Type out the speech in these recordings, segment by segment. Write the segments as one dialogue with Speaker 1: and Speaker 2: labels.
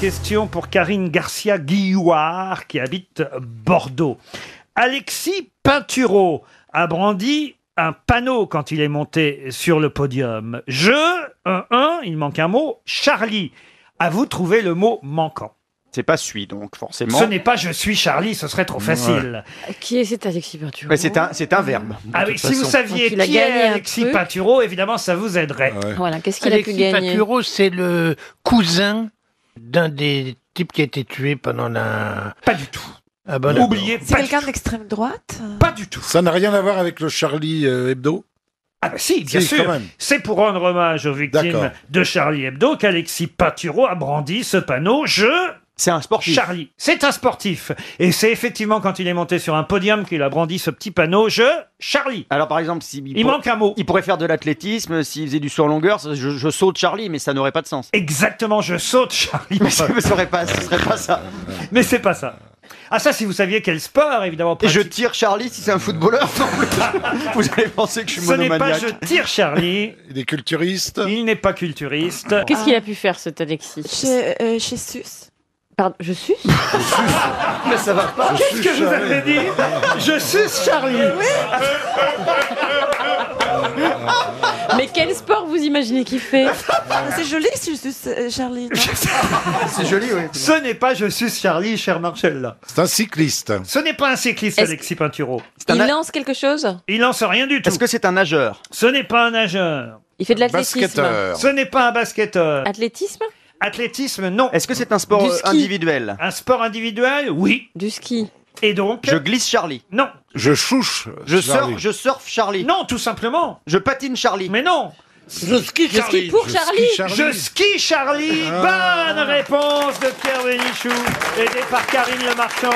Speaker 1: Question pour Karine Garcia Guillouard qui habite Bordeaux. Alexis Pinturo a brandi un panneau quand il est monté sur le podium. Je, un, un, il manque un mot, Charlie. À vous trouver le mot manquant.
Speaker 2: C'est pas celui, donc forcément.
Speaker 1: Ce n'est pas je suis Charlie, ce serait trop facile.
Speaker 3: Qui est cet Alexis Pinturo
Speaker 2: Mais c'est un, c'est un verbe. de
Speaker 1: Ah
Speaker 2: toute
Speaker 1: oui, si vous
Speaker 2: façon.
Speaker 1: saviez
Speaker 3: Donc, il a
Speaker 1: qui est
Speaker 3: gagné un
Speaker 1: Alexis
Speaker 3: truc.
Speaker 1: Pinturo, évidemment, ça vous aiderait.
Speaker 2: Ah
Speaker 3: Voilà, qu'est-ce qu'il a pu
Speaker 4: Alexis
Speaker 3: gagner
Speaker 4: Paturo, c'est le cousin d'un des types qui a été tué pendant la.
Speaker 1: Pas du tout.
Speaker 4: Ah bah d'accord.
Speaker 1: Oubliez,
Speaker 5: C'est
Speaker 1: pas du,
Speaker 5: quelqu'un d'extrême droite
Speaker 1: pas du tout.
Speaker 6: Ça n'a rien à voir avec le Charlie euh, Hebdo
Speaker 1: Ah bah si, bien
Speaker 6: Si, quand
Speaker 1: sûr.
Speaker 6: même.
Speaker 1: C'est pour rendre hommage aux victimes
Speaker 6: D'accord.
Speaker 1: de Charlie Hebdo qu'Alexis Pinturo a brandi ce panneau. Je
Speaker 2: C'est un sportif.
Speaker 1: Charlie, c'est un sportif. Et c'est effectivement quand il est monté sur un podium qu'il a brandi ce petit panneau. Je Charlie.
Speaker 2: Alors par exemple, s'il
Speaker 1: Il manque un mot.
Speaker 2: il pourrait faire de l'athlétisme, s'il faisait du saut en longueur, ça- je, je saute Charlie, mais ça n'aurait pas de sens.
Speaker 1: Exactement, je saute Charlie.
Speaker 2: Mais ça ne serait pas, ce serait pas ça.
Speaker 1: Mais c'est pas ça. Ah ça, si vous saviez quel sport, évidemment.
Speaker 2: Et je
Speaker 1: pratique.
Speaker 2: tire Charlie si c'est un footballeur. non, mais- Vous allez penser que je suis
Speaker 1: Ce n'est pas
Speaker 2: monomaniaque.
Speaker 1: je tire Charlie.
Speaker 6: Il est culturiste
Speaker 1: Il n'est pas culturiste.
Speaker 3: Euh, Qu'est-ce qu'il a pu faire cet Alexis
Speaker 5: Chez, euh, chez Sus.
Speaker 3: Pardon, je suis
Speaker 2: Ah, Mais ça va pas.
Speaker 1: Qu'est-ce que vous avez dit Je suce Charlie.
Speaker 3: Mais quel sport vous imaginez qu'il fait
Speaker 5: Ah, c'est joli, Sus, Sus, euh, Charlie. non
Speaker 2: C'est joli, oui.
Speaker 1: Ce n'est pas je suce Charlie, cher Marcella.
Speaker 6: C'est un cycliste.
Speaker 1: Ce n'est pas un cycliste,
Speaker 3: Est-ce-
Speaker 1: Alexis Pinturo.
Speaker 2: C'est un
Speaker 3: Il
Speaker 2: na-
Speaker 3: lance quelque chose
Speaker 1: Il n'en sait rien du tout.
Speaker 2: Est-ce que c'est un nageur
Speaker 1: Ce n'est pas un nageur.
Speaker 3: Il fait de l'athlétisme
Speaker 6: Basketteur.
Speaker 1: Ce n'est pas un basketteur.
Speaker 3: Athlétisme
Speaker 1: Athlétisme, non.
Speaker 2: Est-ce que c'est un sport
Speaker 3: Du
Speaker 2: euh,
Speaker 3: ski.
Speaker 2: individuel
Speaker 1: Un sport individuel, oui.
Speaker 3: Du ski
Speaker 1: Et donc
Speaker 2: Je glisse Charlie.
Speaker 1: Non.
Speaker 6: Je chouche.
Speaker 2: Je,
Speaker 6: Charlie.
Speaker 2: surf, je surfe Charlie.
Speaker 1: Non, tout simplement.
Speaker 2: Je patine Charlie.
Speaker 1: Mais non.
Speaker 3: Je skie pour
Speaker 6: Je
Speaker 3: Charlie
Speaker 6: skie Ah.
Speaker 1: Je skie
Speaker 7: Ah.
Speaker 1: Charlie. Eh, Bonne réponse de Pierre Bénichou, aidé par Karine Le Marchand.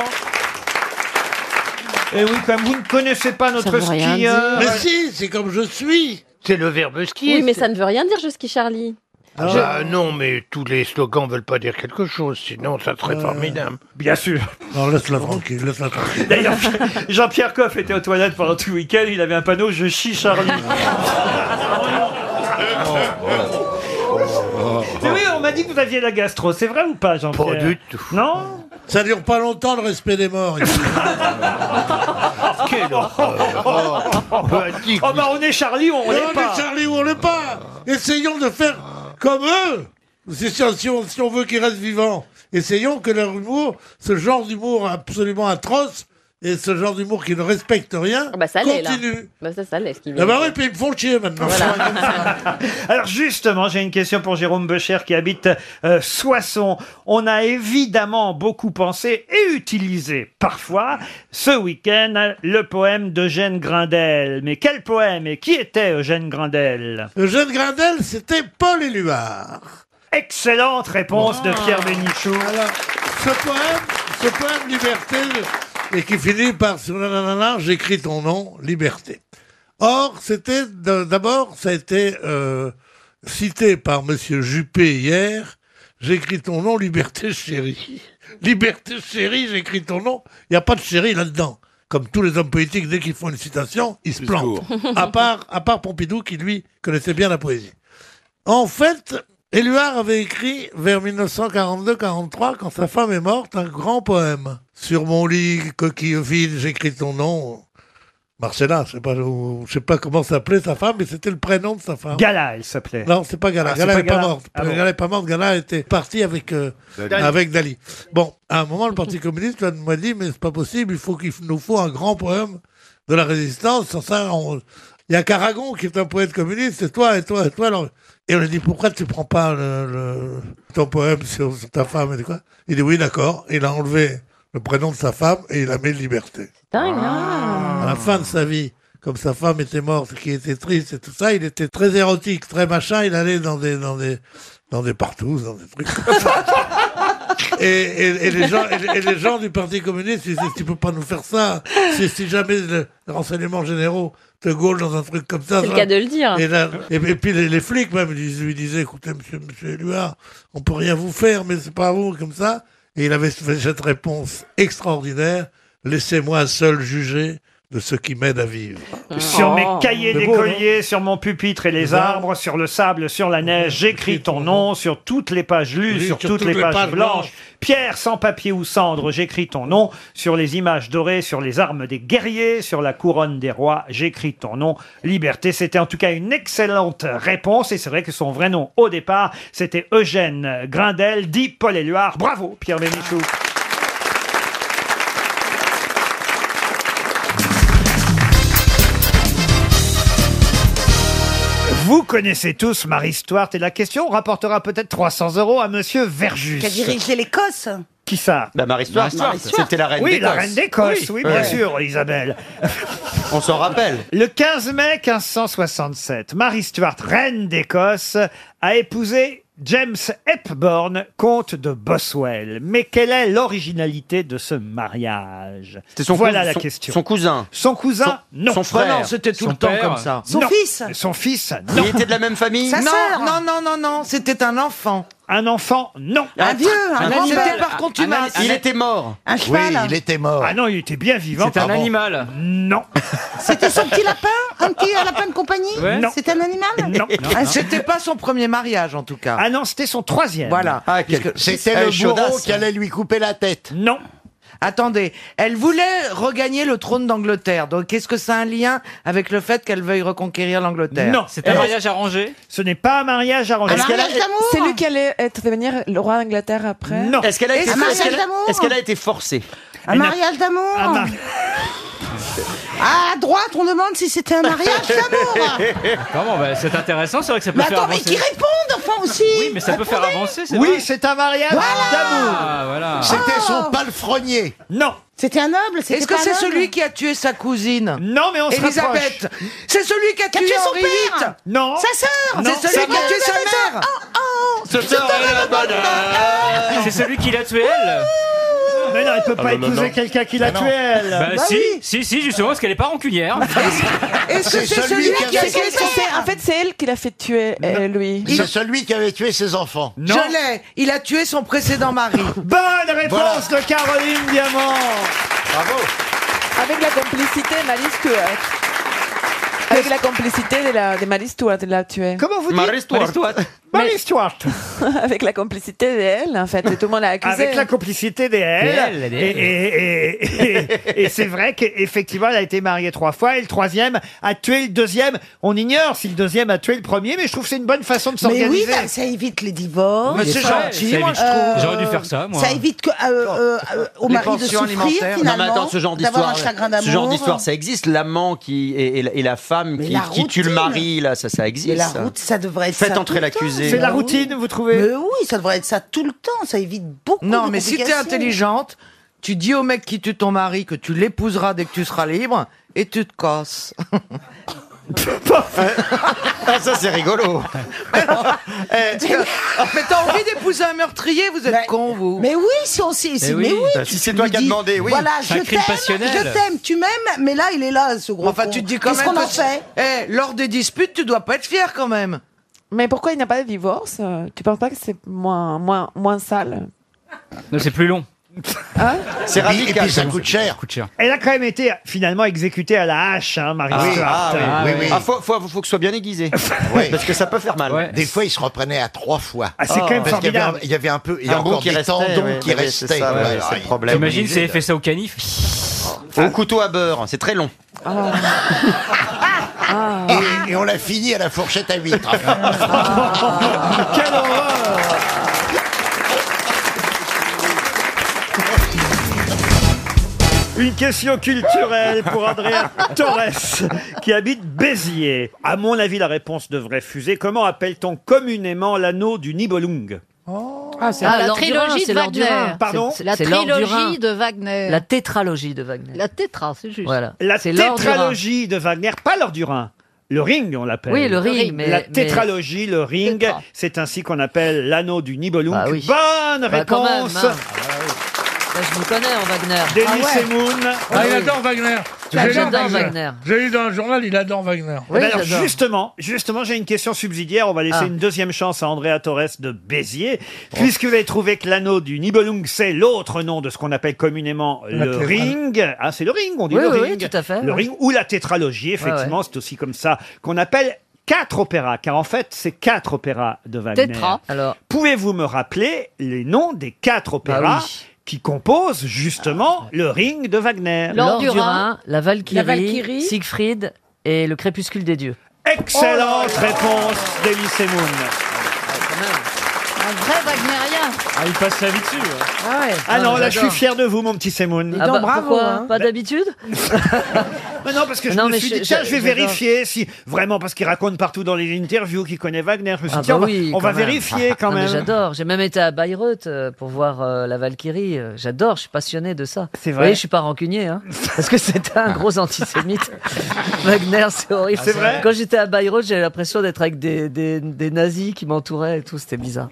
Speaker 1: Et Eh oui, comme vous ne connaissez pas notre
Speaker 3: veut rien
Speaker 1: skieur.
Speaker 8: Mais si, c'est comme je suis.
Speaker 4: C'est le verbe skier.
Speaker 3: Oui, mais ça ne veut rien dire je skie Charlie
Speaker 4: Ah, bah, non, mais tous les slogans veulent pas dire quelque chose, sinon ça serait formidable.
Speaker 1: Bien sûr.
Speaker 8: Non, Euh, laisse-la tranquille, laisse-la tranquille.
Speaker 1: D'ailleurs, Jean-Pierre Coff était aux toilettes pendant tout le week-end. Il avait un panneau Je chie Charlie.
Speaker 9: Oh.
Speaker 1: Mais oui, on m'a dit que vous aviez la gastro. C'est vrai ou pas, Jean-Pierre
Speaker 4: Pas du tout.
Speaker 1: Non
Speaker 8: Ça dure pas longtemps le respect des morts. ici.
Speaker 4: Quelle horreur. Oh, petit
Speaker 1: Oh, bah on est Charlie, on
Speaker 8: Non,
Speaker 1: l'est pas.
Speaker 8: mais Charlie, on l'est pas. Essayons de faire comme eux. C'est sûr, si on, si on veut qu'ils restent vivants, essayons que leur humour, ce genre d'humour absolument atroce, et ce genre d'humour qui ne respecte rien,
Speaker 3: Ah bah, ça l'est, là.
Speaker 8: continue.
Speaker 3: Bah ça, ça l'est ce qu'il
Speaker 8: Ah
Speaker 3: vient de
Speaker 8: bah oui,
Speaker 3: dire.
Speaker 8: puis ils me font chier maintenant.
Speaker 1: Alors justement, j'ai une question pour Jérôme Becher qui habite euh, Soissons. On a évidemment beaucoup pensé et utilisé parfois ce week-end à le poème d'Eugène Grindel. Mais quel poème et qui était Eugène Grindel
Speaker 8: Eugène Grindel, c'était Paul Éluard. Ah.
Speaker 1: Excellente réponse de Pierre Bénichou.
Speaker 8: Alors, ce poème, ce poème Liberté, et qui finit par sur la nanana, j'écris ton nom, Liberté. Or, c'était de- d'abord, ça a été euh, cité par Monsieur Juppé hier. J'écris ton nom, Liberté chérie. Liberté chérie, j'écris ton nom. Il n'y a pas de chérie là-dedans. Comme tous les hommes politiques, dès qu'ils font une citation, ils se plantent. À part, à part Pompidou, qui lui connaissait bien la poésie. En fait, Éluard avait écrit vers 1942-43, quand sa femme est morte, un grand poème. Sur mon lit, coquille vide, j'écris ton nom. Marcella, je sais pas, où- je sais pas comment s'appelait sa femme, mais c'était le prénom de sa femme.
Speaker 1: Gala, elle s'appelait.
Speaker 8: non, c'est pas Gala.
Speaker 1: Ah, c'est
Speaker 8: Gala
Speaker 1: pas
Speaker 8: n'est pas,
Speaker 1: Gala.
Speaker 8: morte.
Speaker 1: Ah bon.
Speaker 8: Gala n'est pas morte. Gala était parti avec, euh, avec Dali. Bon, à un moment, le Parti communiste là, m'a dit, mais c'est pas possible, il faut qu'il nous faut un grand poème de la résistance. Sans ça, on- il y a Caragon qui est un poète communiste, et toi, et toi, et toi. alors- Et on lui dit, pourquoi tu prends pas le, le- ton poème sur, sur ta femme et quoi Il dit, oui, d'accord. Il a enlevé le prénom de sa femme et il a mis liberté.
Speaker 3: Dingue, hein
Speaker 8: À la fin de sa vie, comme sa femme était morte, qui était triste et tout ça, il était très érotique, très machin. Il allait dans des, dans des, dans des partous, dans des trucs. Et, et- et les gens, et, les- et les gens du Parti communiste, ils disaient, tu peux pas nous faire ça. Si, si jamais le- les renseignements généraux te gaulent dans un truc comme ça.
Speaker 3: C'est le
Speaker 8: ça-
Speaker 3: cas de le dire
Speaker 8: et, là- et- et puis les, les flics même ils lui disaient écoutez monsieur monsieur Éluard, on peut rien vous faire mais c'est pas à vous comme ça. Et il avait fait cette réponse extraordinaire laissez-moi seul juger de ce qui m'aide à vivre.
Speaker 1: Sur mes
Speaker 5: Oh,
Speaker 1: cahiers
Speaker 8: c'est beau,
Speaker 1: d'écolier, sur mon pupitre et les
Speaker 8: Les arbres.
Speaker 1: arbres, sur le sable, sur la neige, j'écris ton nom sur toutes les pages lues,
Speaker 8: Oui,
Speaker 1: sur toutes les pages blanches. Pierre sans papier ou cendre, j'écris ton nom sur les images dorées, sur les armes des guerriers, sur la couronne des rois, j'écris ton nom. Liberté, c'était en tout cas une excellente réponse et c'est vrai que son vrai nom au départ, c'était Eugène Grindel, dit Paul Éluard. Bravo Pierre Bénichou. Vous connaissez tous Marie Stuart et la question rapportera peut-être 300 euros à Monsieur Verjus.
Speaker 7: Qui a dirigé l'Écosse
Speaker 1: Qui ça
Speaker 10: Bah, Marie Stuart, c'était la reine
Speaker 1: Oui,
Speaker 10: d'Écosse.
Speaker 1: la reine d'Écosse, Ah. oui, bien
Speaker 10: Ouais.
Speaker 1: sûr, Isabelle.
Speaker 10: On s'en rappelle.
Speaker 1: Le 15 mai 1567, Marie Stuart, reine d'Écosse, a épousé James Hepburn, comte de Boswell. Mais quelle est l'originalité de ce mariage
Speaker 10: C'était son
Speaker 1: Voilà
Speaker 10: cou-
Speaker 1: la
Speaker 10: son-
Speaker 1: question.
Speaker 10: Son cousin.
Speaker 1: Son cousin Non.
Speaker 10: Son frère.
Speaker 2: Bah non, c'était tout
Speaker 10: Son
Speaker 2: le temps
Speaker 10: père.
Speaker 2: comme ça.
Speaker 7: Son
Speaker 1: Non.
Speaker 7: fils
Speaker 1: Son fils
Speaker 10: Il
Speaker 1: Non.
Speaker 10: était de la même famille
Speaker 7: Sa
Speaker 2: Non,
Speaker 7: sœur
Speaker 2: non, non, non, non, c'était un enfant.
Speaker 1: Un enfant Non.
Speaker 7: Un vieux, un,
Speaker 2: Un
Speaker 7: grand
Speaker 2: C'était
Speaker 7: bel,
Speaker 2: par contre une race.
Speaker 10: Il était mort.
Speaker 7: un cheval.
Speaker 9: était mort.
Speaker 1: Ah non, il était bien vivant.
Speaker 2: C'est un
Speaker 1: Ah bon
Speaker 2: animal.
Speaker 1: Non.
Speaker 7: C'était son petit lapin Un petit euh, lapin de compagnie
Speaker 2: Ouais.
Speaker 1: Non.
Speaker 7: C'était un animal
Speaker 1: Non.
Speaker 2: Ah, C'était pas son premier mariage en tout cas.
Speaker 1: Ah non, c'était son troisième.
Speaker 2: Voilà.
Speaker 10: Ah, quel-
Speaker 2: Puisque-
Speaker 10: C'était le bourreau qui allait
Speaker 9: lui couper la tête.
Speaker 1: hein. Non.
Speaker 2: Attendez, elle voulait regagner le trône d'Angleterre. Donc, est-ce que ça a un lien avec le fait qu'elle veuille reconquérir l'Angleterre Ah,
Speaker 1: Non.
Speaker 11: C'est un mariage arrangé
Speaker 1: Ce n'est pas un mariage arrangé.
Speaker 7: Un mariage d'amour
Speaker 5: C'est lui qui allait être, devenir le roi d'Angleterre après
Speaker 1: Non.
Speaker 10: Est-ce qu'elle a,
Speaker 7: Et
Speaker 10: été-
Speaker 7: un mariage
Speaker 10: est-ce qu'elle a-
Speaker 7: d'amour
Speaker 10: est-ce qu'elle a été forcée
Speaker 7: Un mariage d'amour
Speaker 1: Un mari-
Speaker 7: À droite, on demande si c'était un mariage d'amour
Speaker 11: Comment bah, C'est intéressant, c'est vrai que ça peut
Speaker 7: Mais
Speaker 11: faire
Speaker 7: attends, mais
Speaker 11: avancer.
Speaker 7: qu'ils répondent, enfin, aussi
Speaker 11: Oui, mais ça peut faire
Speaker 7: Répondez.
Speaker 11: avancer, c'est
Speaker 1: Oui,
Speaker 11: vrai.
Speaker 1: c'est un mariage d'amour.
Speaker 11: Ah, voilà.
Speaker 9: C'était son palefrenier.
Speaker 1: Non.
Speaker 7: Oh. C'était un noble, c'était
Speaker 2: Est-ce que
Speaker 7: pas un
Speaker 2: c'est
Speaker 7: noble
Speaker 2: celui qui a tué sa cousine
Speaker 1: Non, mais on se rapproche.
Speaker 2: Elisabeth C'est celui qui a tué,
Speaker 7: tué son
Speaker 2: Henri
Speaker 7: père
Speaker 2: VIII.
Speaker 1: Non.
Speaker 7: Sa sœur
Speaker 1: Non,
Speaker 2: C'est celui qui a tué sa mère
Speaker 7: Oh, Ah,
Speaker 11: C'est celui qui l'a tué, elle
Speaker 1: Mais non, elle
Speaker 9: Ah, bah,
Speaker 2: Ah
Speaker 1: peut pas épouser quelqu'un qui l'a tué, elle.
Speaker 11: Bah, si, si, si, justement, parce qu'elle est pas rancunière.
Speaker 2: Est-ce que Ah, c'est celui qui a
Speaker 5: C'est
Speaker 2: tué
Speaker 5: qu'elle-
Speaker 2: son
Speaker 5: c'est- En
Speaker 2: père
Speaker 5: fait, c'est elle qui l'a fait tuer, euh, lui.
Speaker 9: C'est celui qui avait tué ses enfants.
Speaker 1: non.
Speaker 2: Je l'ai Il a tué son précédent mari.
Speaker 1: Bonne réponse de Caroline Diamant.
Speaker 5: Avec la complicité de Malice Stuart. Avec la complicité de, la, de Malice Stuart, elle l'a tué.
Speaker 1: Comment vous dites
Speaker 10: Marie Stuart.
Speaker 1: Marie Stuart.
Speaker 5: Avec la complicité d'elle, en fait. Tout le monde l'a accusée.
Speaker 1: Avec la complicité des
Speaker 11: DL,
Speaker 1: L. Et, et- et- et- et c'est vrai qu'effectivement, elle a été mariée trois fois et le troisième a tué le deuxième. On ignore si le deuxième a tué le premier, mais je trouve que c'est une bonne façon de
Speaker 7: Mais oui,
Speaker 1: s'organiser.
Speaker 7: bah, ça évite les divorces. euh,
Speaker 2: Mais c'est gentil, moi, je trouve.
Speaker 11: J'aurais dû faire ça, moi.
Speaker 7: Ça évite que, euh, euh, euh, au
Speaker 2: Les
Speaker 7: mari de
Speaker 2: pensions
Speaker 7: souffrir
Speaker 2: alimentaires.
Speaker 7: finalement,
Speaker 10: Non mais attends, ce genre
Speaker 7: d'avoir un
Speaker 10: d'histoire,
Speaker 7: chagrin d'amour.
Speaker 10: ce genre d'histoire, ça existe. L'amant qui et, et la- et la femme
Speaker 7: Mais
Speaker 10: qui,
Speaker 7: la
Speaker 10: qui tue le
Speaker 7: routine.
Speaker 10: mari, là, ça, ça
Speaker 7: Mais
Speaker 10: existe.
Speaker 7: la
Speaker 10: ça.
Speaker 7: route, ça devrait être
Speaker 10: Faites
Speaker 7: ça
Speaker 10: entrer
Speaker 7: tout le temps.
Speaker 10: l'accusé.
Speaker 1: C'est la
Speaker 7: Bah oui.
Speaker 1: routine, vous trouvez
Speaker 7: Mais oui, ça devrait être ça tout le temps. Ça évite beaucoup.
Speaker 2: Non,
Speaker 7: de
Speaker 2: mais si t'es
Speaker 7: complications.
Speaker 2: intelligente, tu dis au mec qui tue ton mari que tu l'épouseras dès que tu seras libre et tu te casses.
Speaker 10: Ah, ça c'est rigolo.
Speaker 2: Eh, mais t'as envie d'épouser un meurtrier, vous êtes
Speaker 7: Mais-
Speaker 2: con, vous.
Speaker 7: Mais oui, si on si, si-
Speaker 11: oui.
Speaker 7: mais oui.
Speaker 10: Bah,
Speaker 7: tu-
Speaker 10: si c'est
Speaker 7: tu
Speaker 10: toi
Speaker 7: lui
Speaker 10: qui as
Speaker 7: dis,
Speaker 10: demandé, oui.
Speaker 7: Voilà, je
Speaker 11: C'est un crime
Speaker 7: t'aime,
Speaker 11: passionnel.
Speaker 7: je t'aime, tu m'aimes, mais là il est là, ce gros.
Speaker 2: Enfin,
Speaker 7: con.
Speaker 2: tu te dis quand
Speaker 7: Qu'est-ce
Speaker 2: même.
Speaker 7: qu'on en
Speaker 2: que-
Speaker 7: fait
Speaker 2: Eh, lors des disputes, tu dois pas être fier quand même.
Speaker 5: Mais pourquoi il n'y a pas de divorce euh, Tu penses pas que c'est moins, moins, moins sale
Speaker 11: Non, c'est plus long.
Speaker 7: hein
Speaker 10: C'est
Speaker 9: Et
Speaker 10: radical.
Speaker 9: puis ça coûte cher.
Speaker 11: Coûte cher.
Speaker 1: Elle a quand même été finalement exécutée à la hache, hein, Marie
Speaker 10: Ah,
Speaker 1: Stuart.
Speaker 10: ah, oui,
Speaker 11: Ah,
Speaker 9: oui,
Speaker 11: ouais.
Speaker 9: oui.
Speaker 10: Ah, faut, faut, faut que ce soit bien aiguisé.
Speaker 9: Oui.
Speaker 10: Parce que ça peut faire mal.
Speaker 11: Ouais.
Speaker 9: Des fois, il se reprenait à trois fois.
Speaker 1: Ah, c'est quand même
Speaker 9: Parce qu'il y avait un-
Speaker 1: formidable.
Speaker 9: il y avait un peu, il y
Speaker 10: Un
Speaker 9: a
Speaker 10: bout
Speaker 9: encore
Speaker 10: qui
Speaker 9: des
Speaker 10: restait,
Speaker 9: tendons
Speaker 10: ouais,
Speaker 9: qui
Speaker 10: ouais, c'est
Speaker 9: restaient.
Speaker 10: ça, ouais,
Speaker 9: Voilà,
Speaker 10: c'est le
Speaker 9: il-
Speaker 10: problème.
Speaker 11: T'imagines si elle avait fait ça au canif
Speaker 2: Oh.
Speaker 10: Au couteau à beurre, c'est très long.
Speaker 9: Et, et on l'a fini à la fourchette à huîtres.
Speaker 7: Ah,
Speaker 1: Quelle horreur Une question culturelle pour Andrea Torres, qui habite Béziers. À mon avis, la réponse devrait fuser. Comment appelle-t-on communément l'anneau du Nibelung
Speaker 2: Euh.
Speaker 12: Ah, c'est
Speaker 13: Ah, la trilogie de Wagner.
Speaker 1: Pardon
Speaker 13: La
Speaker 11: C'est l'or du Rhin.
Speaker 13: trilogie de Wagner.
Speaker 2: La
Speaker 13: La,
Speaker 2: tétralogie de Wagner.
Speaker 13: tétra, c'est juste.
Speaker 2: Voilà.
Speaker 1: La
Speaker 2: C'est l'or du Rhin.
Speaker 1: tétralogie de Wagner, pas l'or du Rhin. Le ring, on l'appelle.
Speaker 2: Oui, le ring,
Speaker 13: ring,
Speaker 2: mais.
Speaker 1: La
Speaker 2: mais-
Speaker 1: tétralogie, le ring,
Speaker 13: Tétra.
Speaker 1: c'est ainsi qu'on appelle l'anneau du Nibelung.
Speaker 2: Bah oui.
Speaker 1: Bonne
Speaker 2: Bah, quand même,
Speaker 12: hein.
Speaker 1: réponse
Speaker 2: hein. Bah, je vous connais en Wagner.
Speaker 1: d'Elie Semoun.
Speaker 8: Ah, il adore Wagner.
Speaker 13: Ah,
Speaker 7: J'ai lu
Speaker 13: j'adore
Speaker 7: Wagner.
Speaker 13: Wagner.
Speaker 7: J'ai lu dans le journal, il adore Wagner.
Speaker 1: Eh ben alors, justement, justement, j'ai une question subsidiaire. On va laisser
Speaker 7: Ah.
Speaker 1: une deuxième chance à Andrea Torres de Béziers,
Speaker 12: Oh.
Speaker 1: puisque vous avez trouvé que l'anneau du Nibelung, c'est l'autre nom de ce qu'on appelle communément
Speaker 12: La
Speaker 1: le
Speaker 12: tétra-
Speaker 1: ring. Ah, c'est le ring, on dit
Speaker 12: Oui,
Speaker 1: le
Speaker 12: oui,
Speaker 1: ring.
Speaker 12: oui, tout à fait,
Speaker 1: Le
Speaker 12: oui.
Speaker 1: ring ou la tétralogie, effectivement, c'est aussi comme ça qu'on appelle quatre opéras, car en fait, c'est quatre opéras de Wagner.
Speaker 13: Tétra.
Speaker 1: Alors, pouvez-vous me rappeler les noms des quatre opéras
Speaker 13: Bah oui.
Speaker 1: qui composent justement le ring de Wagner
Speaker 12: L'or du Rhin, Ah, la Valkyrie,
Speaker 1: La Valkyrie.
Speaker 12: Siegfried et le crépuscule des dieux. Oh
Speaker 1: Excellente réponse d'Elysée Moon.
Speaker 12: Ah,
Speaker 13: Un vrai Wagnerien.
Speaker 1: Ah, il passe sa vie dessus.
Speaker 13: Ah ouais.
Speaker 1: Ah non,
Speaker 12: Ah,
Speaker 1: là, je suis
Speaker 12: j'adore.
Speaker 1: fier de vous, mon petit Semoun.
Speaker 12: Ah bah, pourquoi
Speaker 1: hein.
Speaker 12: Pas d'habitude
Speaker 1: Mais non, parce que je
Speaker 12: Non,
Speaker 1: me
Speaker 12: mais
Speaker 1: suis
Speaker 12: je-
Speaker 1: dit, tiens,
Speaker 12: je-
Speaker 1: je vais
Speaker 12: j'adore.
Speaker 1: vérifier si vraiment, parce qu'il raconte partout dans les interviews qu'il connaît Wagner. Je me suis
Speaker 12: Ah
Speaker 1: dit,
Speaker 12: bah
Speaker 1: tiens, on va-
Speaker 12: oui,
Speaker 1: on va,
Speaker 12: quand même. Ah,
Speaker 1: vérifier quand
Speaker 12: Non, mais
Speaker 1: même.
Speaker 12: J'adore. J'ai même été à Bayreuth euh, pour voir euh, la Valkyrie. Euh, J'adore. Je suis passionné de ça. C'est
Speaker 1: vrai
Speaker 12: Vous voyez, je suis pas rancunier, hein, parce que c'était un gros antisémite. Wagner, c'est horrible.
Speaker 1: Ah, c'est vrai
Speaker 12: Quand j'étais à Bayreuth, j'avais l'impression d'être avec des, des- des nazis qui m'entouraient et tout. C'était bizarre.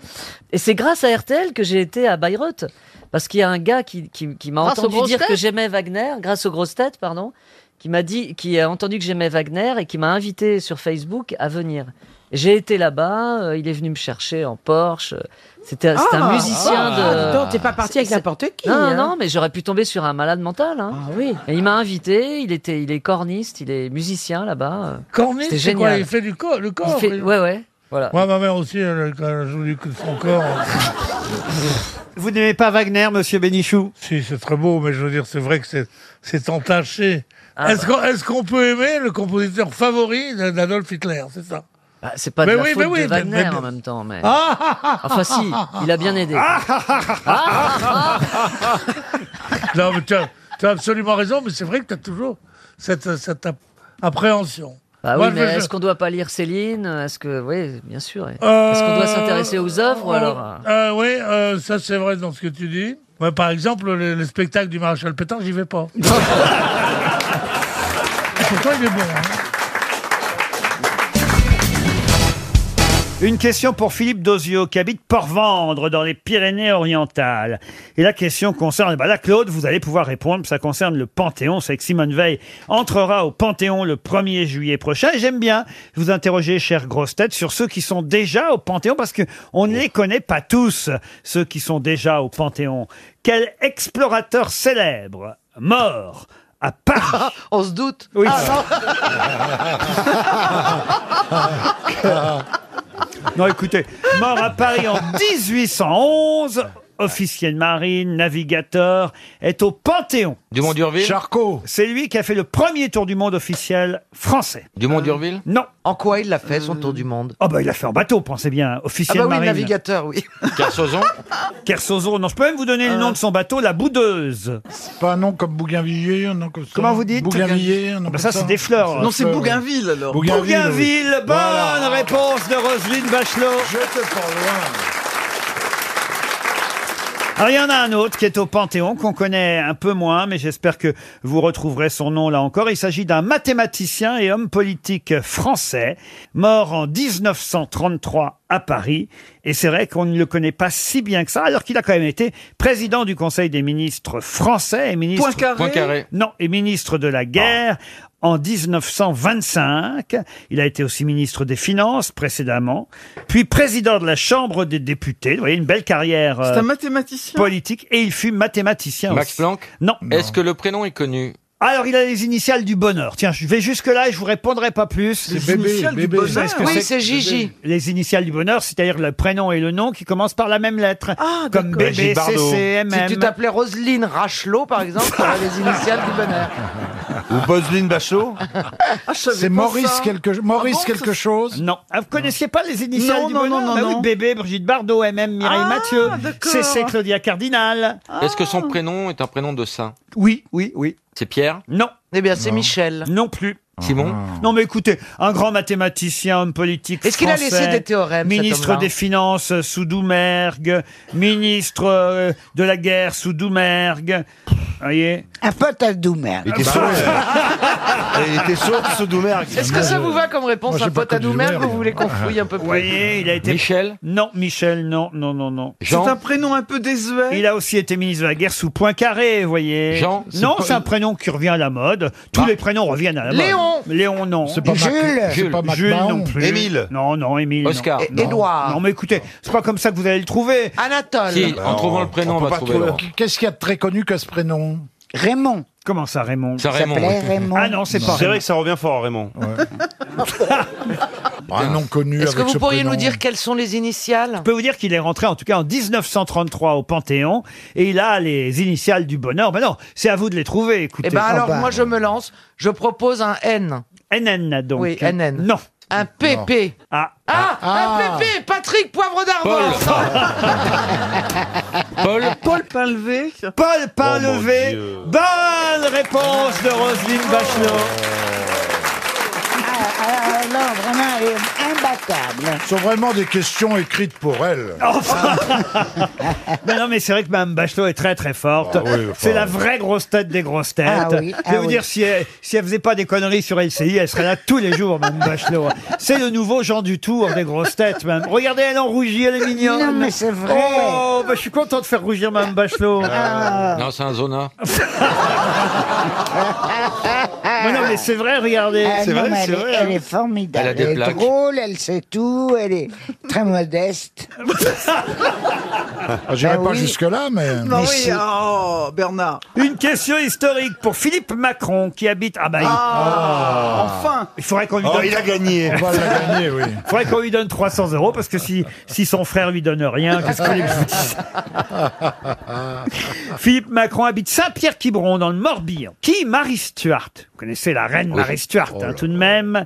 Speaker 12: Et c'est grâce à RTL que j'ai été à Bayreuth. Parce qu'il y a un gars qui, qui- qui m'a
Speaker 13: Grâce aux
Speaker 12: entendu
Speaker 13: grosses
Speaker 12: dire que
Speaker 13: têtes
Speaker 12: j'aimais Wagner, grâce aux grosses têtes, pardon, qui m'a dit, qui a entendu que j'aimais Wagner et qui m'a invité sur Facebook à venir. J'ai été là-bas, euh, il est venu me chercher en Porsche. euh, C'était c'était un
Speaker 11: Ah,
Speaker 12: musicien
Speaker 11: ah,
Speaker 12: de.
Speaker 11: dis donc, t'es pas parti avec
Speaker 12: C'est-
Speaker 11: n'importe qui,
Speaker 12: Non,
Speaker 11: hein.
Speaker 12: non, mais j'aurais pu tomber sur un malade mental. Hein.
Speaker 7: Ah
Speaker 12: Et il m'a invité. Il était, il est corniste, il est musicien là-bas. euh,
Speaker 7: Corniste,
Speaker 12: c'était
Speaker 7: c'est quoi
Speaker 12: génial.
Speaker 7: Il fait du corps, le corps.
Speaker 12: fait- ouais, ouais. Voilà.
Speaker 7: Moi, ma mère aussi, elle, quand elle joue du coup de son corps.
Speaker 1: Vous n'aimez pas Wagner, monsieur Bénichou
Speaker 7: Si, c'est très beau, mais je veux dire, c'est vrai que c'est- c'est entaché.
Speaker 12: Ah,
Speaker 7: Est-ce
Speaker 12: bah.
Speaker 7: qu'on est-ce qu'on peut aimer le compositeur favori de- d'Adolf Hitler C'est ça
Speaker 12: Bah, c'est pas de
Speaker 7: Mais
Speaker 12: la
Speaker 7: oui,
Speaker 12: faute
Speaker 7: mais oui,
Speaker 12: de
Speaker 7: mais-
Speaker 12: Wagner
Speaker 7: mais-
Speaker 12: en même temps, mais.
Speaker 7: Ah, ah, ah,
Speaker 12: enfin si, il a bien aidé.
Speaker 7: Non, mais tu as, tu as absolument raison, mais c'est vrai que tu as toujours cette, cette ap- appréhension.
Speaker 12: Bah
Speaker 7: Moi,
Speaker 12: oui,
Speaker 7: je
Speaker 12: mais
Speaker 7: veux-
Speaker 12: est-ce qu'on doit pas lire Céline Est-ce que, oui, bien sûr.
Speaker 7: Euh,
Speaker 12: Est-ce qu'on doit s'intéresser aux œuvres ou
Speaker 7: euh,
Speaker 12: alors
Speaker 7: euh, Oui, euh, ça c'est vrai dans ce que tu dis. Moi, par exemple, le, le spectacle du maréchal Pétain, j'y vais pas. Pourtant, il est bon. hein.
Speaker 1: Une question pour Philippe Dozio, qui habite Port-Vendre, dans les Pyrénées-Orientales. Et la question concerne, bah là, Claude, vous allez pouvoir répondre, ça concerne le Panthéon. C'est que Simone Veil entrera au Panthéon le 1er juillet prochain. Et j'aime bien vous interroger, chère grosse tête, sur ceux qui sont déjà au Panthéon, parce que on ne les connaît pas tous, ceux qui sont déjà au Panthéon. Quel explorateur célèbre, mort, à Paris.
Speaker 8: On se doute. Ah,
Speaker 1: Oui. Non, écoutez, mort à Paris en 1811, officier de marine, navigateur, est au Panthéon.
Speaker 9: Dumont d'Urville
Speaker 1: Charcot. C'est lui qui a fait le premier tour du monde officiel français. Euh,
Speaker 9: Dumont d'Urville
Speaker 1: Non.
Speaker 8: En quoi il l'a fait son tour du monde
Speaker 1: Oh bah il l'a fait en bateau, pensez bien,
Speaker 8: Ah
Speaker 1: officiel
Speaker 8: bah oui,
Speaker 1: marine.
Speaker 8: navigateur, oui.
Speaker 9: Kersozon
Speaker 1: Kersozon, non, je peux même vous donner le nom de son bateau, la Boudeuse.
Speaker 6: C'est pas un nom comme Bougainvillier, un nom comme ça.
Speaker 1: Comment vous dites
Speaker 6: Bougainvillier, un nom
Speaker 1: Bah
Speaker 6: comme
Speaker 1: ça, c'est des fleurs.
Speaker 6: des fleurs, oui.
Speaker 1: alors.
Speaker 6: Bougainville,
Speaker 1: Bougainville,
Speaker 6: oui.
Speaker 1: bonne réponse de Roselyne Bachelot.
Speaker 6: J'étais pas loin.
Speaker 1: Alors, il y en a un autre qui est au Panthéon, qu'on connaît un peu moins, mais j'espère que vous retrouverez son nom là encore. Il s'agit d'un mathématicien et homme politique français, mort en 1933 à Paris. Et c'est vrai qu'on ne le connaît pas si bien que ça, alors qu'il a quand même été président du Conseil des ministres français et ministre...
Speaker 9: Poincaré Poincaré.
Speaker 1: Non, et ministre de la guerre. En 1925, il a été aussi ministre des Finances précédemment, puis président de la Chambre des députés. Vous voyez, une belle carrière. euh,
Speaker 9: C'est un
Speaker 1: mathématicien. Politique. Et il fut mathématicien
Speaker 9: Max
Speaker 1: aussi.
Speaker 9: Planck
Speaker 1: Non.
Speaker 9: Est-ce que le prénom est connu
Speaker 1: Alors, il a les initiales du bonheur. Tiens, je vais jusque-là et je vous répondrai pas plus.
Speaker 9: Les bébé, initiales du bébé. bonheur.
Speaker 1: Est-ce que
Speaker 9: Oui, c'est Gigi.
Speaker 1: Les initiales du bonheur, c'est-à-dire le prénom et le nom qui commencent par la même lettre. Comme bébé, CC, MM.
Speaker 8: Si tu t'appelais Roselyne Rachelot, par exemple, t'aurais les initiales du bonheur. Ah,
Speaker 9: Ou Boslin Bachot
Speaker 6: C'est Maurice quelque, Maurice quelque chose
Speaker 1: Non. Ah, vous connaissiez pas les initiales
Speaker 6: Non,
Speaker 1: du
Speaker 6: non,
Speaker 1: bonheur
Speaker 6: non, non,
Speaker 1: Bah
Speaker 6: non.
Speaker 1: oui, bébé, Brigitte Bardot, MM, Mireille Mathieu, CC, Claudia Cardinal.
Speaker 9: Est-ce que son prénom est un prénom de saint
Speaker 1: Oui, oui, oui.
Speaker 9: C'est Pierre
Speaker 1: Non.
Speaker 8: Eh bien, c'est
Speaker 9: Non.
Speaker 8: Michel.
Speaker 1: Non plus.
Speaker 9: Simon
Speaker 1: Non, mais écoutez, un grand mathématicien, homme politique.
Speaker 8: Est-ce qu'il a
Speaker 1: français,
Speaker 8: laissé des théorèmes, cet
Speaker 1: Ministre
Speaker 8: homme-là
Speaker 1: des Finances euh, sous Doumergue, ministre euh, de la guerre sous Doumergue. voyez Ah, bah,
Speaker 14: Un pote à Doumer.
Speaker 1: Il était sourd.
Speaker 14: Il était sourd, ce Doumer.
Speaker 11: Est-ce que ça vous va comme réponse
Speaker 1: Moi,
Speaker 11: un
Speaker 1: j'ai pas
Speaker 11: pote à
Speaker 1: connu
Speaker 11: nous-mêmes
Speaker 1: Doumer,
Speaker 11: Vous voulez qu'on fouille un peu
Speaker 1: Vous
Speaker 11: plus
Speaker 1: voyez, il a été. Michel Non, Michel, non, non, non, non.
Speaker 11: Jean C'est un
Speaker 1: prénom un peu désuet. Il a aussi été ministre de la guerre sous Poincaré, vous voyez.
Speaker 2: Jean
Speaker 1: Non,
Speaker 2: C'est pas-
Speaker 1: c'est un prénom qui revient à la mode. Tous les prénoms reviennent à la mode.
Speaker 2: Léon
Speaker 1: Léon, non.
Speaker 2: C'est pas Mac- Jules c'est pas Mac
Speaker 1: Jules
Speaker 2: Mahon.
Speaker 1: non plus.
Speaker 2: Émile
Speaker 1: Non, non, Émile. non.
Speaker 2: Oscar.
Speaker 1: Non.
Speaker 8: Ah.
Speaker 2: Édouard.
Speaker 1: Non, mais écoutez, c'est pas comme ça que vous allez le trouver.
Speaker 14: Anatole.
Speaker 6: Si, en trouvant le prénom, Bah, on
Speaker 1: peut
Speaker 6: va
Speaker 1: pas
Speaker 6: trouver le nom. Qu'est-ce qu'il y a de très connu que ce prénom
Speaker 14: Raymond.
Speaker 1: Comment ça, Raymond
Speaker 6: Ça, Raymond, s'appelait oui. Raymond.
Speaker 1: Ah non, c'est pas
Speaker 6: C'est vrai
Speaker 1: Raymond.
Speaker 6: que
Speaker 14: Ça revient fort, Raymond.
Speaker 6: Un nom connu
Speaker 8: Est-ce que
Speaker 1: avec
Speaker 8: vous
Speaker 1: ce
Speaker 8: pourriez nous
Speaker 1: prénom.
Speaker 8: dire quelles sont les initiales
Speaker 1: Je peux vous dire qu'il est rentré en tout cas en 1933 au Panthéon et il a les initiales du bonheur. Ben non, c'est à vous de les trouver, écoutez.
Speaker 8: Eh ben alors, moi je me lance, je propose un N.
Speaker 1: NN donc.
Speaker 8: Oui, NN.
Speaker 1: Non.
Speaker 8: Un PP.
Speaker 1: Ah,
Speaker 8: ah, un PP, Patrick Poivre d'Arvor.
Speaker 1: Paul Paul Pinlevé Paul Pinlevé Bonne réponse de Roselyne Bachelot
Speaker 14: Oh. Ah, non, vraiment, elle est imbattable.
Speaker 6: Ce sont vraiment des questions écrites pour elle.
Speaker 1: Oh, Non, non, mais c'est vrai que Mme Bachelot est très très forte.
Speaker 6: Ah oui, enfin,
Speaker 1: c'est la vraie grosse tête des grosses têtes.
Speaker 14: Ah oui,
Speaker 1: Je vais
Speaker 14: ah
Speaker 1: vous
Speaker 14: oui.
Speaker 1: dire, si elle, si elle faisait pas des conneries sur LCI, elle serait là tous les jours, Mme Bachelot. C'est le nouveau Jean Dutour des grosses têtes, même. Regardez, elle en rougit, elle est mignonne.
Speaker 14: Non, mais c'est vrai.
Speaker 1: Oh, bah, je suis content de faire rougir Mme Bachelot.
Speaker 14: Ah.
Speaker 9: Non, c'est un zona.
Speaker 1: Mais non, mais c'est vrai, regardez.
Speaker 14: Ah,
Speaker 1: C'est
Speaker 14: non,
Speaker 1: vrai,
Speaker 14: mais
Speaker 1: c'est
Speaker 14: elle,
Speaker 1: vrai,
Speaker 14: est,
Speaker 1: hein.
Speaker 14: elle est formidable.
Speaker 1: Elle a des
Speaker 14: est
Speaker 1: plaques.
Speaker 14: drôle, elle sait tout, elle est très modeste.
Speaker 6: Ah, J'irai
Speaker 14: Ben
Speaker 6: pas
Speaker 14: oui.
Speaker 6: jusque-là, mais.
Speaker 14: Non, Mais oui, si.
Speaker 1: oh, Bernard. Une question historique pour Philippe Macron qui habite. Ah, bah, il-
Speaker 6: Ah,
Speaker 14: enfin.
Speaker 1: Il faudrait qu'on lui
Speaker 6: Oh,
Speaker 1: donne.
Speaker 6: il a gagné. Oh, il a gagné, oui.
Speaker 1: Il faudrait qu'on lui donne 300 euros parce que si, si son frère lui donne rien, qu'est-ce qu'on lui Philippe Macron habite Saint-Pierre-Quiberon dans le Morbihan. Qui Marie Stuart Vous connaissez la reine
Speaker 2: Oui.
Speaker 1: Marie Stuart
Speaker 6: Oh
Speaker 1: hein, tout de même.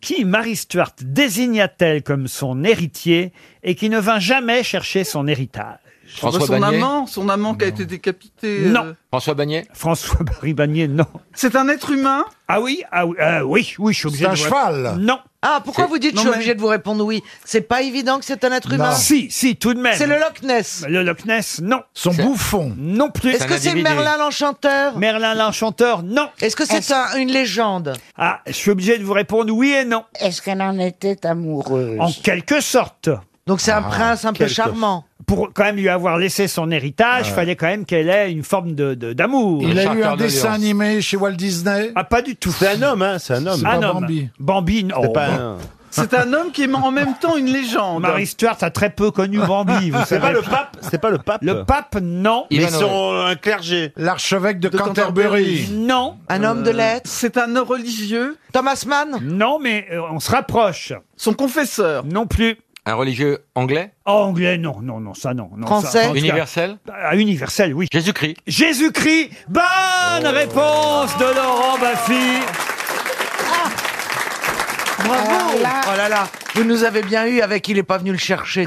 Speaker 1: Qui Marie Stuart désigna-t-elle comme son héritier et qui ne vint jamais chercher son héritage
Speaker 15: François son amant, son amant qui a été décapité. euh,
Speaker 1: Non. François Bagnier François Barry Bagnier, non.
Speaker 15: C'est un être humain
Speaker 1: Ah oui, ah oui, euh, oui, oui, je suis obligé
Speaker 15: C'est un
Speaker 1: de vous-
Speaker 15: cheval.
Speaker 1: Non.
Speaker 8: Ah, pourquoi vous dites je suis obligé de vous répondre oui C'est pas évident que c'est un être humain.
Speaker 1: Si, si, tout de même.
Speaker 8: C'est le Loch Ness.
Speaker 1: Le Loch Ness, non.
Speaker 6: Son bouffon.
Speaker 1: Non plus.
Speaker 8: Est-ce que c'est Merlin l'Enchanteur
Speaker 1: Merlin l'Enchanteur, non.
Speaker 8: Est-ce que c'est un- une légende
Speaker 1: Ah, je suis obligé de vous répondre oui et non.
Speaker 14: Est-ce qu'elle en était amoureuse
Speaker 1: En quelque sorte.
Speaker 8: Donc c'est un prince un peu
Speaker 1: quelque-
Speaker 8: charmant.
Speaker 1: Pour quand même lui avoir laissé son héritage,
Speaker 6: Ouais.
Speaker 1: fallait quand même qu'elle ait une forme de de- d'amour.
Speaker 6: Il a eu un dessin animé chez Walt Disney
Speaker 1: Ah, pas du tout.
Speaker 6: C'est un homme, hein, c'est un
Speaker 1: homme.
Speaker 6: C'est
Speaker 1: Un
Speaker 6: pas
Speaker 1: homme.
Speaker 6: Bambi.
Speaker 1: Bambi, non.
Speaker 6: C'est pas un-
Speaker 15: C'est un homme qui est en même temps une légende.
Speaker 1: bah. Marie Stuart a très peu connu Bambi, vous
Speaker 15: C'est
Speaker 1: savez.
Speaker 15: pas le
Speaker 1: pape, c'est pas le pape. Le pape, non.
Speaker 6: Mais Ivanhoe. son,
Speaker 1: un clergé.
Speaker 6: L'archevêque de, Canterbury.
Speaker 1: Non.
Speaker 8: Un homme de lettres
Speaker 15: C'est un religieux
Speaker 8: Thomas Mann
Speaker 1: Non, mais euh, on se rapproche.
Speaker 15: Son confesseur
Speaker 1: Non plus.
Speaker 9: Un religieux anglais
Speaker 1: Oh, Anglais, non, non, non, ça non. non ça, en tout cas-
Speaker 9: Universel
Speaker 1: Ah, universel, oui.
Speaker 9: Jésus-Christ. Oh.
Speaker 1: Jésus-Christ, bonne réponse de Laurent Baffy.
Speaker 2: Ah.
Speaker 8: Bravo Oh là là, vous nous avez bien eu avec il est pas venu le chercher.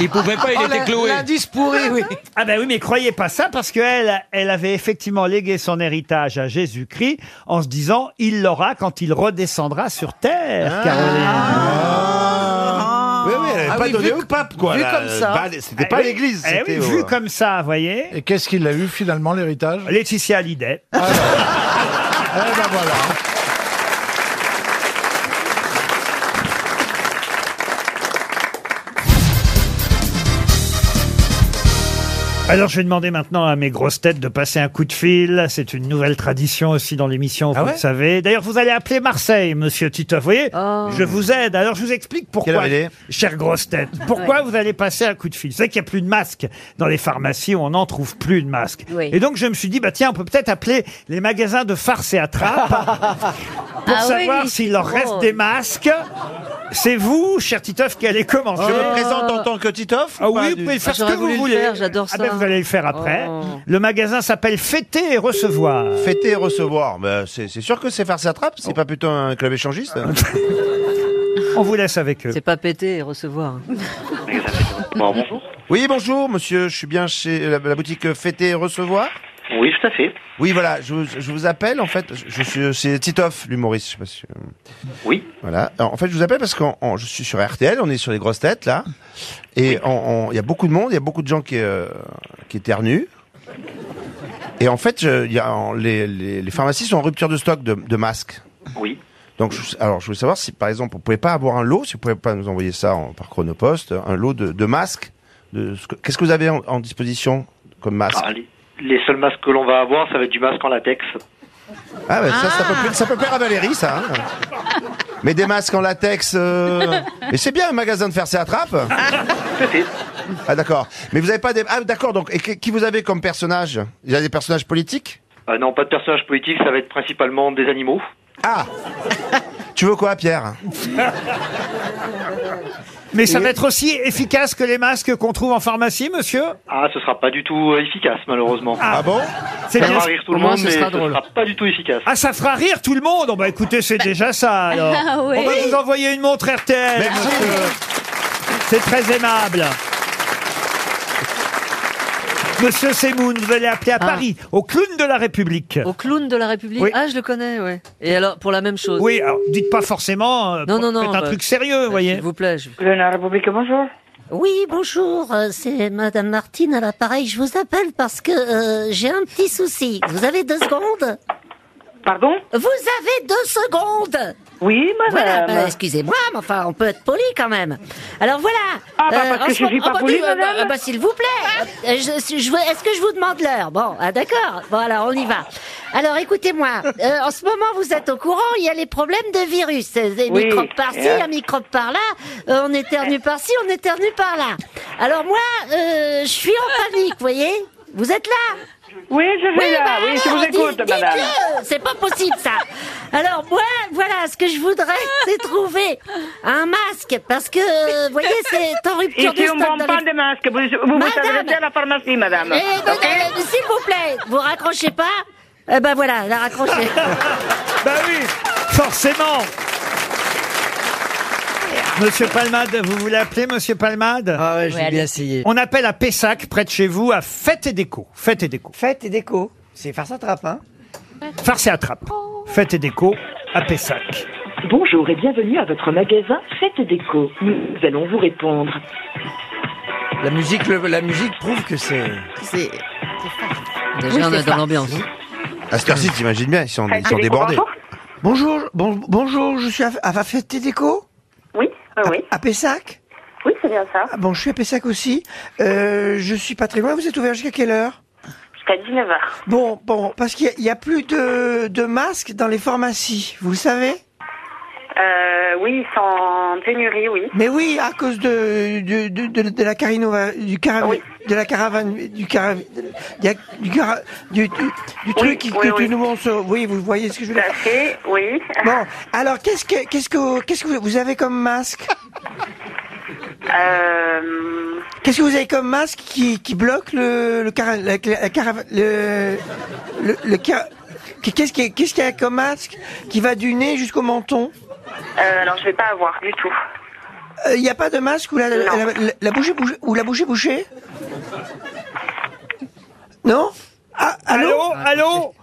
Speaker 9: Il pouvait pas, il
Speaker 8: Oh,
Speaker 9: était
Speaker 8: la-
Speaker 9: cloué.
Speaker 8: L'indice pourri, oui.
Speaker 1: Ah ben oui, mais croyez pas ça parce qu'elle, elle avait effectivement légué son héritage à Jésus-Christ en se disant, il l'aura quand il redescendra sur terre, Caroline.
Speaker 14: Oui, oui, elle n'avait
Speaker 1: Ah
Speaker 14: pas
Speaker 1: oui,
Speaker 14: donné
Speaker 1: vu
Speaker 14: au
Speaker 1: que-
Speaker 14: pape, quoi.
Speaker 1: vu
Speaker 14: la-
Speaker 1: comme ça.
Speaker 6: Bah,
Speaker 14: pas- C'était
Speaker 1: Eh
Speaker 14: pas
Speaker 1: oui,
Speaker 14: l'église.
Speaker 1: eh
Speaker 14: c'était
Speaker 1: oui,
Speaker 14: au-
Speaker 1: vu comme ça, vous voyez.
Speaker 6: Et qu'est-ce qu'il a eu finalement, l'héritage
Speaker 1: Laetitia Hallyday. Ah,
Speaker 6: Eh ben voilà.
Speaker 1: Alors, je vais demander maintenant à mes grosses têtes de passer un coup de fil. C'est une nouvelle tradition aussi dans l'émission, vous
Speaker 14: Ah ouais
Speaker 1: le savez. D'ailleurs, vous allez appeler Marseille, monsieur Titoff. Vous voyez,
Speaker 14: Oh.
Speaker 1: je vous aide. Alors, je vous explique
Speaker 14: Quelle
Speaker 1: pourquoi,
Speaker 14: heure il est
Speaker 1: chère grosse tête, pourquoi vous allez passer un coup de fil. Vous savez qu'il n'y a plus de masques dans les pharmacies, on n'en trouve plus de masques.
Speaker 14: Oui.
Speaker 1: Et donc, je me suis dit, bah tiens, on peut peut-être appeler les magasins de farce et attrape pour
Speaker 14: Ah
Speaker 1: savoir
Speaker 14: oui, Oh.
Speaker 1: s'il leur
Speaker 14: c'est
Speaker 1: reste
Speaker 14: drôle.
Speaker 1: des masques. C'est vous, cher Titoff, qui allez commencer.
Speaker 14: Je me présente en tant que Titoff
Speaker 1: Ah oui, vous pouvez faire ce que vous voulez.
Speaker 14: j'adore
Speaker 1: Ah ben, vous allez le faire après.
Speaker 16: Oh.
Speaker 1: Le magasin s'appelle Fêter et recevoir. Oh.
Speaker 14: Fêter et recevoir. Bah, c'est c'est sûr que c'est faire sa trappe, c'est pas plutôt un club échangiste
Speaker 1: On vous laisse avec eux.
Speaker 12: C'est pas péter et recevoir.
Speaker 14: bonjour. Oui, bonjour, monsieur. Je suis bien chez la, la boutique Fêter et Recevoir.
Speaker 16: Oui, tout à fait.
Speaker 14: Oui, voilà, je vous, je vous appelle en fait. Je, je suis c'est Titoff, l'humoriste. Je sais pas si. euh,
Speaker 16: Oui.
Speaker 14: Voilà. Alors, en fait, je vous appelle parce que je suis sur RTL. On est sur les grosses têtes là, et on- on- il y a beaucoup de monde. Il y a beaucoup de gens qui euh, qui éternuent. Et en fait, je- il y a- en- les, les- les pharmacies sont en rupture de stock de, de masques.
Speaker 16: Oui.
Speaker 14: Donc, je- alors, je voulais savoir si, par exemple, on pouvait pas avoir un lot, si vous pouvez pas nous envoyer ça en- par chronopost, un lot de, de masques. de ce que- Qu'est-ce que vous avez en, en disposition comme masque
Speaker 16: Ah, les, les seuls masques que l'on va avoir, ça va être du masque en latex.
Speaker 14: Ah, bah, ça, ça peut, pla- ça peut plaire à Valérie, ça. hein. Mais des masques en latex. euh, Mais c'est bien un magasin de faire ses attrapes. Ah, d'accord. Mais vous avez pas des. Ah, d'accord. Donc, et qui qui vous avez comme personnage Il y a des personnages politiques
Speaker 16: Euh, non, pas de personnages politiques, ça va être principalement des animaux.
Speaker 14: Ah Tu veux quoi, Pierre
Speaker 1: Mais ça
Speaker 16: Et-
Speaker 1: va être aussi efficace que les masques qu'on trouve en pharmacie, monsieur
Speaker 16: Ah, ce sera pas du tout euh, efficace, malheureusement.
Speaker 1: Ah bon C'est
Speaker 16: Ça
Speaker 1: bien.
Speaker 16: fera rire tout
Speaker 1: Au
Speaker 16: le
Speaker 1: moins,
Speaker 16: monde,
Speaker 1: ce
Speaker 16: mais
Speaker 1: sera
Speaker 16: ce
Speaker 1: drôle.
Speaker 16: sera pas du tout efficace.
Speaker 1: Ah, ça fera rire tout le monde Oh, Bah écoutez, c'est déjà ça, alors.
Speaker 16: Ah, ouais.
Speaker 1: On va vous envoyer une montre RTL,
Speaker 16: Merci.
Speaker 1: monsieur. C'est très aimable. Monsieur Semoun, vous allez appeler à Paris, au clown de la République.
Speaker 12: Ah. Au clown de la République
Speaker 1: Oui.
Speaker 12: Ah, je le connais, ouais. Et alors, pour la même chose
Speaker 1: Oui, alors, dites pas forcément. euh,
Speaker 12: Non, non, non.
Speaker 1: Faites un
Speaker 12: bah,
Speaker 1: truc sérieux, vous voyez.
Speaker 12: S'il vous plaît. je-
Speaker 17: Le La République, bonjour.
Speaker 18: Oui, bonjour, euh, c'est Madame Martine à l'appareil. Je vous appelle parce que euh, j'ai un petit souci. Vous avez deux secondes
Speaker 17: Pardon
Speaker 18: Vous avez deux secondes
Speaker 17: Oui, madame.
Speaker 18: Voilà, bah, excusez-moi, mais enfin, on peut être poli quand même. Alors voilà.
Speaker 17: Ah, bah, parce
Speaker 18: en
Speaker 17: que
Speaker 18: ce
Speaker 17: je suis
Speaker 18: moment-
Speaker 17: pas
Speaker 18: bah,
Speaker 17: polie,
Speaker 18: dis- euh, bah,
Speaker 17: madame.
Speaker 18: bah, s'il vous plaît. Euh, je- je veux- Est-ce que je vous demande l'heure Bon, ah, d'accord. Bon, alors, on y va. Alors, écoutez-moi. Euh, en ce moment, vous êtes au courant, il y a les problèmes de virus. Euh, Des
Speaker 17: Oui.
Speaker 18: microbes par-ci,
Speaker 17: Euh.
Speaker 18: un microbe par-là. Euh, on éternue par-ci, on éternue par-là. Alors, moi, euh, je suis en panique, vous voyez Vous êtes là bah
Speaker 17: Oui, je suis là. Oui, je vous
Speaker 18: alors,
Speaker 17: écoute,
Speaker 18: dites- dites-le.
Speaker 17: madame.
Speaker 18: C'est pas possible, ça. Alors, moi, voilà, ce que je voudrais, c'est trouver un masque. Parce que, euh, vous voyez, c'est en rupture de
Speaker 17: Ici, on
Speaker 18: stock.
Speaker 17: ne vend
Speaker 18: dans
Speaker 17: pas
Speaker 18: les-
Speaker 17: de masque. Vous vous, vous
Speaker 18: Madame.
Speaker 17: adressez à la pharmacie, madame.
Speaker 18: Eh, non, non,
Speaker 17: Ok
Speaker 18: non, S'il vous plaît, vous raccrochez pas. Eh ben voilà, la raccrochez.
Speaker 1: Bah oui, forcément. Monsieur Palmade, vous voulez appeler Monsieur Palmade Ah
Speaker 10: ouais, je vais Ouais, bien allez. essayer.
Speaker 1: On appelle à Pessac, près de chez vous, à Fête et Déco. Fête et Déco.
Speaker 10: Fête et déco. C'est farce à trappe, hein
Speaker 1: Farce et attrape. Fête et Déco, à Pessac.
Speaker 3: Bonjour et bienvenue à votre magasin Fête Déco. Nous allons vous répondre.
Speaker 10: La musique, le- la musique prouve que c'est.
Speaker 12: C'est.
Speaker 10: Déjà, Oui, on est c'est dans farce. l'ambiance.
Speaker 14: À cette heure-ci, Ah, t'imagines bien, ils sont, ils sont
Speaker 10: Fête et Déco,
Speaker 14: débordés.
Speaker 10: Bonjour, bon, bonjour, je suis à, à Fête et Déco
Speaker 17: Oui, euh, oui.
Speaker 10: À, à Pessac
Speaker 17: Oui, c'est bien ça.
Speaker 10: Ah Bon, je suis à Pessac aussi. Euh, je suis pas très loin, vous êtes ouvert jusqu'à quelle heure
Speaker 17: Jusqu'à 19h.
Speaker 10: Bon, bon, parce qu'il y a- il y a, plus de, de masques dans les pharmacies, vous le savez
Speaker 17: Euh, oui, ils sont en pénurie, oui.
Speaker 10: Mais oui, à cause de, de, de, de- de la carinova, du caravane, de la caravane, du caravane, du, cara- du, du- du truc qui- que tu nous montres. Oui, vous voyez ce que je veux dire.
Speaker 17: oui.
Speaker 10: Bon, alors qu'est-ce que, qu'est-ce que, qu'est-ce que vous- vous avez comme masque
Speaker 17: Euh,
Speaker 10: Qu'est-ce que vous avez comme masque qui, qui bloque le, le cara- la, la caravane, le, le, le ca- Qu'est-ce qu'il y a- qu'est-ce qu'il y a comme masque qui va du nez jusqu'au menton
Speaker 17: euh, alors, je vais pas avoir du tout.
Speaker 10: Il n'y Euh, a pas de masque où la, la, la, la bouche est bouchée Où la bouche est bouchée Non Ah, Allô
Speaker 1: Allô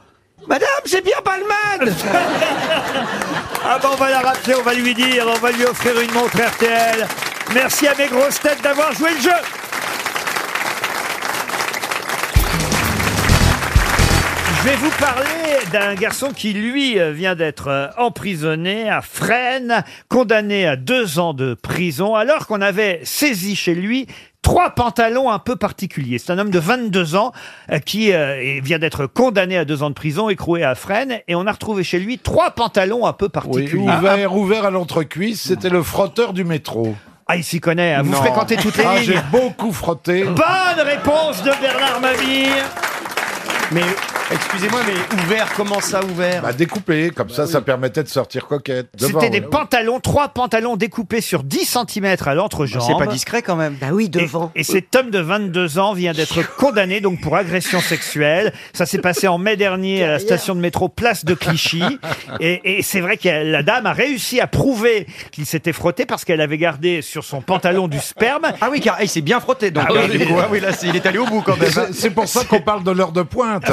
Speaker 10: Madame, c'est Pierre Palman
Speaker 1: Ah ben on va la rappeler, on va lui dire, on va lui offrir une montre RTL. Merci à mes grosses têtes d'avoir joué le jeu. Je vais vous parler d'un garçon qui, lui, euh, vient d'être euh, emprisonné à Fresnes, condamné à deux ans de prison, alors qu'on avait saisi chez lui trois pantalons un peu particuliers. C'est un homme de 22 ans euh, qui euh, et vient d'être condamné à deux ans de prison, écroué à Fresnes, et on a retrouvé chez lui trois pantalons un peu
Speaker 6: Oui,
Speaker 1: particuliers.
Speaker 6: ouvert, ouvert à l'entrecuisse, c'était le frotteur du métro.
Speaker 1: Ah, il s'y connaît, hein. vous fréquentez toutes les
Speaker 6: ah,
Speaker 1: lignes. Bah
Speaker 6: J'ai beaucoup frotté.
Speaker 1: Bonne réponse de Bernard Mabille.
Speaker 6: Mais excusez-moi, mais ouvert, comment ça ouvert Bah découpé, comme ça, ça permettait de sortir coquette. Devant,
Speaker 1: C'était des
Speaker 6: ouais.
Speaker 1: pantalons, trois pantalons découpés sur 10 cm à l'entrejambe.
Speaker 6: Bah, c'est pas discret
Speaker 1: quand même. Bah oui, devant. Et, et cet homme de 22 ans vient d'être condamné donc pour agression sexuelle. Ça s'est passé en mai dernier à la station de métro Place de Clichy. Et, et c'est vrai que la dame a réussi à prouver qu'il s'était frotté parce qu'elle avait gardé sur son pantalon du sperme.
Speaker 2: Ah oui, car il s'est bien frotté. Donc, hein,
Speaker 1: Ah oui.
Speaker 2: euh, du coup, ah oui, là, c'est- il est allé au bout quand même.
Speaker 6: C'est- C'est pour ça qu'on parle de l'heure de pointe.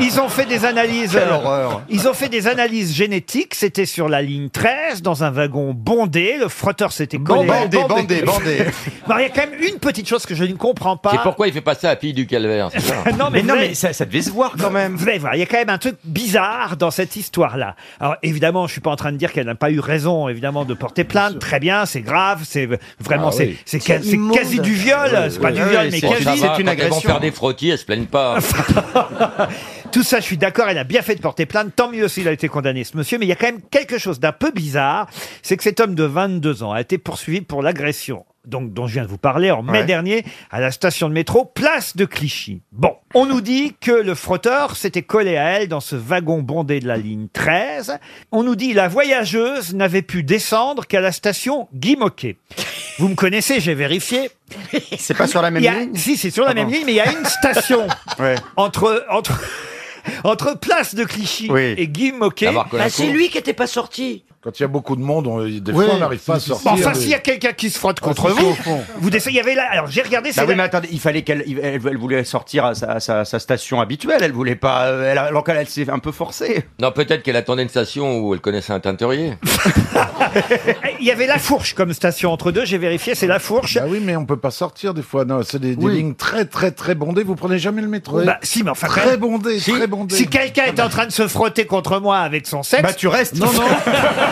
Speaker 1: Ils ont fait des analyses.
Speaker 14: Quelle horreur.
Speaker 1: Ils ont fait des analyses génétiques. C'était sur la ligne 13, dans un wagon bondé. Le frotteur s'était collé.
Speaker 9: Bandé, bandé, bandé, bandé.
Speaker 1: Alors, il y a quand même une petite chose que je ne comprends pas.
Speaker 9: C'est pourquoi il fait pas ça à Pille du Calvaire. c'est ça.
Speaker 1: non, mais, ça, devait se voir quand même. Vous allez voir, il y a quand même un truc bizarre dans cette histoire-là. Alors évidemment, je suis pas en train de dire qu'elle n'a pas eu raison, évidemment, de porter plainte. Très bien, c'est grave, c'est vraiment,
Speaker 9: Ah
Speaker 1: c'est
Speaker 9: oui.
Speaker 1: c'est ca-
Speaker 9: C'est
Speaker 1: c'est
Speaker 9: immonde.
Speaker 1: quasi du viol. c'est pas du
Speaker 9: Ouais,
Speaker 1: viol,
Speaker 9: ouais,
Speaker 1: mais
Speaker 9: ça va,
Speaker 1: quasi.
Speaker 9: quand Elles vont faire des frottis, elles se plaignent pas.
Speaker 1: Tout ça, je suis d'accord, elle a bien fait de porter plainte, tant mieux s'il a été condamné, ce monsieur, mais il y a quand même quelque chose d'un peu bizarre, c'est que cet homme de 22 ans a été poursuivi pour l'agression, donc dont je viens de vous parler, en mai
Speaker 14: Ouais.
Speaker 1: dernier, à la station de métro, place de Clichy. Bon, on nous dit que le frotteur s'était collé à elle dans ce wagon bondé de la ligne 13. On nous dit la voyageuse n'avait pu descendre qu'à la station Guy Moquet. Vous me connaissez, j'ai vérifié. C'est
Speaker 14: pas sur la même
Speaker 1: Il y a-
Speaker 14: ligne
Speaker 1: Si, c'est sur la
Speaker 14: Ah
Speaker 1: même
Speaker 14: bon.
Speaker 1: ligne, mais il y a une station
Speaker 14: Ouais.
Speaker 1: entre entre entre Place de Clichy
Speaker 6: Oui.
Speaker 1: et Guy Moquet.
Speaker 6: Bah, c'est lui
Speaker 1: qui n'était pas sorti.
Speaker 6: Quand il y a beaucoup de monde, on- des
Speaker 1: Oui,
Speaker 6: fois, on n'arrive pas à sortir.
Speaker 1: enfin,
Speaker 6: de-
Speaker 1: s'il y a quelqu'un qui se frotte contre
Speaker 6: Ah, c'est
Speaker 1: vous,
Speaker 6: ça, au fond.
Speaker 1: vous descendez. Il y avait là. Alors, j'ai regardé.
Speaker 2: Bah
Speaker 1: c'est
Speaker 2: oui,
Speaker 1: la-
Speaker 2: mais attendez, il fallait qu'elle il- elle, elle voulait sortir à sa, à sa- sa station habituelle. Elle voulait pas. euh, Elle, alors qu'elle elle s'est un peu forcée.
Speaker 9: Non, peut-être qu'elle attendait une station où elle connaissait un teinturier.
Speaker 1: eh, Il y avait La Fourche comme station entre deux. J'ai vérifié, c'est La Fourche.
Speaker 6: Bah oui, mais on peut pas sortir des fois. Non, c'est des, des
Speaker 1: Oui.
Speaker 6: lignes très, très, très bondées. Vous prenez jamais le métro.
Speaker 1: Bah, si, mais enfin, quand
Speaker 6: Très
Speaker 1: même.
Speaker 6: bondé,
Speaker 1: Si-
Speaker 6: très bondé.
Speaker 1: Si quelqu'un est en train de se frotter contre moi avec son sexe.
Speaker 6: Bah, tu restes. Non, non.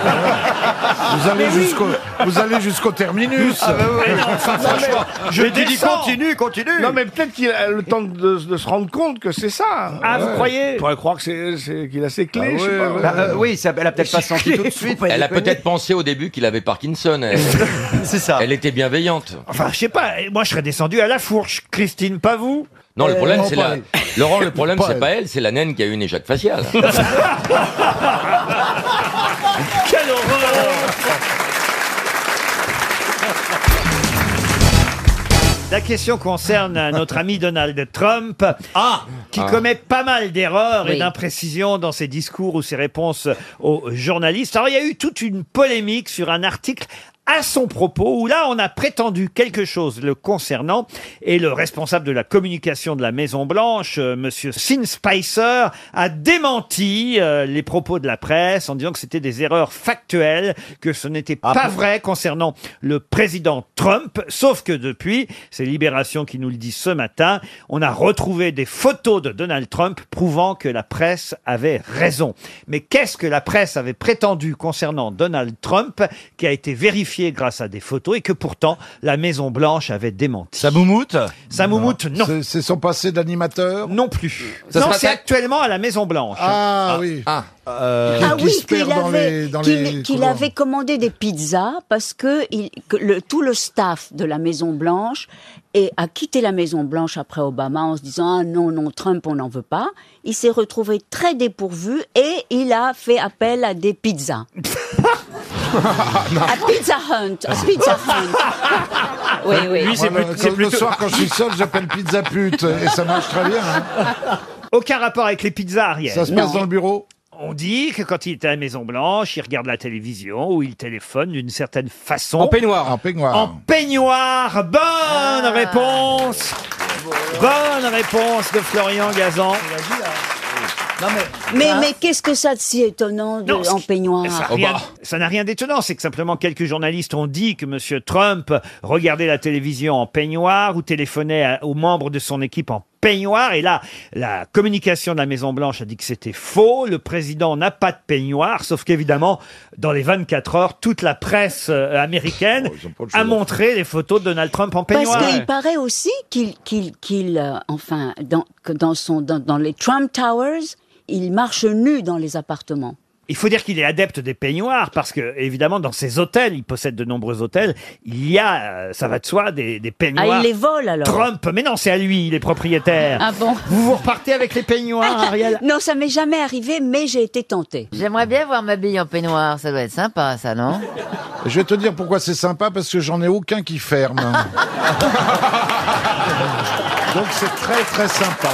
Speaker 6: Ah, Vous allez
Speaker 1: Ah,
Speaker 6: jusqu'au, vous allez jusqu'au terminus.
Speaker 1: Mais Ah, bah non, enfin, franchement, je descends.
Speaker 19: continue. Non, mais peut-être qu'il a le temps de, de se rendre compte que c'est ça.
Speaker 1: Ah, vous croyez
Speaker 19: On pourrait croire que c'est- c'est- qu'il a ses clés.
Speaker 2: Ah
Speaker 19: je sais
Speaker 2: ouais,
Speaker 19: pas,
Speaker 2: ouais.
Speaker 19: ouais.
Speaker 2: Bah, euh, oui, ça- elle a peut-être pas senti tout de suite.
Speaker 9: Elle a peut-être pensé au début qu'il avait Parkinson. C'est ça. Elle était bienveillante.
Speaker 1: Enfin, je sais pas. Moi, je serais descendu à La Fourche. Christine, pas vous.
Speaker 9: Non,
Speaker 6: Euh,
Speaker 9: le problème, c'est la.
Speaker 1: là
Speaker 9: Laurent, le problème,
Speaker 1: Pas
Speaker 9: c'est
Speaker 1: elle.
Speaker 9: pas elle, c'est la naine qui a eu une éjac faciale.
Speaker 1: Quelle horreur La question concerne notre ami Donald Trump, qui
Speaker 14: Ah.
Speaker 1: commet pas mal d'erreurs et
Speaker 14: Oui.
Speaker 1: d'imprécisions dans ses discours ou ses réponses aux journalistes. Alors il y a eu toute une polémique sur un article à son propos, où là on a prétendu quelque chose le concernant, et le responsable de la communication de la Maison Blanche, euh, Monsieur Sin Spicer, a démenti euh, les propos de la presse en disant que c'était des erreurs factuelles, que ce n'était pas
Speaker 14: Ah bon
Speaker 1: vrai concernant le président Trump, sauf que depuis, c'est Libération qui nous le dit ce matin, on a retrouvé des photos de Donald Trump prouvant que la presse avait raison. Mais qu'est-ce que la presse avait prétendu concernant Donald Trump qui a été vérifié grâce à des photos et que pourtant la Maison Blanche avait démenti Sa moumoute Sa moumoute, non.
Speaker 6: C'est son passé d'animateur
Speaker 1: Non plus.
Speaker 6: Ça se
Speaker 1: non,
Speaker 6: rattaque-
Speaker 1: c'est actuellement à la Maison Blanche.
Speaker 6: Ah, oui.
Speaker 1: Ah,
Speaker 20: Ah oui, qu'il avait, qu'il- qu'il avait commandé des pizzas parce que, il- que le- tout le staff de la Maison Blanche et a quitté la Maison Blanche après Obama en se disant ah non non Trump on n'en veut pas. Il s'est retrouvé très dépourvu et il a fait appel à des pizzas. à Pizza Hunt, à Pizza Hunt. oui oui.
Speaker 6: Moi, le- quand- le soir, quand je suis seul, j'appelle pizza pute. Et ça marche très bien. hein.
Speaker 1: Aucun rapport avec les pizzas Ariel.
Speaker 6: Ça se passe Non. dans le bureau
Speaker 1: On dit que quand il était à la Maison Blanche, il regarde la télévision ou il téléphone d'une certaine façon.
Speaker 6: En
Speaker 1: peignoir.
Speaker 6: En peignoir.
Speaker 1: En peignoir. Bonne
Speaker 20: Ah.
Speaker 1: réponse. Bonne réponse de Florian Gazan.
Speaker 20: Mais, mais qu'est-ce que ça de si étonnant de,
Speaker 1: Non, ce
Speaker 20: en peignoir
Speaker 1: Ça
Speaker 21: Oh,
Speaker 1: n'a
Speaker 21: bah.
Speaker 1: rien- ça n'a rien d'étonnant, c'est que simplement quelques journalistes ont dit que M. Trump regardait la télévision en peignoir ou téléphonait à- aux membres de son équipe en peignoir. Et là, la communication de la Maison-Blanche a dit que c'était faux. Le président n'a pas de peignoir, sauf qu'évidemment, dans les 24 heures, toute la presse euh, américaine a montré les photos de Donald Trump en peignoir.
Speaker 20: Parce qu'il paraît aussi qu'il, qu'il, qu'il, euh, enfin, dans, que dans son, dans, dans les Trump Towers, il marche nu dans les appartements.
Speaker 1: Il faut dire qu'il est adepte des peignoirs parce que, évidemment, dans ses hôtels, il possède de nombreux hôtels, il y a, euh, ça va de soi, des, des peignoirs.
Speaker 20: Ah, il les vole, alors
Speaker 1: Trump, mais non, c'est à lui, il est propriétaire.
Speaker 20: Ah bon
Speaker 1: Vous vous repartez avec les peignoirs, Ah, Ariel
Speaker 20: Non, ça m'est jamais arrivé, mais j'ai été tentée.
Speaker 13: J'aimerais bien voir m'habiller en peignoir, ça doit être sympa, ça, non
Speaker 6: Je vais te dire pourquoi c'est sympa, parce que j'en ai aucun qui ferme. Donc c'est très très sympa.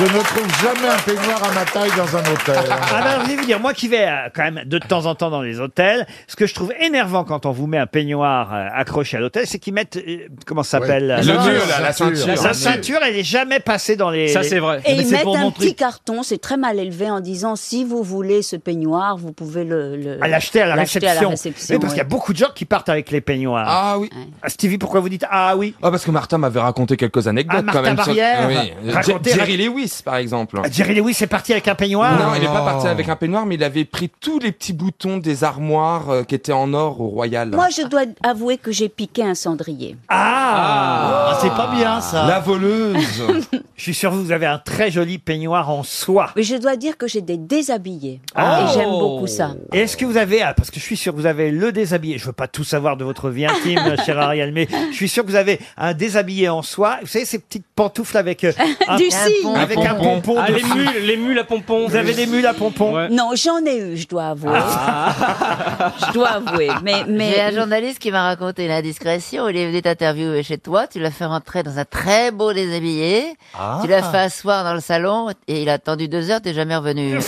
Speaker 6: Je ne trouve jamais un peignoir à ma taille dans un hôtel.
Speaker 1: Ah ben, je vais vous dire, moi qui vais euh, quand même de temps en temps dans les hôtels, ce que je trouve énervant quand on vous met un peignoir euh, accroché à l'hôtel, c'est qu'ils mettent, euh, comment ça s'appelle
Speaker 22: Le
Speaker 1: euh,
Speaker 22: nœud, là, la ceinture.
Speaker 1: La ceinture, elle est jamais passée dans les...
Speaker 23: Ça, c'est vrai.
Speaker 1: les-
Speaker 21: Et ils mettent un
Speaker 1: ben, montrer-
Speaker 21: petit carton, c'est très mal élevé, en disant si vous voulez ce peignoir, vous pouvez le. le-
Speaker 1: à Ah, l'acheter à la
Speaker 21: l'acheter
Speaker 1: réception.
Speaker 21: réception,
Speaker 1: Oui, parce qu'il y a
Speaker 21: oui.
Speaker 1: beaucoup de gens qui partent avec les peignoirs. Ah oui. Stevie, pourquoi vous dites ah oui
Speaker 16: parce que Martin m'avait raconté quelques anecdotes
Speaker 1: Ah, Martin
Speaker 16: quand même. sur-
Speaker 1: Barrière.
Speaker 16: Oui.
Speaker 1: Racontez,
Speaker 16: Je- Jerry
Speaker 1: rac-
Speaker 16: Lewis, par exemple.
Speaker 1: Ah, Jerry Lewis est parti avec un peignoir
Speaker 16: Non, il n'est pas parti avec un peignoir, mais il avait pris tous les petits boutons des armoires euh, qui étaient en or au Royal.
Speaker 21: Moi, je dois avouer que j'ai piqué un cendrier.
Speaker 1: Ah,
Speaker 16: Ah, c'est pas bien, ça. La voleuse.
Speaker 1: Je suis sûr que vous avez un très joli peignoir en soie.
Speaker 21: Mais je dois dire que j'ai des déshabillés.
Speaker 1: Ah.
Speaker 21: Et j'aime beaucoup ça.
Speaker 1: Et Est-ce que vous avez, ah, parce que je suis sûr que vous avez le déshabillé, je veux pas tout savoir de votre vie intime, cher Ariel, mais je suis sûr que vous avez un déshabillé en soie, vous savez, ces petites pantoufles avec euh, un,
Speaker 21: Du cygne.
Speaker 1: avec un pompon.
Speaker 23: Ah, les
Speaker 1: dessus.
Speaker 23: mules, les mules à pompons.
Speaker 1: Vous avez des mules à pompons
Speaker 21: Non, j'en ai eu, je dois avouer.
Speaker 23: Ah.
Speaker 21: je dois avouer. Mais, mais...
Speaker 13: Ah, J'ai un journaliste qui m'a raconté une indiscrétion. Il est venu t'interviewer chez toi. Tu l'as fait rentrer dans un très beau déshabillé.
Speaker 21: Ah.
Speaker 13: Tu l'as fait asseoir dans le salon et il a attendu deux heures. T'es jamais revenu.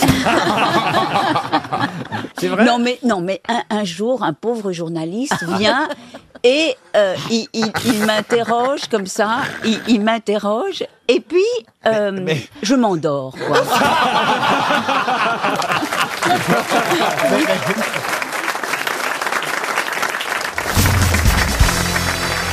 Speaker 21: non mais non mais un, un jour un pauvre journaliste vient et euh, il, il- il m'interroge comme ça, il, il m'interroge et puis euh, je m'endors. quoi.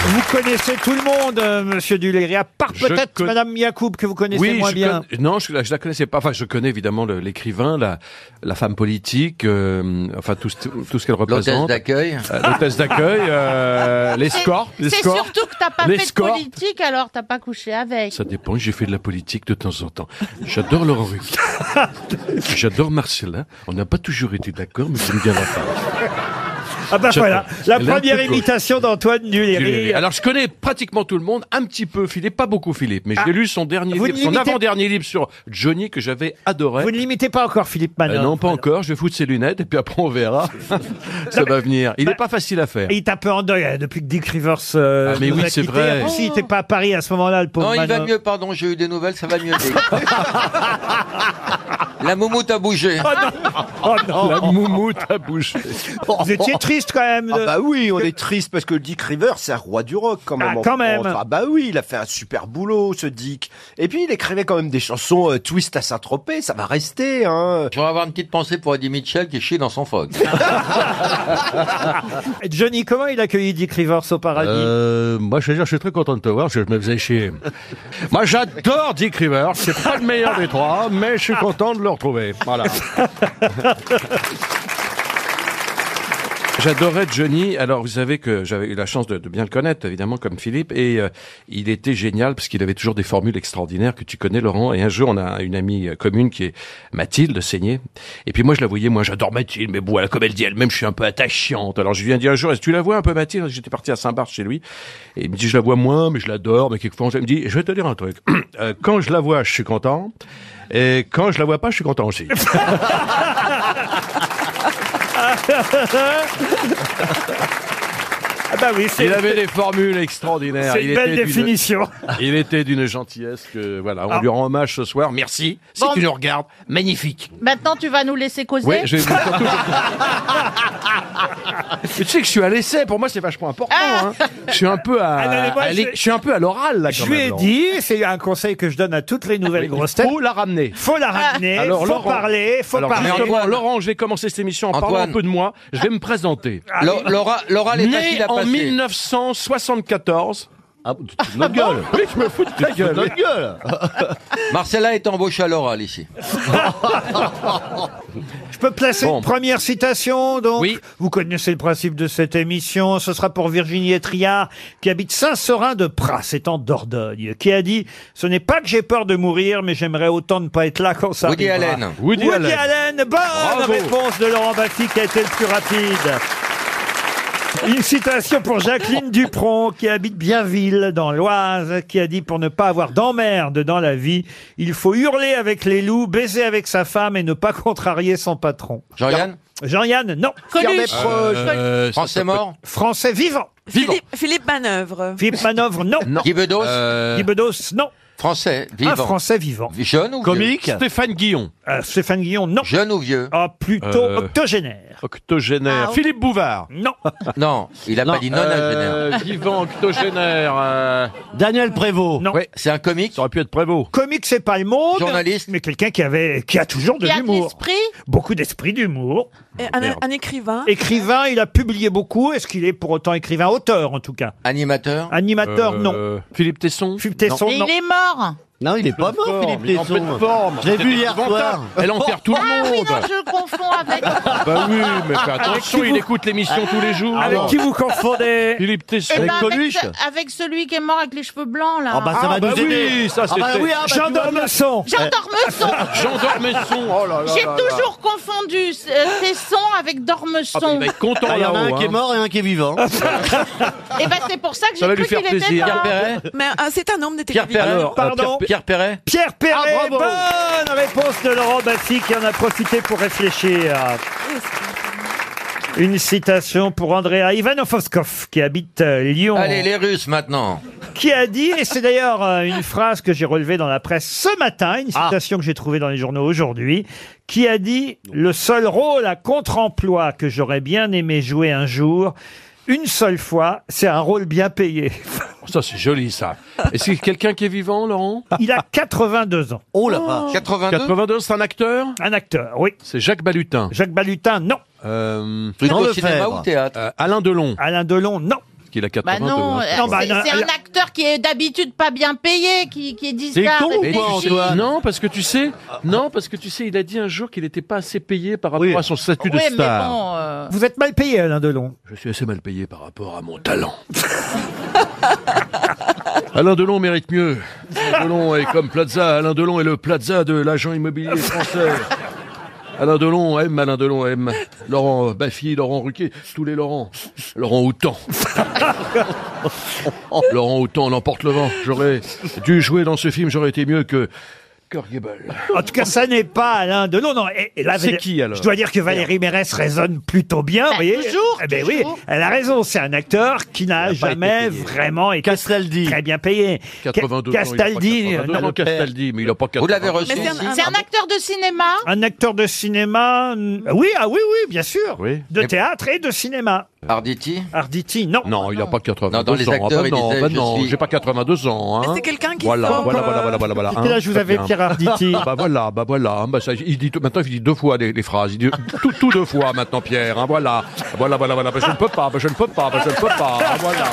Speaker 1: Vous connaissez tout le monde, euh, monsieur Duléria, par
Speaker 24: Je
Speaker 1: peut-être
Speaker 24: con-
Speaker 1: madame Yacoub que vous connaissez
Speaker 24: Oui,
Speaker 1: moins
Speaker 24: je
Speaker 1: bien.
Speaker 24: conna- non, je, la- je la connaissais pas. Enfin, je connais évidemment le- l'écrivain, la, la femme politique, euh, enfin tout, ce- tout ce qu'elle représente.
Speaker 9: d'accueil.
Speaker 24: Euh, L'hôtesse d'accueil, euh, l'escorte.
Speaker 18: C'est
Speaker 24: l'escorte.
Speaker 18: surtout que t'as pas fait de
Speaker 24: L'escorte.
Speaker 18: politique, alors t'as pas couché avec.
Speaker 24: Ça dépend, j'ai fait de la politique de temps en temps. J'adore Laurent Ruquier. J'adore Marcella. On n'a pas toujours été d'accord, mais j'aime bien la femme.
Speaker 1: Ah bah
Speaker 24: Je-
Speaker 1: voilà, la
Speaker 24: Elle est un peu
Speaker 1: première
Speaker 24: gauche.
Speaker 1: imitation d'Antoine Duléry.
Speaker 24: Alors je connais pratiquement tout le monde, un petit peu Philippe, pas beaucoup Philippe, mais j'ai lu son dernier
Speaker 1: Ah. Vous
Speaker 24: livre,
Speaker 1: ne
Speaker 24: son
Speaker 1: l'imitez-
Speaker 24: avant-dernier livre sur Johnny que j'avais adoré.
Speaker 1: Vous ne l'imitez pas encore Philippe Manon
Speaker 24: Euh, non, pas encore. Je vais foutre ses lunettes et puis après on verra. Ça va venir. Il n'est pas facile à faire.
Speaker 1: Et Bah, il est un peu en deuil hein, depuis que Dick Rivers euh,
Speaker 24: Ah, mais
Speaker 1: nous
Speaker 24: oui,
Speaker 1: a
Speaker 24: c'est
Speaker 1: quittés.
Speaker 24: vrai.
Speaker 1: Ah, si, il n'était pas à Paris à ce moment-là, le pauvre
Speaker 9: Non, il va
Speaker 1: Manon.
Speaker 9: mieux, pardon, j'ai eu des nouvelles, ça va mieux. La moumoute a bougé.
Speaker 1: Oh non.
Speaker 24: La moumoute a bougé.
Speaker 1: Vous étiez triste quand même.
Speaker 9: Ah bah
Speaker 2: Oh. oui, on est triste parce que Dick Rivers, c'est un roi du rock quand même.
Speaker 1: Ah,
Speaker 2: en
Speaker 1: quand même.
Speaker 2: France. Ah bah oui, il a fait un super boulot, ce Dick. Et puis il écrivait quand même des chansons euh, twist à Saint-Tropez, ça va rester. Hein.
Speaker 9: Je vais avoir une petite pensée pour Eddie Mitchell qui chie dans son fog.
Speaker 1: Johnny, comment il a accueilli Dick Rivers au paradis
Speaker 24: Euh, moi, je veux dire, je suis très content de te voir. parce que Je me faisais chier. moi, j'adore Dick Rivers. C'est pas le meilleur des trois, mais je suis content de le retrouver. Voilà. J'adorais Johnny. Alors, vous savez que j'avais eu la chance de, de bien le connaître, évidemment, comme Philippe. Et euh, il était génial parce qu'il avait toujours des formules extraordinaires que tu connais, Laurent. Et un jour, on a une amie euh, commune qui est Mathilde Seigné. Et puis moi, je la voyais. Moi, j'adore Mathilde. Mais bon, elle, comme elle dit elle-même, je suis un peu attachante. Alors, je lui ai dit un jour, est-ce que tu la vois un peu, Mathilde J'étais parti à Saint-Barth chez lui. Et il me dit, je la vois moins, mais je l'adore. Mais quelquefois, je me dit, je vais te dire un truc. Euh, quand je la vois, je suis content. Et quand je la vois pas, je suis content aussi.
Speaker 1: Ah bah oui, c'est-
Speaker 24: il avait des formules extraordinaires.
Speaker 1: C'est une
Speaker 24: Il
Speaker 1: belle
Speaker 24: était d'une-
Speaker 1: définition.
Speaker 24: Il était d'une gentillesse que voilà, on
Speaker 1: Ah.
Speaker 24: lui rend hommage ce soir. Merci. Si
Speaker 18: Bon.
Speaker 24: tu nous regardes, magnifique.
Speaker 18: Maintenant, tu vas nous laisser causer
Speaker 24: Oui, je vais vous- surtout- Mais tu sais que je suis à l'essai. Pour moi, c'est vachement important.
Speaker 18: Ah,
Speaker 24: hein. Je suis un peu à,
Speaker 1: Ah, non, mais moi,
Speaker 24: à l'é-
Speaker 1: je-
Speaker 24: je... suis un peu à l'oral là.
Speaker 1: Je
Speaker 24: quand
Speaker 1: lui
Speaker 24: même,
Speaker 1: ai
Speaker 24: Laurent.
Speaker 1: dit, c'est un conseil que je donne à toutes les nouvelles grosses têtes.
Speaker 24: Faut la ramener. Ah.
Speaker 1: Faut la ramener.
Speaker 24: Alors,
Speaker 1: faut
Speaker 24: Laurent-
Speaker 1: parler. Faut
Speaker 24: Alors,
Speaker 1: parler.
Speaker 24: mais Antoine, Laurent, je vais commencer cette émission en parlant
Speaker 1: Antoine.
Speaker 24: un peu de moi. Je vais me présenter.
Speaker 1: Lo- Laura-
Speaker 24: Laura
Speaker 1: l'oral est facile
Speaker 24: Né
Speaker 1: à
Speaker 24: en
Speaker 1: passer.
Speaker 24: 1974. Ah, tu te fous de notre gueule. Oui, je me fous de ta gueule. oui.
Speaker 9: Marcella est embauchée à l'oral ici.
Speaker 1: Je peux placer une première citation, donc. Vous connaissez le principe de cette émission. Ce sera pour Virginie Etriard, qui habite Saint-Seurin de Pras, c'est en Dordogne, qui a dit, ce n'est pas que j'ai peur de mourir, mais j'aimerais autant ne pas être là quand ça
Speaker 9: Woody
Speaker 1: arrivera.
Speaker 9: Allen.
Speaker 1: Woody,
Speaker 9: Woody
Speaker 1: Allen.
Speaker 9: Allen.
Speaker 1: Bonne
Speaker 9: Bravo.
Speaker 1: réponse de Laurent Baffy, qui a été le plus rapide. Une citation pour Jacqueline Dupron, qui habite Bienville, dans l'Oise, qui a dit Pour ne pas avoir d'emmerde dans la vie, il faut hurler avec les loups, baiser avec sa femme et ne pas contrarier son patron.
Speaker 9: Jean-Yann
Speaker 1: Jean-Yann, non.
Speaker 5: Coluche. Coluche.
Speaker 24: Euh, ça, ça peut-
Speaker 1: Français vivant.
Speaker 5: Philippe, Philippe Manœuvre.
Speaker 1: Philippe Manœuvre, non.
Speaker 24: Non.
Speaker 1: Guy
Speaker 24: Bedos Euh.
Speaker 1: Guy Bedos, non.
Speaker 9: Français, vivant.
Speaker 1: Un Français vivant. Euh,
Speaker 9: Jeune ou vieux
Speaker 24: Stéphane Guillon.
Speaker 1: Stéphane Guillon, non.
Speaker 9: Jeune ou vieux
Speaker 1: Ah, plutôt octogénaire.
Speaker 24: Euh, Octogénaire.
Speaker 1: Ah, ok.
Speaker 24: Philippe Bouvard.
Speaker 1: Non.
Speaker 9: Non, il a pas dit non
Speaker 24: euh,
Speaker 9: octogénaire.
Speaker 24: Vivant, octogénaire. euh,
Speaker 1: Daniel Prévost. Non.
Speaker 9: C'est un comique.
Speaker 1: Ça aurait pu être Prévost. Comique, c'est pas le mot. Journaliste. Mais quelqu'un qui avait, qui a toujours de
Speaker 11: Qui a de
Speaker 1: l'humour.
Speaker 11: l'esprit.
Speaker 1: Beaucoup d'esprit d'humour.
Speaker 11: Et Un, un écrivain.
Speaker 1: Écrivain, il a publié beaucoup. Est-ce qu'il est pour autant écrivain auteur en tout cas
Speaker 9: Animateur.
Speaker 1: Animateur,
Speaker 24: euh,
Speaker 1: non.
Speaker 24: Philippe Tesson.
Speaker 1: Philippe Tesson,
Speaker 5: Et
Speaker 1: non.
Speaker 5: il est mort.
Speaker 1: Non, il est
Speaker 24: pas mort, Forme, Philippe il est en Tesson. pleine forme.
Speaker 21: J'ai vu
Speaker 24: C'est
Speaker 21: hier soir.
Speaker 24: épouvantable. Elle enterre tout le
Speaker 5: Ah oui,
Speaker 24: monde.
Speaker 5: non, je confonds avec.
Speaker 24: Bah oui, mais fais
Speaker 5: Avec
Speaker 24: attention,
Speaker 5: qui
Speaker 24: il
Speaker 5: vous-
Speaker 24: écoute l'émission tous les jours.
Speaker 21: Avec qui vous
Speaker 1: confondez
Speaker 24: Philippe Tesson.
Speaker 5: Eh ben, ce- avec celui qui est mort avec les cheveux blancs, là.
Speaker 24: Ah bah, ça Ah, va bah nous oui, ah, bah, aider. ça, c'était- Jean
Speaker 21: Eh.
Speaker 24: Dormesson.
Speaker 5: Jean Dormesson.
Speaker 24: Jean Dormesson, oh là là
Speaker 5: J'ai
Speaker 24: là là.
Speaker 5: toujours confondu euh, Tesson avec
Speaker 21: Ah,
Speaker 5: Dormesson.
Speaker 21: bah, il va être content
Speaker 5: Et
Speaker 21: Il y en a un là-haut, qui est hein. mort et un qui est vivant.
Speaker 5: bah, c'est pour ça que
Speaker 21: Ça va
Speaker 5: j'ai
Speaker 21: lui
Speaker 5: cru
Speaker 21: faire
Speaker 5: qu'il était
Speaker 21: plaisir.
Speaker 5: mort.
Speaker 21: Pierre Perret.
Speaker 11: Mais
Speaker 5: euh,
Speaker 11: ah, c'est un homme n'était
Speaker 1: Pierre Perret. Alors, euh, Pierre-
Speaker 9: Perret.
Speaker 1: Pierre Perret,
Speaker 5: Ah, bravo.
Speaker 1: bonne réponse de Laurent Bassi qui en a profité pour réfléchir. Une citation pour Andrea Ivanofoskov qui habite euh, Lyon.
Speaker 9: Allez, les Russes maintenant.
Speaker 1: qui a dit, et c'est d'ailleurs euh, une phrase que j'ai relevée dans la presse ce matin,
Speaker 24: Ah.
Speaker 1: une citation que j'ai trouvée dans les journaux aujourd'hui, qui a dit « Le seul rôle à contre-emploi que j'aurais bien aimé jouer un jour, une seule fois, c'est un rôle bien payé.
Speaker 24: Oh, Ça, c'est joli, ça. Est-ce qu'il y a Ah. quelqu'un qui est vivant, Laurent »
Speaker 1: Il a 82 ans.
Speaker 24: Oh la vache. 82? c'est un acteur
Speaker 1: Un acteur, oui.
Speaker 24: C'est Jacques Balutin.
Speaker 1: Jacques Balutin, non.
Speaker 24: Euh,
Speaker 5: Plutôt Jean cinéma Lefebvre. ou théâtre
Speaker 24: Euh, Alain Delon.
Speaker 1: Alain Delon, non.
Speaker 24: Qu'il a hein.
Speaker 5: Bah
Speaker 24: 82
Speaker 5: non,
Speaker 24: ans.
Speaker 5: euh, c'est c'est un acteur qui est d'habitude pas bien payé, qui, qui est
Speaker 24: C'est
Speaker 5: discard.
Speaker 24: con ou
Speaker 5: réfléchi.
Speaker 24: quoi, Antoine Non, parce que tu sais, non, parce que tu sais, il a dit un jour qu'il n'était pas assez payé par rapport à son statut de
Speaker 5: Oui, mais
Speaker 24: star.
Speaker 5: bon, euh,
Speaker 1: Vous êtes mal payé, Alain Delon.
Speaker 24: Je suis assez mal payé par rapport à mon talent. Alain Delon mérite mieux. Alain Delon est comme Plaza. Alain Delon est le Plaza de l'agent immobilier français. Alain Delon aime, Alain Delon aime. Laurent Baffy, Laurent Ruquier, tous les Laurents. Laurent Houtan. Laurent Houtan l'emporte le vent. J'aurais dû jouer dans ce film, j'aurais été mieux que Corgiebel.
Speaker 1: En tout cas, ça n'est pas Alain Delon. Non, et, et là,
Speaker 24: C'est
Speaker 1: Valé-
Speaker 24: qui, alors
Speaker 1: Je dois dire que Valérie Mérès raisonne plutôt bien, vous voyez.
Speaker 5: Bah, toujours,
Speaker 1: Eh ben
Speaker 5: toujours.
Speaker 1: oui, elle a raison. C'est un acteur qui n'a jamais vraiment été très bien payé.
Speaker 24: 82 ans, il a pas
Speaker 1: Castaldi,
Speaker 24: 82
Speaker 1: non.
Speaker 24: ans, Castaldi, mais il n'a pas 82 ans.
Speaker 5: C'est un acteur de cinéma.
Speaker 1: Un acteur de cinéma, n- oui, ah oui, oui, bien sûr. De théâtre et de cinéma.
Speaker 9: Arditi
Speaker 1: Arditi, non.
Speaker 24: Non, il n'a pas 82
Speaker 9: Non, dans les
Speaker 24: ans.
Speaker 9: acteurs,
Speaker 24: ah,
Speaker 9: il
Speaker 24: bah non,
Speaker 9: disait,
Speaker 24: bah
Speaker 9: je
Speaker 24: non,
Speaker 9: suis-
Speaker 24: j'ai pas 82 ans. Hein.
Speaker 11: C'est quelqu'un qui
Speaker 24: voilà,
Speaker 11: sort,
Speaker 24: voilà,
Speaker 11: euh,
Speaker 24: voilà, voilà, voilà, voilà. Hein,
Speaker 1: quel âge vous
Speaker 24: très
Speaker 1: avez,
Speaker 24: bien.
Speaker 1: Pierre Arditi
Speaker 24: Bah voilà, bah voilà. hein, bah ça, il dit, tout- maintenant, il dit deux fois les, les phrases. Il dit tout, tout deux fois maintenant, Pierre. hein, voilà, voilà, voilà, voilà. Bah, je ne peux pas, bah, je ne peux pas, bah, je ne peux pas. hein, voilà.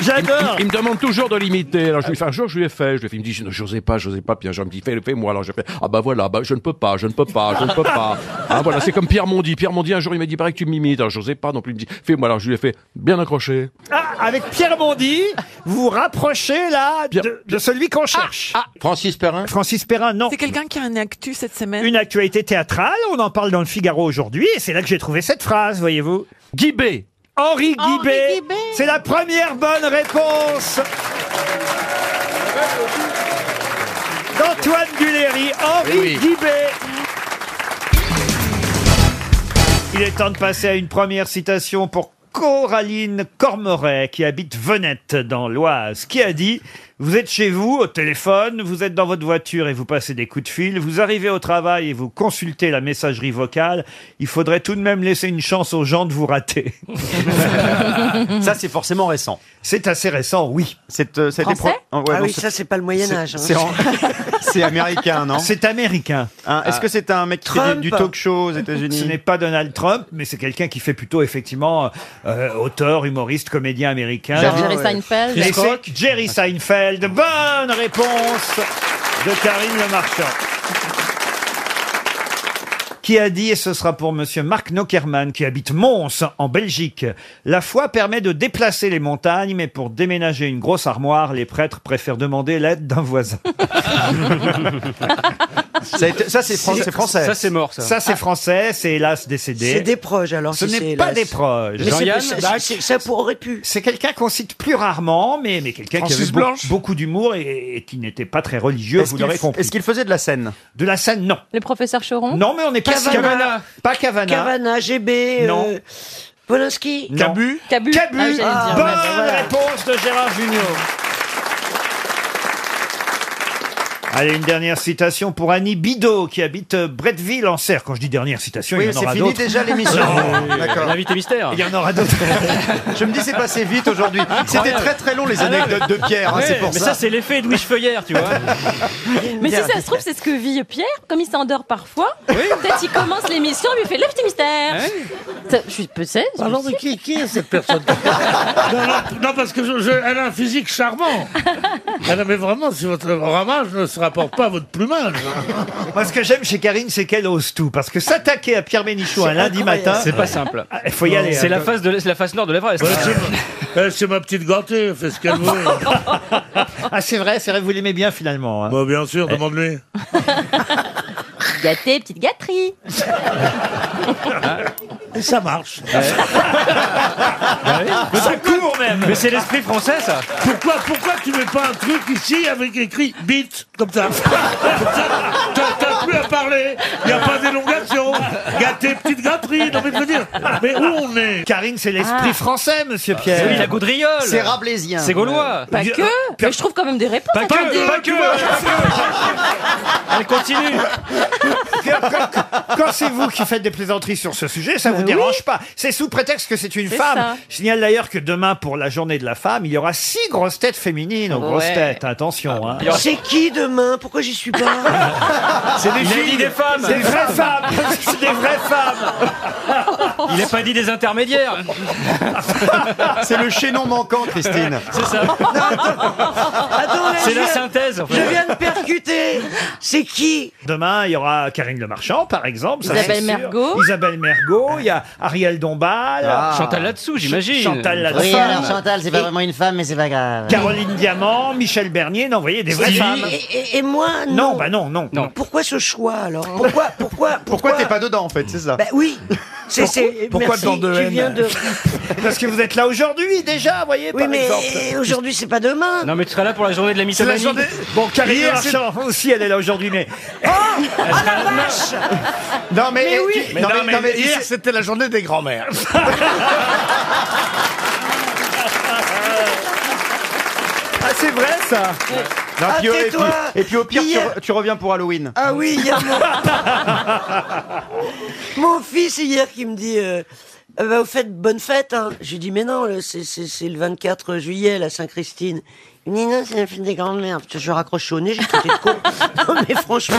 Speaker 1: J'adore.
Speaker 24: Il, me demande toujours de l'imiter. Alors je lui fais un jour, je lui ai fait. Je lui ai fait. Il me dit, je n'osais pas, je n'osais pas. Puis un jour, il me dit, fais, fais-moi. Alors je fais, ah bah voilà, bah je ne peux pas, je ne peux pas, je ne peux pas. Ah voilà, c'est comme Pierre Mondi. Pierre Mondi, un jour, il m'a dit, pareil que tu m'imites. Alors j'osais pas non plus. Il me dit, fais-moi. Alors je lui ai fait, bien accroché.
Speaker 1: Ah, avec Pierre Bondy, vous vous rapprochez là de, de celui
Speaker 24: Ah,
Speaker 1: qu'on cherche.
Speaker 9: Francis Perrin
Speaker 1: Francis Perrin, non.
Speaker 11: C'est quelqu'un qui a un actu cette semaine.
Speaker 1: Une actualité théâtrale, on en parle dans le Figaro aujourd'hui, et c'est là que j'ai trouvé cette phrase, voyez-vous.
Speaker 24: Guibé.
Speaker 1: Henri Guibé. C'est la première bonne réponse d'Antoine Duléry. Henri Guibé. Il est temps de passer à une première citation pour Coraline Cormeret, qui habite Venette, dans l'Oise, qui a dit « Vous êtes chez vous, au téléphone, vous êtes dans votre voiture et vous passez des coups de fil, vous arrivez au travail et vous consultez la messagerie vocale, il faudrait tout de même laisser une chance aux gens de vous rater.
Speaker 2: Ça, c'est forcément récent. »
Speaker 1: C'est assez récent, oui.
Speaker 2: C'est, euh, ça a été
Speaker 10: Français
Speaker 2: pro- ouais,
Speaker 10: Ah
Speaker 2: non,
Speaker 10: oui, ça, c'est pas le Moyen-Âge, hein.
Speaker 2: C'est, c'est en- c'est américain, non
Speaker 1: C'est américain. Ah.
Speaker 2: Hein, Est-ce que c'est un mec qui fait du, du talk show aux États-Unis
Speaker 1: Ce n'est pas Donald Trump, mais c'est quelqu'un qui fait plutôt effectivement euh, auteur, humoriste, comédien américain.
Speaker 7: Jerry Ah ouais. Seinfeld.
Speaker 1: Et
Speaker 7: Chris
Speaker 1: c'est
Speaker 7: Rock.
Speaker 1: Jerry Seinfeld. Bonne réponse de Karine Le Marchand. Qui a dit, et ce sera pour monsieur Marc Nockerman, qui habite Mons, en Belgique, la foi permet de déplacer les montagnes, mais pour déménager une grosse armoire, les prêtres préfèrent demander l'aide d'un voisin.
Speaker 2: Ça a été- ça, c'est fran- c'est français. Ça, c'est mort, ça.
Speaker 1: Ça, c'est français, c'est hélas décédé.
Speaker 10: C'est des proches, alors.
Speaker 1: Ce
Speaker 10: si
Speaker 1: n'est
Speaker 10: c'est,
Speaker 1: pas
Speaker 10: là,
Speaker 1: des
Speaker 10: c'est-
Speaker 1: proches.
Speaker 10: Mais c'est- c'est- c'est- ça pourrait pu.
Speaker 1: C'est quelqu'un qu'on cite plus rarement, mais, mais quelqu'un qui
Speaker 2: Francis
Speaker 1: avait beau-
Speaker 2: Blanche
Speaker 1: beaucoup d'humour et, et qui n'était pas très religieux,
Speaker 2: Est-ce
Speaker 1: vous
Speaker 2: qu'il
Speaker 1: l'aurez
Speaker 2: f-
Speaker 1: compris.
Speaker 2: Est-ce qu'il faisait de la scène
Speaker 1: De la scène, non.
Speaker 7: Le professeur Choron
Speaker 1: Non, mais on n'est pas
Speaker 10: Cavana.
Speaker 1: Pas Cavana.
Speaker 10: Cavana, GB. euh,
Speaker 1: Non. Poloski Cabu Cabu,
Speaker 3: Ah, j'allais le dire.
Speaker 1: Bonne
Speaker 3: Ah, bah voilà.
Speaker 1: réponse de Gérard Junior. Allez, une dernière citation pour Annie Bidot, qui habite euh, Bretteville en Serre. Quand je dis dernière citation,
Speaker 2: Oui,
Speaker 1: il y en
Speaker 2: c'est
Speaker 1: aura
Speaker 2: fini
Speaker 1: d'autres. Euh,
Speaker 2: déjà l'émission.
Speaker 1: Non,
Speaker 19: euh,
Speaker 2: D'accord. L'invité
Speaker 1: mystère. Il y en aura d'autres.
Speaker 2: Je me dis, c'est passé vite aujourd'hui. C'était
Speaker 19: Incroyable.
Speaker 2: très très long les
Speaker 19: Ah non,
Speaker 2: anecdotes
Speaker 19: mais-
Speaker 2: de Pierre, hein,
Speaker 19: Ouais,
Speaker 2: c'est pour
Speaker 19: mais ça, c'est l'effet Edwige Feuillère, tu vois.
Speaker 3: Mais si ça se trouve, c'est ce que vit Pierre, comme il s'endort parfois. Peut-être il commence l'émission, il lui fait le petit mystère. Ça, Je suis
Speaker 1: Bah,
Speaker 3: peut-être. je
Speaker 8: Alors,
Speaker 3: me
Speaker 8: mais
Speaker 3: suis-
Speaker 8: qui, qui est cette personne non, non, non, parce que je- je- elle a un physique charmant. Ah non, mais vraiment, si votre ramage ne se rapporte pas à votre plumage.
Speaker 1: Moi, ce que j'aime chez Karine, c'est qu'elle ose tout. Parce que s'attaquer à Pierre Bénichou un lundi matin.
Speaker 19: C'est pas simple.
Speaker 1: Ah, Il faut y aller.
Speaker 19: C'est
Speaker 1: hein.
Speaker 19: la face de la face nord de l'Everest.
Speaker 8: Eh, c'est ma petite gantée, elle fait ce qu'elle veut.
Speaker 1: Ah, c'est vrai, c'est vrai, vous l'aimez bien finalement. hein.
Speaker 8: Bah, bien sûr, demande-lui.
Speaker 3: Gâtée, petite gâterie.
Speaker 2: Hein Ah
Speaker 8: Et ça marche.
Speaker 19: ça court même. Mais c'est l'esprit français, ça.
Speaker 8: Pourquoi, pourquoi tu mets pas un truc ici avec écrit bite comme ça Comme ça, t'as- T'as plus à parler, il a pas d'élongation, gâté petite gâterie, non mais je veux dire,
Speaker 1: Ah,
Speaker 8: mais où on est
Speaker 1: Karine, c'est l'esprit
Speaker 3: Ah.
Speaker 1: français, monsieur Pierre. euh,
Speaker 19: Oui, la gaudriole.
Speaker 1: C'est rablaisien.
Speaker 19: C'est
Speaker 2: Euh,
Speaker 19: gaulois.
Speaker 3: Pas que. Mais je trouve quand même des réponses.
Speaker 19: Pas que,
Speaker 3: attendez.
Speaker 19: pas Elle continue.
Speaker 1: Quand c'est vous qui faites des plaisanteries sur ce sujet, ça vous dérange pas. C'est sous prétexte que c'est une
Speaker 3: Bah C'est
Speaker 1: femme.
Speaker 3: ça.
Speaker 1: Je signale d'ailleurs que demain, pour la journée de la femme, il y aura six grosses têtes féminines aux grosses
Speaker 19: Ouais.
Speaker 1: têtes. Attention. hein.
Speaker 20: C'est qui demain Pourquoi j'y suis pas
Speaker 1: C'est des
Speaker 19: Il a
Speaker 1: filles.
Speaker 19: dit des femmes.
Speaker 1: C'est des vraies femmes. C'est des vraies femmes.
Speaker 19: Il n'a pas dit des intermédiaires.
Speaker 2: ça. C'est le chaînon manquant, Christine.
Speaker 19: C'est ça.
Speaker 8: Attends, là,
Speaker 19: C'est
Speaker 8: je
Speaker 19: la
Speaker 8: viens-
Speaker 19: synthèse. en fait.
Speaker 8: Je viens de percuter C'est qui
Speaker 1: Demain, il y aura Karine Le Marchand, par exemple. ça,
Speaker 3: Isabelle
Speaker 1: c'est sûr.
Speaker 3: Mergo.
Speaker 1: Isabelle Mergo. Il y a Ariel Dombal.
Speaker 19: Ah. Chantal Latsou,
Speaker 1: Ch-
Speaker 19: j'imagine.
Speaker 1: Chantal Latsou.
Speaker 19: Oui, alors
Speaker 10: Chantal, c'est pas vraiment une femme, mais c'est pas grave.
Speaker 1: Caroline Diamant, Michel Bernier. Non, vous voyez, des vraies
Speaker 10: Si.
Speaker 1: femmes.
Speaker 10: Et-
Speaker 20: et, moi,
Speaker 1: non. bah non, non. non.
Speaker 20: Pourquoi ce choix alors Pourquoi Pourquoi
Speaker 2: Pourquoi t'es pas dedans en fait, c'est ça
Speaker 20: Bah oui C'est- c'est-
Speaker 1: Pourquoi
Speaker 20: merci,
Speaker 1: tant de
Speaker 20: tu
Speaker 1: haine
Speaker 20: viens de-
Speaker 1: Parce que vous êtes là aujourd'hui déjà, vous voyez,
Speaker 20: Oui,
Speaker 1: par
Speaker 20: mais
Speaker 1: exemple.
Speaker 20: aujourd'hui, c'est pas demain.
Speaker 19: Non, mais tu seras là pour la journée de la
Speaker 1: C'est la
Speaker 19: mythomanie.
Speaker 1: journée. Bon, Karine Le Marchand aussi, elle est là aujourd'hui, mais.
Speaker 2: Oh, Non mais,
Speaker 25: Mais
Speaker 2: eh,
Speaker 25: oui.
Speaker 2: tu-
Speaker 25: Mais
Speaker 2: non,
Speaker 25: non,
Speaker 2: mais-
Speaker 25: mais
Speaker 2: non, mais-
Speaker 25: hier, c'était la journée des grands-mères.
Speaker 2: Ah c'est vrai ça. Non,
Speaker 26: Ah,
Speaker 2: puis, euh, et, puis,
Speaker 26: tais-toi.
Speaker 2: et puis, au pire, tu
Speaker 26: Hier-
Speaker 2: re- tu, reviens pour Halloween.
Speaker 26: Ah oui,
Speaker 20: hier,
Speaker 2: Ah.
Speaker 20: Mon fils, hier, qui me dit euh, Euh, bah, Au fait, bonne fête. Hein. J'ai dit Mais non, le- c'est- c'est c'est le 24 juillet, la Saint-Christine. Il me dit Non, c'est la fête des grandes-mères. Putain, Je raccroche au nez, j'ai traité de con. non, mais franchement.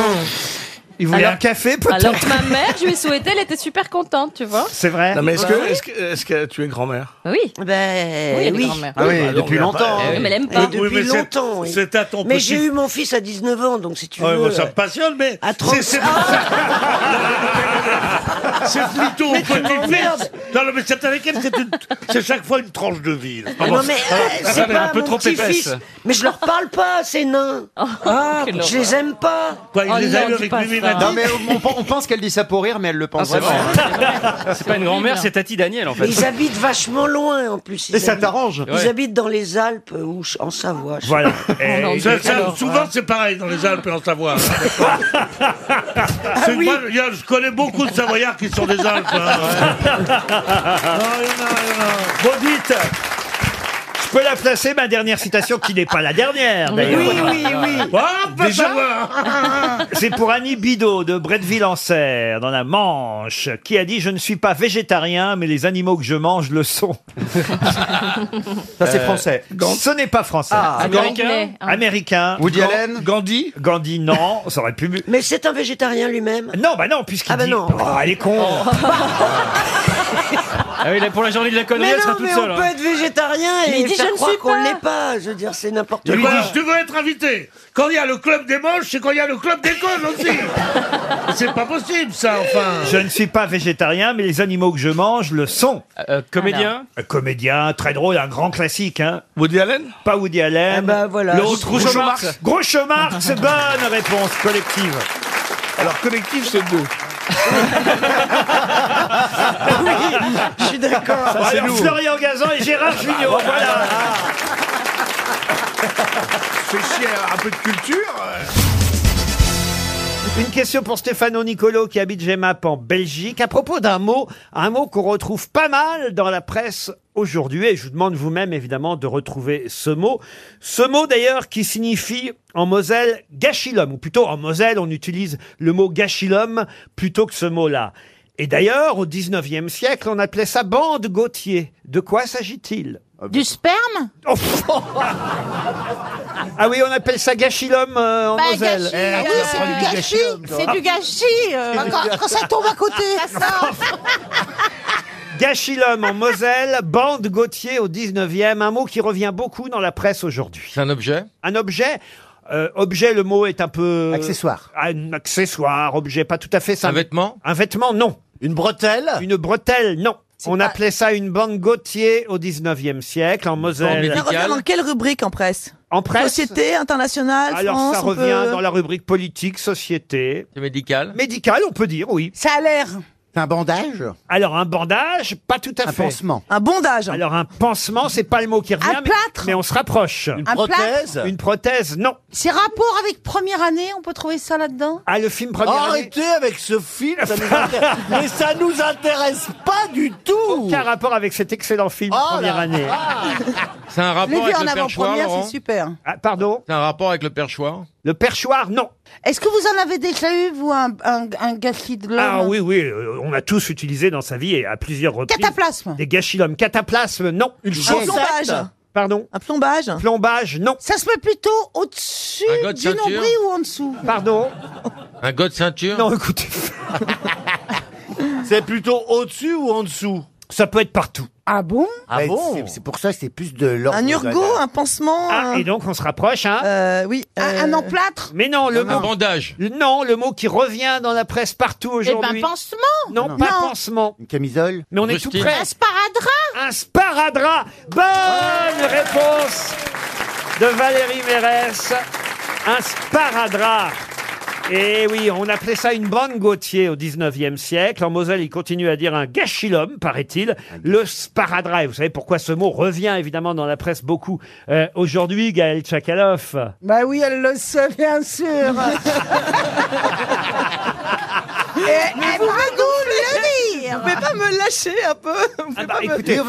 Speaker 1: Il
Speaker 25: voulait
Speaker 1: un café,
Speaker 3: Alors que ma mère, je lui ai souhaité, elle était super contente, tu vois.
Speaker 1: C'est vrai.
Speaker 25: Non, mais est-ce
Speaker 3: Bah
Speaker 25: que,
Speaker 3: oui.
Speaker 25: est-ce que, est-ce que tu es grand-mère
Speaker 3: Oui.
Speaker 20: Ben
Speaker 3: Oui, elle est
Speaker 20: oui.
Speaker 3: grand-mère. hein. Bah,
Speaker 25: Ah oui, depuis longtemps, hein.
Speaker 3: Mais elle aime pas.
Speaker 20: Et depuis longtemps. oui.
Speaker 8: c'est à ton
Speaker 20: Mais
Speaker 8: petit-
Speaker 20: j'ai eu mon fils à 19 ans, donc si tu
Speaker 8: Ouais,
Speaker 20: veux.
Speaker 8: moi, ça
Speaker 20: euh,
Speaker 8: me passionne, mais
Speaker 20: À 30
Speaker 8: c'est- c'est c'est plutôt
Speaker 20: Mais
Speaker 8: une
Speaker 20: tu
Speaker 8: petite
Speaker 20: m'emmerdes.
Speaker 8: fête. Non, non, mais c'est avec elle, c'est une- c'est chaque fois une tranche de vie. là.
Speaker 20: Ah non, mais euh, c'est pas
Speaker 8: un peu
Speaker 20: mon
Speaker 8: trop
Speaker 20: petit-fils.
Speaker 8: épaisse.
Speaker 20: Mais je leur parle pas, ces nains.
Speaker 19: Oh,
Speaker 20: Ah,
Speaker 8: quelle
Speaker 20: je les aime pas.
Speaker 8: Quoi, il Oh les a non, eu dis avec pas Mimi ça. Mati
Speaker 2: Non mais on, on pense qu'elle dit ça pour rire, mais elle le pense
Speaker 19: Ah, c'est
Speaker 2: vraiment. hein.
Speaker 19: vrai. C'est pas une grand-mère, c'est Tati Daniel en fait.
Speaker 20: Ils habitent vachement loin en plus.
Speaker 2: Et ça
Speaker 20: t'arrange Ils
Speaker 19: Ouais. Oh,
Speaker 20: habitent dans les Alpes euh, ou ch- en Savoie. je sais
Speaker 1: Voilà.
Speaker 20: pas.
Speaker 1: Eh,
Speaker 8: Ça-
Speaker 1: il est
Speaker 8: ça,
Speaker 1: alors,
Speaker 8: souvent,
Speaker 20: hein.
Speaker 19: hein.
Speaker 8: c'est pareil dans les Alpes et en Savoie.
Speaker 20: Ah
Speaker 8: C'est que moi, il y a- je connais beaucoup de Savoyards qui sont des Alpes. hein, ouais.
Speaker 1: Bon, dites Je peux la placer, ma dernière citation, qui n'est pas la dernière, d'ailleurs.
Speaker 8: Hop,
Speaker 1: Déjà
Speaker 8: savoir.
Speaker 1: C'est pour Annie Bidot de Bretteville-en-Serre, dans la Manche, qui a dit « Je ne suis pas végétarien, mais les animaux que je mange le sont. »
Speaker 2: Ça, c'est français.
Speaker 1: Ce n'est pas français.
Speaker 2: Ah, C'est américain anglais, hein.
Speaker 1: Américain.
Speaker 2: Woody
Speaker 1: Gan-
Speaker 2: Allen
Speaker 1: Gandhi Gandhi, non. Ça aurait pu...
Speaker 20: Mais c'est un végétarien lui-même
Speaker 1: Non, bah non, puisqu'il dit... Ah, elle est con
Speaker 19: Ah oui, là, pour la journée de la connerie,
Speaker 20: Oh. Mais
Speaker 19: elle sera
Speaker 20: non,
Speaker 19: toute
Speaker 20: mais
Speaker 19: seule.
Speaker 20: on
Speaker 19: hein.
Speaker 20: peut être végétarien
Speaker 19: Mais
Speaker 20: et
Speaker 19: il dit,
Speaker 20: faire
Speaker 19: je ne
Speaker 20: croire
Speaker 19: suis
Speaker 20: qu'on
Speaker 19: pas.
Speaker 20: l'est pas. Je veux dire, c'est n'importe
Speaker 8: Tu
Speaker 20: quoi.
Speaker 8: veux- tu veux être invité Quand il y a le club des manches, c'est quand il y a le club des connes aussi. c'est pas possible, ça, enfin.
Speaker 1: Je ne suis pas végétarien, mais les animaux que je mange le sont.
Speaker 19: comédien Alors.
Speaker 1: Euh, Comédien, très drôle, un grand classique. Hein. Woody Allen Pas Woody Allen.
Speaker 20: Eh ben, voilà.
Speaker 1: L'autre,
Speaker 20: Groucho
Speaker 1: Groucho
Speaker 20: Marx.
Speaker 1: Marx. Groucho Marx, bonne réponse collective.
Speaker 25: Alors, collectif, c'est beau.
Speaker 20: Je suis d'accord.
Speaker 1: Alors, Florian Gazan et Gérard Junior, voilà.
Speaker 25: Fais chier un peu de culture.
Speaker 1: Une question pour Stéphano Nicolo qui habite Gemap en Belgique à propos d'un mot, un mot qu'on retrouve pas mal dans la presse aujourd'hui et je vous demande vous-même évidemment de retrouver ce mot. Ce mot d'ailleurs qui signifie en Moselle gachilum ou plutôt en Moselle on utilise le mot gachilum plutôt que ce mot-là. Et d'ailleurs au 19e siècle on appelait ça bande Gautier. De quoi s'agit-il
Speaker 5: Du sperme
Speaker 1: Ah oui, on appelle ça gachilum euh, en
Speaker 5: Bah,
Speaker 1: Moselle.
Speaker 19: Ah,
Speaker 8: eh,
Speaker 5: gâchis, euh, oui, c'est du gâchis, c'est du gâchis. euh.
Speaker 1: C'est du gâchis.
Speaker 5: Ça sort.
Speaker 1: Gachilum en Moselle, bande Gauthier au 19e, un mot qui revient beaucoup dans la presse aujourd'hui. C'est un objet Un objet euh, objet, le mot est un peu...
Speaker 12: Accessoire.
Speaker 1: Un accessoire, objet, pas tout à fait ça. Un vêtement Un vêtement, non. Une bretelle Une bretelle, non. On appelait ça une bande Gauthier au 19e siècle, en Moselle.
Speaker 11: Ça revient dans quelle rubrique en presse
Speaker 1: En presse
Speaker 11: Société, internationale,
Speaker 1: Alors
Speaker 11: France
Speaker 1: ça
Speaker 11: on
Speaker 1: revient
Speaker 11: peut-
Speaker 1: dans la rubrique politique, société. médical Médical, on peut dire, oui.
Speaker 11: Ça a l'air.
Speaker 1: Un bandage Alors un bandage, pas tout à
Speaker 12: Un
Speaker 1: fait.
Speaker 12: pansement.
Speaker 1: Un bondage. Alors un pansement, c'est pas le mot qui revient. Un plâtre. Mais, on se rapproche. Une
Speaker 5: Un prothèse plâtre
Speaker 1: Une prothèse, non.
Speaker 5: C'est rapport avec première année, on peut trouver ça là-dedans
Speaker 1: Ah le film première
Speaker 5: Arrêtez
Speaker 1: avec ce film,
Speaker 5: ça nous intéresse- mais ça
Speaker 1: nous intéresse pas du tout. Oh Aucun rapport avec cet excellent film première année.
Speaker 2: Ah.
Speaker 9: C'est un rapport avec le perchoir, Laurent
Speaker 1: super.
Speaker 2: Hein.
Speaker 1: Ah, pardon
Speaker 9: C'est un rapport avec le perchoir
Speaker 1: Le perchoir, non.
Speaker 5: Est-ce que vous en avez déjà eu, vous, un, un, un gâchis de l'homme
Speaker 1: Ah oui, oui, euh, on a tous utilisé dans sa vie et à plusieurs reprises. Cataplasme. Des gâchilhommes. Cataplasme, non. Une
Speaker 5: chose. plombage.
Speaker 1: Pardon Un plombage Plombage, non.
Speaker 5: Ça se met plutôt au-dessus
Speaker 9: Un gars de
Speaker 5: du
Speaker 9: ceinture.
Speaker 5: nombril ou en dessous
Speaker 1: Pardon
Speaker 9: Un god ceinture
Speaker 1: Non, écoutez.
Speaker 27: C'est plutôt au-dessus ou en dessous
Speaker 1: Ça peut être partout.
Speaker 11: Ah bon
Speaker 12: Ouais, c'est- C'est pour ça que c'est plus de l'ordre.
Speaker 11: Un
Speaker 12: de
Speaker 11: urgot,
Speaker 12: la-
Speaker 11: un pansement.
Speaker 1: Ah,
Speaker 11: un-
Speaker 1: et donc on se rapproche, hein
Speaker 11: oui.
Speaker 1: Un emplâtre Mais non, le mot.
Speaker 9: bandage
Speaker 1: Non, le mot qui revient dans la presse partout aujourd'hui.
Speaker 5: Eh ben, pansement
Speaker 1: Non, pas pansement.
Speaker 12: Une camisole.
Speaker 1: Mais on est tout
Speaker 12: Rustine.
Speaker 1: près.
Speaker 5: Un sparadrap
Speaker 1: Un sparadrap Bonne réponse de Valérie Mérès. Un sparadrap. Et oui, on appelait ça une bande Gautier au 19e siècle. En Moselle, il continue à dire un gâchilhomme, paraît-il. Le sparadrap. Et vous savez pourquoi ce mot revient évidemment dans la presse beaucoup euh, aujourd'hui, Gaël Tchakaloff
Speaker 11: Bah oui, elle le sait, bien sûr. et, et pardon,
Speaker 5: le
Speaker 11: Vous pouvez pas me lâcher un peu Vous pouvez pas me-
Speaker 1: écoutez,
Speaker 11: Attends,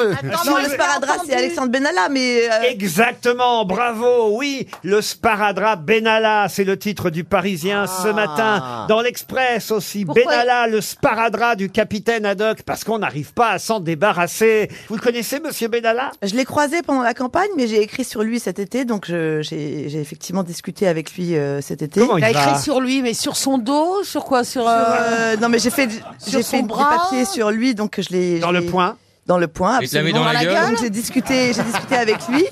Speaker 11: non, le sparadrap, c'est Alexandre Benalla, mais... euh,
Speaker 1: Exactement, bravo, oui, le sparadrap Benalla, c'est le titre du Parisien ce matin. Dans l'Express aussi, Benalla, le sparadrap du capitaine Haddock, parce qu'on n'arrive pas à s'en débarrasser. Vous le connaissez, monsieur Benalla
Speaker 11: Je l'ai croisé pendant la campagne, mais j'ai écrit sur lui cet été, donc je- j'ai j'ai effectivement discuté avec lui euh, cet été.
Speaker 1: Comment il T'as écrit va
Speaker 5: sur lui, mais sur son dos, sur quoi Sur. euh,
Speaker 11: non, mais j'ai fait,
Speaker 5: sur
Speaker 11: j'ai
Speaker 5: son
Speaker 11: fait des
Speaker 5: bras
Speaker 11: papiers sur lui, donc je l'ai. Dans
Speaker 1: le point
Speaker 11: Dans le point,
Speaker 5: Et tu l'as mis
Speaker 11: absolument.
Speaker 5: dans la gueule
Speaker 11: Donc J'ai discuté, j'ai discuté avec lui.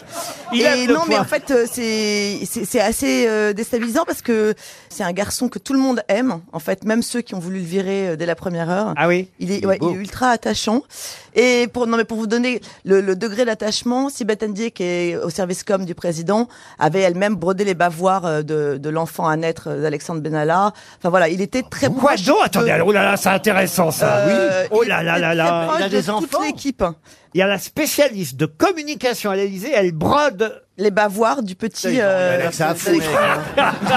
Speaker 1: Il
Speaker 11: et
Speaker 1: aime le
Speaker 11: non, mais
Speaker 1: point.
Speaker 11: en fait, euh, c'est c'est c'est assez euh, déstabilisant parce que c'est un garçon que tout le monde aime. En fait, même ceux qui ont voulu le virer euh, dès la première heure.
Speaker 1: Ah oui.
Speaker 11: Il est, ouais, il est ultra attachant. Et pour non mais pour vous donner le, le degré d'attachement, si Ndiaye, qui est au service com du président, avait elle-même brodé les bavoirs euh, de, de l'enfant à naître euh, d'Alexandre Benalla. Enfin voilà, il était très
Speaker 1: Quoi
Speaker 11: proche.
Speaker 1: donc Attendez,
Speaker 11: de-
Speaker 1: alors, oh là là, c'est intéressant ça.
Speaker 11: Euh,
Speaker 1: oui. Oh là là
Speaker 11: il
Speaker 1: là
Speaker 11: est
Speaker 1: là.
Speaker 11: très proche de toute l'équipe.
Speaker 12: hein.
Speaker 1: Il y a la spécialiste de communication à l'Elysée, elle brode.
Speaker 11: Les bavoirs du petit. euh, d'Alexandre.
Speaker 12: hein.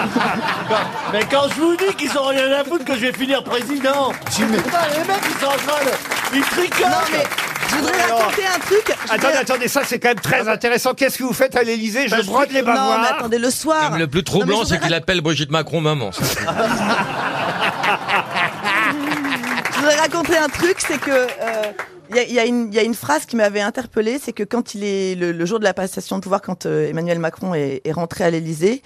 Speaker 27: Mais quand je vous dis qu'ils ont rien à foutre que je vais finir président Putain, les mecs ils sont en train de... Ils tricotent
Speaker 11: Je voudrais raconter un truc. Je
Speaker 1: Attendez,
Speaker 11: voudrais-
Speaker 1: attendez, ça c'est quand même très intéressant. Qu'est-ce que vous faites à l'Elysée Je brode les
Speaker 11: Non, mais
Speaker 1: bavoirs.
Speaker 11: attendez, le soir.
Speaker 9: Ah. Le plus troublant, c'est qu'il appelle Brigitte Macron maman. ça.
Speaker 11: Je voudrais raconter un truc, c'est que euh, il y, a- il y a une- il y a une phrase qui m'avait interpellée, c'est que quand il est le, le jour de la passation de pouvoir, quand euh, Emmanuel Macron est, est rentré à l'Élysée,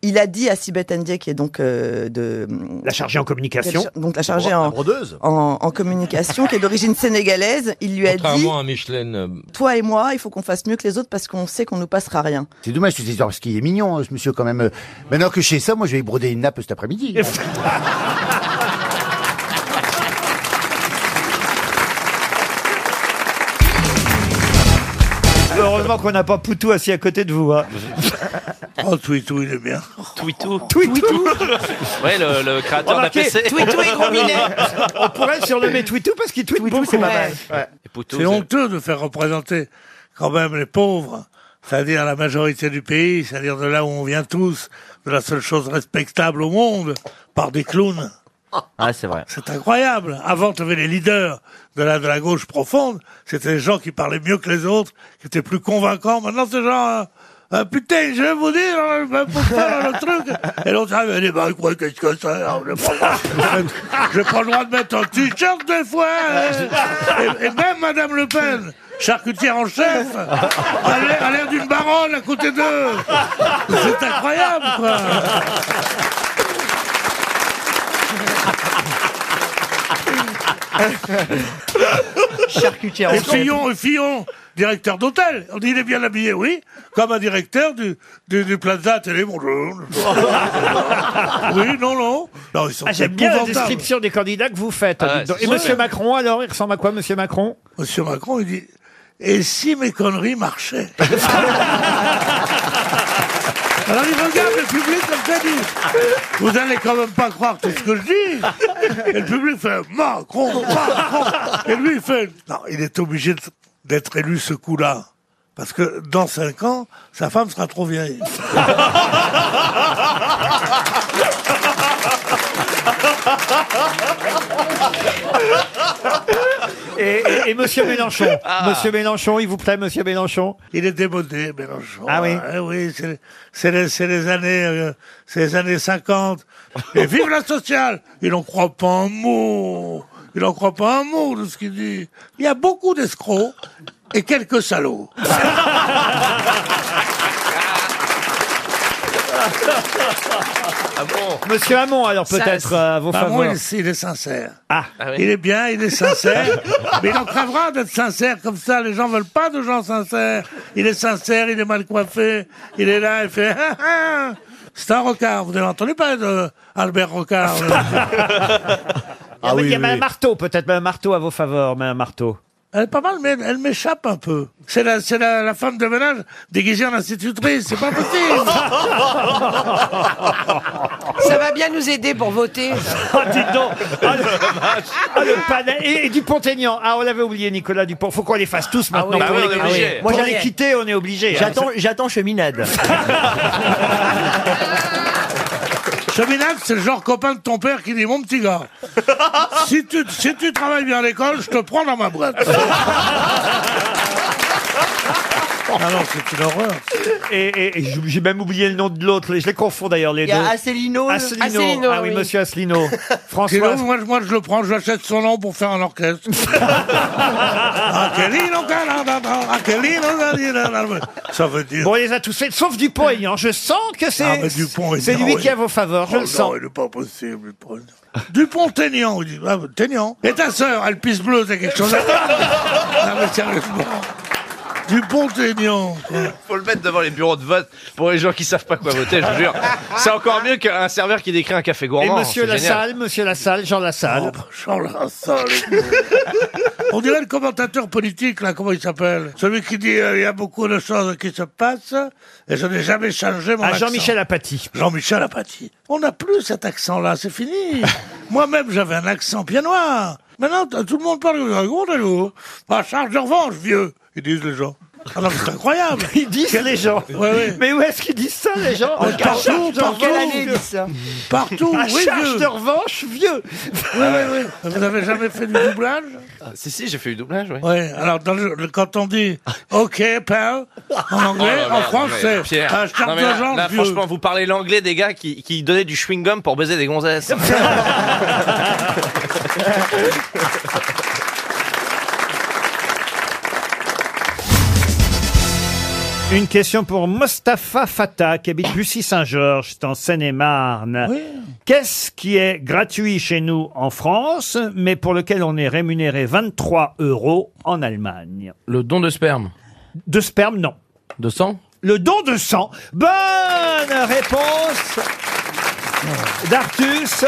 Speaker 11: il a dit à Sibeth Ndiaye, qui est donc euh, de
Speaker 1: La chargée en communication.
Speaker 11: donc la chargée en, en, en communication, qui est d'origine sénégalaise, il lui a dit
Speaker 9: Contrairement à Michelin. euh,
Speaker 11: toi et moi, il faut qu'on fasse mieux que les autres parce qu'on sait qu'on nous passera rien.
Speaker 12: C'est dommage cette histoire parce qu'il est mignon, hein, ce monsieur quand même. Euh, Maintenant que je sais ça, moi je vais y broder une nappe cet après-midi.
Speaker 1: Heureusement qu'on n'a pas Poutou assis à côté de vous. hein.
Speaker 8: Oh, Twitou, il est bien.
Speaker 28: Twitou.
Speaker 1: Twitou.
Speaker 28: Ouais, le, le créateur d'un
Speaker 1: Remarquez,
Speaker 28: PC.
Speaker 1: Twitou et Gros Minet. On pourrait surnommer Twitou parce qu'il tweet beaucoup.
Speaker 8: C'est honteux de faire représenter quand même les pauvres c'est-à-dire la majorité du pays, c'est-à-dire de là où on vient tous, de la seule chose respectable au monde, par des clowns.
Speaker 2: Ah, c'est vrai.
Speaker 8: C'est incroyable. Avant, tu avais les leaders de la, de la gauche profonde. C'était des gens qui parlaient mieux que les autres, qui étaient plus convaincants. Maintenant, c'est genre, euh, euh, putain, je vais vous dire, euh, ben, pour faire le truc. Et l'autre, ah, mais les mecs, ouais, qu'est-ce que c'est hein, J'ai pas, le droit- j'ai pas le droit de mettre un t-shirt des fois. hein. Et, et même Madame Le Pen. Charcutière en chef, a l'air- a l'air d'une baronne à côté d'eux. C'est incroyable, quoi.
Speaker 16: Charcutière en
Speaker 8: Et
Speaker 16: chef.
Speaker 8: Fillon, et Fillon, directeur d'hôtel. On dit il est bien habillé, oui, comme un directeur du, du, du Plaza Télé. Bonjour. oui, non, non. non ils sont
Speaker 1: Ah, J'aime bien la
Speaker 8: épouvantables.
Speaker 1: description des candidats que vous faites.
Speaker 8: Ah,
Speaker 1: dites donc.
Speaker 8: c'est
Speaker 1: Et
Speaker 8: sûr.
Speaker 1: Monsieur Macron, alors, il ressemble à quoi, Monsieur Macron
Speaker 8: Monsieur Macron, il dit Et si mes conneries marchaient Alors il regarde le public comme ça il dit Vous allez quand même pas croire tout ce que je dis Et le public fait Macron, Macron Et lui il fait Non, il est obligé de- d'être élu ce coup-là. Parce que dans cinq ans, sa femme sera trop vieille.
Speaker 1: Et, et- et Monsieur Mélenchon Monsieur Mélenchon, il vous plaît, Monsieur Mélenchon
Speaker 8: Il est démodé, Mélenchon.
Speaker 1: Ah oui
Speaker 8: Eh oui, c'est- c'est les, c'est les années, euh, c'est les années 50. Et vive la sociale Il n'en croit pas un mot. Il n'en croit pas un mot de ce qu'il dit. Il y a beaucoup d'escrocs et quelques salauds.
Speaker 1: Monsieur Hamon, alors
Speaker 8: Ça,
Speaker 1: peut-être euh, vos
Speaker 28: Ah,
Speaker 8: Hamon,
Speaker 1: faveurs.
Speaker 8: il est- il est sincère.
Speaker 1: Ah,
Speaker 8: Il est bien, il est sincère, mais il en cravera d'être sincère comme ça. Les gens veulent pas de gens sincères. Il est sincère, il est mal coiffé, il est là, il fait. Ah, ah. C'est un Rocard. Vous n'avez entendu pas de Albert Rocard
Speaker 1: Ah oui, il y a
Speaker 8: oui,
Speaker 1: Madame
Speaker 8: oui.
Speaker 1: Marteau, peut-être Madame Marteau à vos faveurs, Madame Marteau.
Speaker 8: Elle est pas mal, mais elle, elle m'échappe un peu. C'est la, c'est la, la femme de ménage déguisée en institutrice. C'est pas possible.
Speaker 17: Ça va bien nous aider pour voter.
Speaker 1: Oh, dites donc Ah, le, ah, le panel Et, et Dupont-Aignan Ah, on l'avait oublié, Nicolas Dupont. Faut qu'on les fasse tous maintenant.
Speaker 17: oui,
Speaker 1: pour
Speaker 17: bah oui,
Speaker 1: les-
Speaker 17: on est
Speaker 1: Ah
Speaker 17: obligé.
Speaker 1: Pour
Speaker 17: Moi,
Speaker 1: les
Speaker 17: j'allais-
Speaker 1: quitter, on est obligé. hein.
Speaker 17: J'attends-
Speaker 27: J'attends cheminade.
Speaker 8: Cheminade, c'est le genre copain de ton père qui dit Mon petit gars, si tu, si tu travailles bien à l'école, je te prends dans ma boîte. Alors, c'est une horreur.
Speaker 1: Et, et- et j'ai- j'ai même oublié le nom de l'autre. Je les confonds d'ailleurs, les
Speaker 27: Il y
Speaker 1: deux.
Speaker 27: a Asselineau.
Speaker 1: Asselineau. Ah oui, monsieur Asselineau.
Speaker 8: Sinon,
Speaker 1: François.
Speaker 8: moi, je- moi, je le prends, j'achète son nom pour faire un orchestre. Ah, quel hino, canadadra, ah, quel hino, canadadra. Ça veut dire.
Speaker 1: Bon, il les a tous faits, sauf Dupont-Aignan. Je sens que c'est.
Speaker 8: Ah, mais Dupont,
Speaker 1: c'est
Speaker 8: non,
Speaker 1: lui
Speaker 8: il-
Speaker 1: qui a vos faveurs, je
Speaker 8: Oh
Speaker 1: le
Speaker 8: non,
Speaker 1: sens.
Speaker 8: il n'est pas possible. Dupont. Dupont Ténian, il dit, ah, Ténian. Et ta sœur, elle pisse bleue, c'est quelque chose à Non, mais sérieusement. Dupont Ténian.
Speaker 28: Faut le mettre devant les bureaux de vote pour les gens qui savent pas quoi voter, je vous jure. C'est encore mieux qu'un serveur qui décrit un café
Speaker 1: Et
Speaker 28: gourmand.
Speaker 1: monsieur
Speaker 28: c'est génial.
Speaker 1: Lassalle, monsieur Lassalle, Jean Lassalle.
Speaker 8: Oh, Jean Lassalle. On dirait le commentateur politique, là, comment il s'appelle Celui qui dit, euh, il y a beaucoup de choses qui se passent, et je n'ai jamais changé mon
Speaker 1: Ah,
Speaker 8: accent.
Speaker 1: Jean-Michel Apathy.
Speaker 8: Jean-Michel Apathy. On n'a plus cet accent-là, c'est fini. Moi-même, j'avais un accent bien noir. Maintenant, t- tout le monde parle euh, comme ça. Comment allez-vous À Bah, charge de revanche, vieux, ils disent les gens. Ah non, mais c'est incroyable.
Speaker 1: Ils disent les gens.
Speaker 8: Ouais, ouais.
Speaker 1: Mais où est-ce qu'ils disent ça, les gens
Speaker 8: Mais
Speaker 1: À charge
Speaker 8: partout,
Speaker 1: de
Speaker 8: partout.
Speaker 1: revanche, vieux.
Speaker 8: Partout,
Speaker 1: À
Speaker 8: oui,
Speaker 1: charge
Speaker 8: vieux.
Speaker 1: de revanche, vieux.
Speaker 8: Oui, oui, oui. Vous n'avez jamais fait du doublage
Speaker 28: Ah, Si, si, j'ai fait du doublage, oui.
Speaker 8: Oui, alors dans le- le- quand on dit OK, pal, en anglais,
Speaker 28: Oh là
Speaker 8: en
Speaker 28: là,
Speaker 8: français,
Speaker 28: mais
Speaker 8: Ah,
Speaker 28: Pierre.
Speaker 8: un charte
Speaker 28: Non,
Speaker 8: de
Speaker 28: mais là-
Speaker 8: gens,
Speaker 28: là,
Speaker 8: vieux.
Speaker 28: franchement, vous parlez l'anglais des gars qui, qui donnaient du chewing-gum pour baiser des gonzesses.
Speaker 1: Une question pour Mostafa Fata, qui habite Bussy-Saint-Georges, c'est en Seine-et-Marne. Qu'est-ce qui est gratuit chez nous en France, mais pour lequel on est rémunéré 23 euros en Allemagne
Speaker 24: Le don de sperme.
Speaker 1: De sperme, non.
Speaker 24: De sang
Speaker 1: Le don de sang. Bonne réponse d'Artus.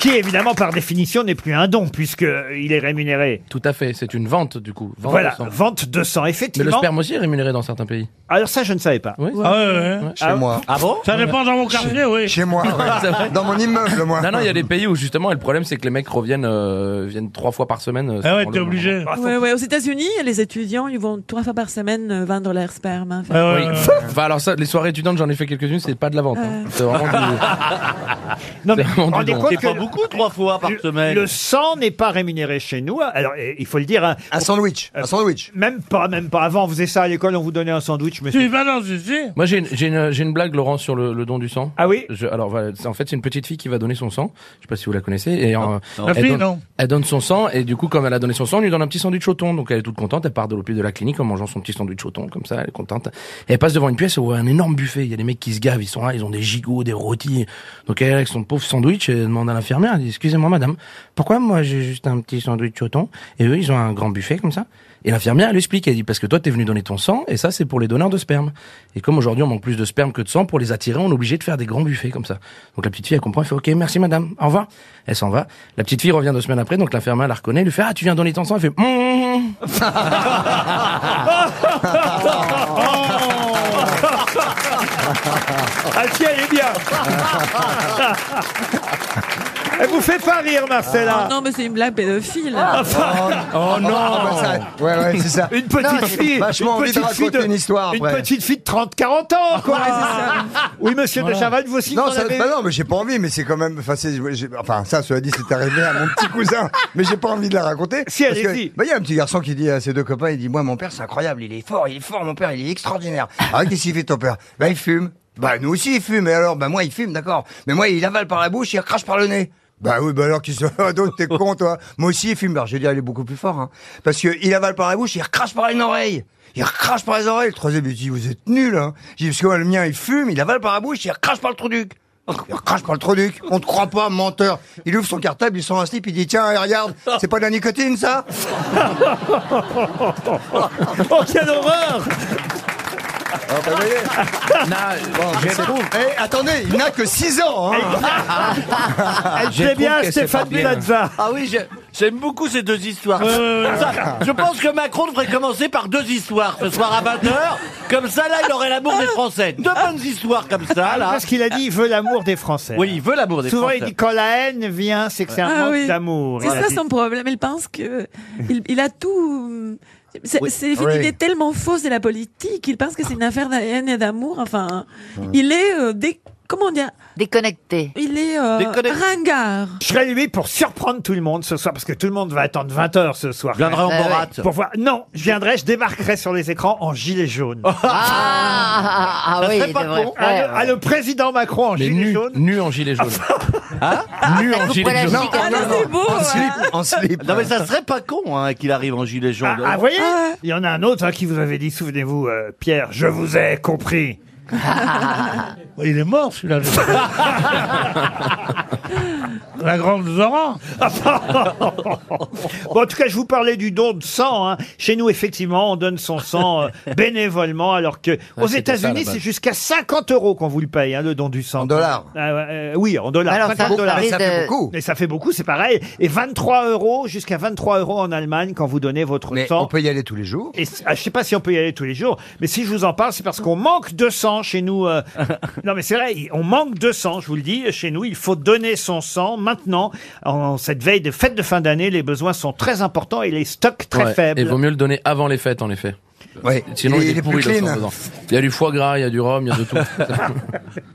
Speaker 1: qui évidemment par définition n'est plus un don puisque il est rémunéré.
Speaker 29: Tout à fait, c'est une vente du coup. Vente
Speaker 1: voilà,
Speaker 29: de sang.
Speaker 1: vente de sang, effectivement.
Speaker 29: Mais le sperme aussi est rémunéré dans certains pays.
Speaker 1: Alors ça, je ne savais pas.
Speaker 29: Oui.
Speaker 1: Ah ouais, ouais.
Speaker 29: Chez moi. Ah bon
Speaker 8: Ça dépend dans mon quartier, oui.
Speaker 29: Chez moi,
Speaker 8: Dans
Speaker 29: mon immeuble, moi. Non, non, il y a des pays où justement, et le problème, c'est que les mecs reviennent, euh, viennent trois fois par semaine. euh,
Speaker 8: Ah
Speaker 29: c'est probablement-
Speaker 5: Ouais, ouais, Aux États-Unis, les étudiants, ils vont trois fois par semaine euh, vendre leur sperme. hein.
Speaker 8: Ah
Speaker 29: Oui. Enfin, alors ça, les soirées étudiantes, j'en ai fait quelques-unes, c'est pas de la vente. hein. C'est vraiment du.
Speaker 1: Non, Euh. mais
Speaker 29: c'est vraiment du
Speaker 1: rendez
Speaker 29: don.
Speaker 1: compte que
Speaker 29: trois fois par semaine.
Speaker 1: Le sang n'est pas rémunéré chez nous. Alors, eh, il faut le dire. Un sandwich. Un sandwich. Même pas, même pas. Avant, on faisait ça à l'école, on vous donnait un sandwich, monsieur.
Speaker 29: Moi, j'ai une, j'ai une- j'ai une blague, Laurent, sur le, le don du sang.
Speaker 1: Ah oui
Speaker 29: Alors, voilà, c'est- en fait, c'est une petite fille qui va donner son sang. Je sais pas si vous la connaissez. Et, euh,
Speaker 27: non.
Speaker 29: Elle,
Speaker 27: La fille,
Speaker 29: donne,
Speaker 27: non.
Speaker 29: elle donne son sang, et du coup, comme elle a donné son sang, on lui donne un petit sandwich au thon. Donc, elle est toute contente. Elle part de l'hôpital de la clinique en mangeant son petit sandwich au thon, comme ça, elle est contente. Et elle passe devant une pièce où il y a un énorme buffet. Il y a des mecs qui se gavent, ils sont là, ils ont des gigots, des rôtis. Donc, elle est avec son pauvre sandwich, elle demande à l'infirmière, elle dit, excusez-moi, madame, pourquoi moi j'ai juste un petit sandwich au thon, et eux, ils ont un grand buffet comme ça? Et l'infirmière, elle explique, elle dit, parce que toi, t'es venu donner ton sang, et ça, c'est pour les donneurs de sperme. Et comme aujourd'hui, on manque plus de sperme que de sang, pour les attirer, on est obligé de faire des grands buffets comme ça. Donc la petite fille, elle comprend, elle fait, ok, merci madame, au revoir. Elle s'en va. La petite fille revient deux semaines après, donc l'infirmière la reconnaît, elle lui fait, ah, tu viens donner ton sang, elle fait, Hum.
Speaker 8: Oh.
Speaker 1: Ah si, elle est bien. Elle vous fait pas rire, Marcella.
Speaker 5: Oh non, mais c'est une blague pédophile.
Speaker 1: Oh non
Speaker 27: Ah, bah, ça- ouais, ouais, c'est ça.
Speaker 1: Une petite
Speaker 27: Non, j'ai
Speaker 1: fille
Speaker 27: vachement
Speaker 1: une
Speaker 27: envie de
Speaker 1: petite fille
Speaker 27: raconter une histoire,
Speaker 1: Une
Speaker 27: après.
Speaker 1: petite fille de 30-40 ans, quoi
Speaker 2: Ah,
Speaker 1: Oui, monsieur
Speaker 27: Voilà.
Speaker 1: de Chavannes, vous aussi,
Speaker 27: Non,
Speaker 1: vous en
Speaker 27: ça-
Speaker 1: avez
Speaker 27: bah
Speaker 1: eu
Speaker 27: non, mais j'ai pas envie, mais c'est quand même. Enfin, c'est- j'ai- enfin, ça, cela dit, c'est arrivé à mon petit cousin, mais j'ai pas envie de la raconter. Si, parce que- allez-y. Bah, il y a un petit garçon qui dit à ses deux copains, il dit, moi, mon père, c'est incroyable, il est fort, il est fort, mon père, il est extraordinaire. Ah, qu'est-ce qu'il fait ton père Bah, il fume. Bah, nous aussi, il fume. Et alors, bah, moi, il fume, d'accord. Mais moi, il avale par la bouche, il recrache par le nez. Bah oui, bah alors qu'il se... Ah, D'autres, t'es con, toi. Moi aussi, il fume. Alors, je vais dire, il est beaucoup plus fort, hein. Parce que il avale par la bouche, il recrache par une oreille. Il recrache par les oreilles. Le troisième, il dit, vous êtes nuls, hein. J'ai dit, parce que moi, le mien, il fume, il avale par la bouche, il recrache par le trou du cul. Il recrache par le trou du cul. On te croit pas, menteur. Il ouvre son cartable, il sort un slip, il dit, tiens, regarde, c'est pas de la nicotine, ça?
Speaker 1: Oh, quelle horreur!
Speaker 27: Ah, bah, je trouve. Eh, attendez, il n'a que 6 ans. Hein. ah. Elle plaît bien à Stéphane Plaza. Ah oui, je- j'aime beaucoup ces deux histoires. Ça,
Speaker 2: Je pense que Macron devrait commencer par deux histoires ce soir à 20h. Comme ça, là, il aurait l'amour des Français. Deux bonnes histoires comme ça, là.
Speaker 1: Ah, Parce qu'il a dit il veut l'amour des Français.
Speaker 2: Oui, il veut l'amour des
Speaker 1: Souvent,
Speaker 2: Français.
Speaker 1: il dit quand la haine vient, c'est que c'est un
Speaker 5: Ah
Speaker 1: manque
Speaker 5: oui.
Speaker 1: d'amour.
Speaker 5: C'est
Speaker 1: Il a
Speaker 5: ça
Speaker 1: dit-
Speaker 5: son problème. Il pense que il, il a tout. C'est
Speaker 1: Oui.
Speaker 5: c'est une
Speaker 1: Oui.
Speaker 5: idée tellement fausse de la politique. Il pense que c'est une affaire de haine et d'amour. Enfin, il est euh, dé- comment dire
Speaker 13: Déconnecté.
Speaker 5: Il est euh,
Speaker 1: Déconnecté.
Speaker 5: ringard.
Speaker 1: Je serai lui pour surprendre tout le monde ce soir, parce que tout le monde va attendre 20h ce soir. Je
Speaker 29: viendrai en Ah borate. ouais.
Speaker 1: Pour voir... Non, je viendrai, je débarquerai sur les écrans en gilet jaune.
Speaker 2: Ah.
Speaker 13: Ah, ah, ah oui, il devrait
Speaker 1: Ah, le-
Speaker 13: faire.
Speaker 1: ah, le président Macron en gilet jaune. Ah,
Speaker 29: Nu en gilet jaune. hein Nu en gilet jaune.
Speaker 1: hein.
Speaker 27: En slip, en slip.
Speaker 2: Non, mais ça serait pas con hein, qu'il arrive en gilet jaune.
Speaker 1: Ah, vous voyez Il y en a un autre hein, qui vous avait dit, souvenez-vous, euh, Pierre, je vous ai compris.
Speaker 8: Il est mort, celui-là. La grande Zora.
Speaker 1: Bon, en tout cas, je vous parlais du don de sang. hein. Chez nous, effectivement, on donne son sang euh, bénévolement, alors que
Speaker 8: Ah,
Speaker 1: aux
Speaker 27: c'était ça,
Speaker 1: États-Unis,
Speaker 27: là-bas.
Speaker 1: c'est jusqu'à 50 euros qu'on vous le paye, hein, le don du sang. En
Speaker 27: dollars.
Speaker 1: Ah, Oui, en dollars.
Speaker 27: Alors, ça
Speaker 1: 50
Speaker 27: vous
Speaker 1: dollars.
Speaker 27: parlez Mais ça fait de- beaucoup.
Speaker 1: Mais ça fait beaucoup, c'est pareil. Et 23 euros, jusqu'à 23 euros en Allemagne quand vous donnez votre
Speaker 27: Mais
Speaker 1: sang.
Speaker 27: on peut y aller tous les jours.
Speaker 1: Et c- ah, je sais pas si on peut y aller tous les jours, mais si je vous en parle, c'est parce qu'on manque de sang chez nous. euh. non, mais c'est vrai, il- on manque de sang, je vous le dis, chez nous. Il faut donner son sang maintenant. En cette veille de fête de fin d'année, les besoins sont très importants et les stocks très
Speaker 29: Ouais,
Speaker 1: faibles.
Speaker 29: Et vaut mieux le donner avant les fêtes, en effet. Sinon,
Speaker 27: il est-
Speaker 29: il,
Speaker 27: il
Speaker 29: est,
Speaker 27: est plus
Speaker 29: pourri le
Speaker 27: clean.
Speaker 29: sang dedans. Il y a du foie gras, il y a du rhum, il y a de tout.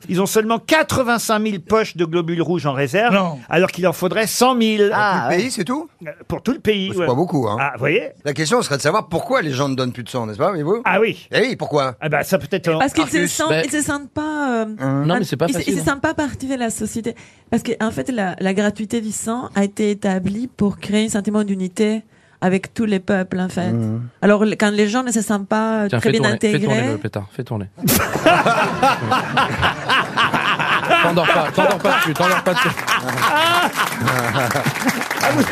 Speaker 1: Ils ont seulement 85 000 poches de globules rouges en réserve, alors qu'il en faudrait 100 000.
Speaker 27: Pour tout le pays, c'est tout
Speaker 1: Pour tout le pays.
Speaker 27: C'est pas beaucoup, hein.
Speaker 1: Ah, vous voyez
Speaker 27: La question serait de savoir pourquoi les gens ne donnent plus de sang, n'est-ce pas, mais vous
Speaker 1: Ah oui.
Speaker 27: Eh oui, pourquoi
Speaker 1: Ah bah ça peut-être.
Speaker 5: Parce qu'ils se sentent,
Speaker 16: Bah,
Speaker 29: Bah-
Speaker 5: ils se sentent pas. euh,
Speaker 27: Non, mais
Speaker 5: un-
Speaker 27: c'est pas
Speaker 5: ils se-
Speaker 27: facile.
Speaker 29: hein.
Speaker 5: Ils se sentent pas partie de la société. Parce que en fait, la, la gratuité du sang a été établie pour créer un sentiment d'unité avec tous les peuples, en fait. Alors, le- quand les gens ne se sentent pas
Speaker 29: Tiens,
Speaker 5: très
Speaker 29: fais
Speaker 5: bien
Speaker 29: tourner, fais tourner
Speaker 5: intégrés,
Speaker 29: le pétard, fais tourner. t'endors pas, t'endors pas dessus, t'endors pas dessus.
Speaker 1: Ah, vous-